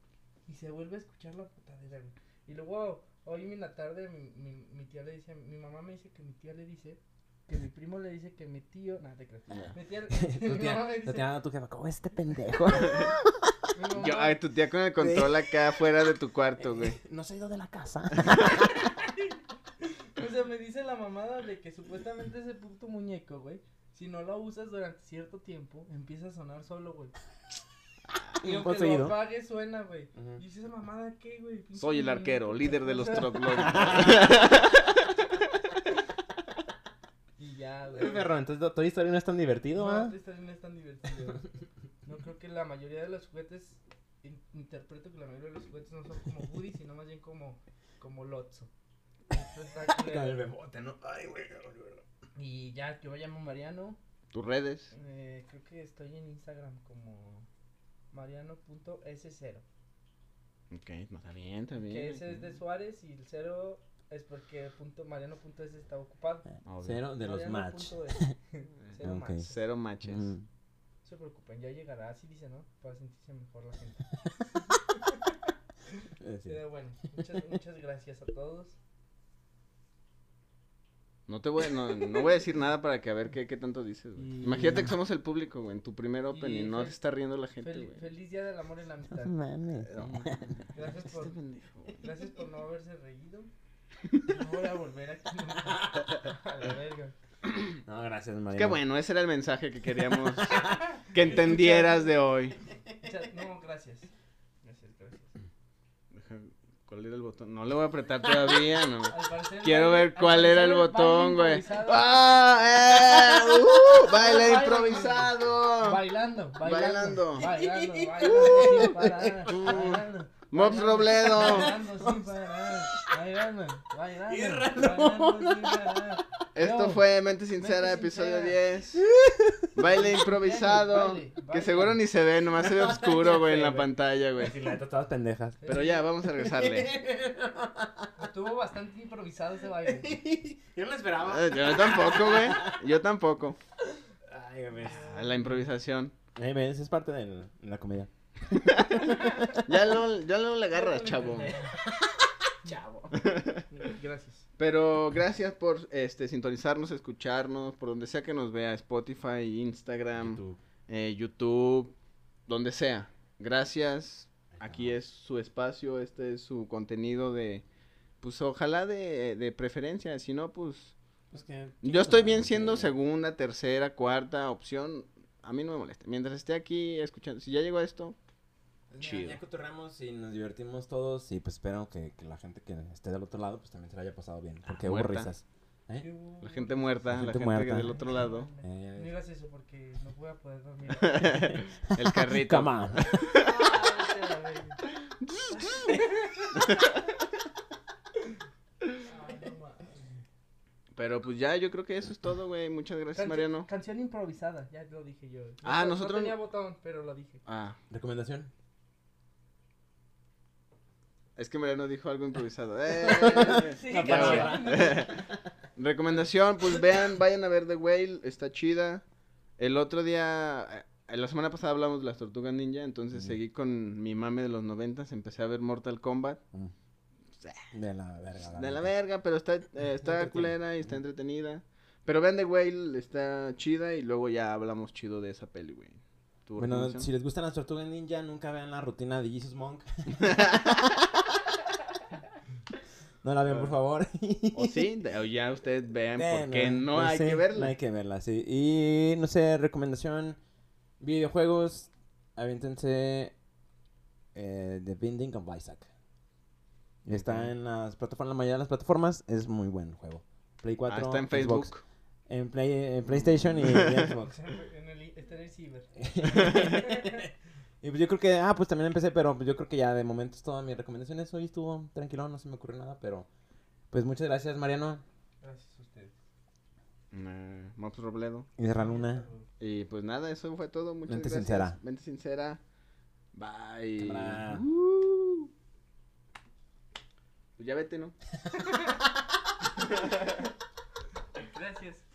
Speaker 3: Y se vuelve a escuchar la putadera, güey. Y luego, hoy en la tarde, mi, mi, mi tía le dice, mi mamá me dice que mi tía le dice, que mi primo le dice que mi tío, nada, te creas.
Speaker 2: [laughs]
Speaker 3: Mi tía,
Speaker 2: Tu
Speaker 3: mi mamá
Speaker 2: tía,
Speaker 3: me
Speaker 2: tu
Speaker 3: dice,
Speaker 2: tía, tu jefa, ¿cómo este
Speaker 1: [laughs]
Speaker 2: pendejo?
Speaker 3: mi mamá-
Speaker 1: Yo, ay, tu tía con el control acá afuera de tu cuarto, güey.
Speaker 2: [laughs] No se ha ido de
Speaker 7: [laughs]
Speaker 2: la casa. [laughs]
Speaker 3: O sea, me dice la mamada de que supuestamente ese puto muñeco, güey, si no lo usas durante cierto tiempo, empieza a sonar
Speaker 2: [laughs]
Speaker 3: solo, güey. Y aunque
Speaker 2: poseído.
Speaker 3: lo apague, suena, güey. Y dice esa mamada, ¿qué, güey? Pinche
Speaker 1: Soy el
Speaker 3: muñeco,
Speaker 1: arquero,
Speaker 3: ¿qué
Speaker 1: líder de los
Speaker 3: pasa?
Speaker 1: trogloditas.
Speaker 3: Y
Speaker 1: [laughs]
Speaker 3: ya, güey.
Speaker 2: Perro, entonces Toy Story no es tan divertido,
Speaker 3: No,
Speaker 2: ¿ah?
Speaker 3: esta historia no es tan divertido. No creo que la mayoría de los juguetes, in- interpreto que la mayoría de los juguetes no son como Woody, sino más bien como, como Lotso.
Speaker 2: [laughs]
Speaker 3: Esto está
Speaker 7: Con el
Speaker 3: culero.
Speaker 7: bebote, ¿no? Ay, güey, cabrón, güey.
Speaker 3: Y ya, yo me llamo Mariano.
Speaker 1: Tus redes.
Speaker 3: Eh, creo que estoy en Instagram como mariano.s0.
Speaker 1: Ok, no, está bien, está bien.
Speaker 3: Que ese es de Suárez y el 0 es porque punto mariano.s está ocupado.
Speaker 1: Obvio.
Speaker 2: Cero Ah, de los match.
Speaker 3: matches
Speaker 2: [laughs]
Speaker 3: Cero
Speaker 2: Ok.
Speaker 3: match.
Speaker 1: Cero matches.
Speaker 2: Mm.
Speaker 3: No se preocupen, ya llegará, así dice, ¿no? Para sentirse mejor la gente.
Speaker 2: Eh, sí.
Speaker 3: Pero bueno, muchas, muchas gracias a todos.
Speaker 1: No te voy, no, no voy a decir nada para que a ver qué, qué tanto dices, güey.
Speaker 3: Y-
Speaker 1: Imagínate que somos el público, güey, en tu primer open y,
Speaker 3: Y
Speaker 1: no
Speaker 3: fel-
Speaker 1: se está riendo la gente,
Speaker 3: Fel-
Speaker 1: güey.
Speaker 3: feliz día del amor y la amistad.
Speaker 2: No mames.
Speaker 3: Gracias por,
Speaker 1: Este pendejo, güey.
Speaker 3: gracias por no
Speaker 1: [laughs]
Speaker 3: haberse reído. No voy a volver aquí. [laughs] A la verga.
Speaker 2: No, gracias, Mariano.
Speaker 1: Qué bueno, ese
Speaker 3: [laughs]
Speaker 1: era el mensaje que queríamos que entendieras de hoy.
Speaker 3: Muchas- No, gracias.
Speaker 1: ¿Cuál era el botón? No le voy a apretar todavía,
Speaker 3: [laughs]
Speaker 1: no.
Speaker 3: Al parecer,
Speaker 1: Quiero
Speaker 3: baile-
Speaker 1: ver
Speaker 3: al
Speaker 1: cuál era
Speaker 3: parecer
Speaker 1: el
Speaker 3: baile
Speaker 1: botón, güey.
Speaker 3: improvisado.
Speaker 1: ¡Ah! ¡Eh! ¡Uh! ¡Baile
Speaker 3: Baila.
Speaker 1: improvisado!
Speaker 3: Bailando,
Speaker 1: Bailando. Uh.
Speaker 3: bailando.
Speaker 1: [laughs]
Speaker 3: Bailando, bailando, sin parar, bailando.
Speaker 1: ¡Mops Robledo!
Speaker 3: [laughs] Bailando sin parar, bailando, bailando, bailando sin parar.
Speaker 1: Esto
Speaker 3: Yo.
Speaker 1: fue Mente Sincera,
Speaker 3: Mente
Speaker 1: episodio
Speaker 3: Sincera.
Speaker 1: [laughs] 10. Baile improvisado.
Speaker 3: Baile, baile.
Speaker 1: Que seguro ni se ve, nomás se [laughs] ve oscuro, güey, en la pantalla, güey.
Speaker 7: Si la neta, todas pendejas.
Speaker 1: Pero ya, vamos a [laughs] regresarle.
Speaker 3: Estuvo bastante improvisado ese baile.
Speaker 7: [laughs] Yo no lo esperaba.
Speaker 1: Eh, Yo tampoco, güey. Yo tampoco.
Speaker 7: Ay, güey.
Speaker 1: A La improvisación.
Speaker 2: Ahí ves, es parte de la comedia.
Speaker 1: Ya lo, ya lo le agarras, chavo.
Speaker 3: [laughs] Chavo. Gracias.
Speaker 1: Pero gracias por este sintonizarnos, escucharnos, por donde sea que nos vea, Spotify, Instagram,
Speaker 7: YouTube.
Speaker 1: eh, YouTube, donde sea. Gracias. Aquí es su espacio, este es su contenido de, pues ojalá de, de preferencia, si no, pues
Speaker 7: Pues que-
Speaker 1: yo estoy bien
Speaker 7: que-
Speaker 1: siendo segunda, tercera, cuarta opción, a mí no me molesta. Mientras esté aquí escuchando, si ya llegó a esto,
Speaker 7: Pues mira,
Speaker 1: chido.
Speaker 7: Ya cotorramos y nos divertimos todos y pues espero que, que la gente que esté del otro lado pues también se la haya pasado bien. Porque hubo
Speaker 1: muerta.
Speaker 7: risas. ¿Eh?
Speaker 1: La gente muerta, la
Speaker 7: gente
Speaker 1: gente,
Speaker 7: muerta.
Speaker 1: que del otro [laughs] lado,
Speaker 7: Eh,
Speaker 3: No digas eso porque no voy a poder
Speaker 1: [laughs]
Speaker 3: dormir.
Speaker 1: el carrito.
Speaker 2: Cama.
Speaker 1: Pero pues ya, yo creo que eso es todo, güey. Muchas gracias,
Speaker 3: Canci-
Speaker 1: Mariano.
Speaker 3: Canción improvisada, ya lo dije yo. No
Speaker 1: Ah,
Speaker 3: te-
Speaker 1: nosotros-
Speaker 3: No tenía botón, pero lo dije.
Speaker 1: Ah,
Speaker 2: ¿Recomendación?
Speaker 1: es que Mariano dijo algo
Speaker 2: [laughs]
Speaker 1: improvisado. ¡Eh!
Speaker 3: Sí,
Speaker 1: Ya,
Speaker 3: claro.
Speaker 1: güey. [laughs] Recomendación, pues vean, vayan a ver The Whale, está chida. El otro día, eh, la semana pasada hablamos de las Tortugas Ninja, entonces seguí con mi mame de los noventas, empecé a ver Mortal Kombat.
Speaker 7: Mm.
Speaker 2: De la verga.
Speaker 1: De la verga, pero está, eh, está culera y está entretenida. Pero vean The Whale, está chida y luego ya hablamos chido de esa peli, güey. ¿Tu
Speaker 2: Bueno,
Speaker 1: recomendación?
Speaker 2: si les gustan las tortugas ninja, nunca vean la rutina de
Speaker 1: [laughs]
Speaker 2: Jesus Monk. no la vean, por favor.
Speaker 1: O sí, de- o ya ustedes
Speaker 2: [laughs]
Speaker 1: vean
Speaker 2: Bueno,
Speaker 1: porque no
Speaker 2: pues
Speaker 1: hay
Speaker 2: sí,
Speaker 1: que
Speaker 2: No
Speaker 1: verla.
Speaker 2: hay que verla, sí. Y no sé, recomendación: videojuegos. Aviéntense eh, The Binding of Isaac. Está en las plataformas, la mayoría de las plataformas. Es muy buen juego. Play 4.
Speaker 1: Ah, está en
Speaker 2: Xbox,
Speaker 1: Facebook.
Speaker 2: en, Play- en PlayStation y en
Speaker 1: [laughs]
Speaker 2: Xbox. [laughs]
Speaker 3: En el, está en el ciber.
Speaker 2: Y pues yo creo que, ah, pues también empecé, pero pues yo creo que ya de momento es todas mis recomendaciones. Hoy estuvo tranquilo, no se me ocurrió nada, pero pues muchas gracias, Mariano.
Speaker 3: Gracias a ustedes.
Speaker 1: Eh, Mops Robledo.
Speaker 2: Y de Raluna.
Speaker 1: Y pues nada, eso fue todo. Muchas
Speaker 2: Mente
Speaker 1: gracias.
Speaker 2: sincera.
Speaker 1: Mente sincera. Bye.
Speaker 2: Cámara.
Speaker 1: Uh. Pues ya vete, ¿no?
Speaker 3: Gracias.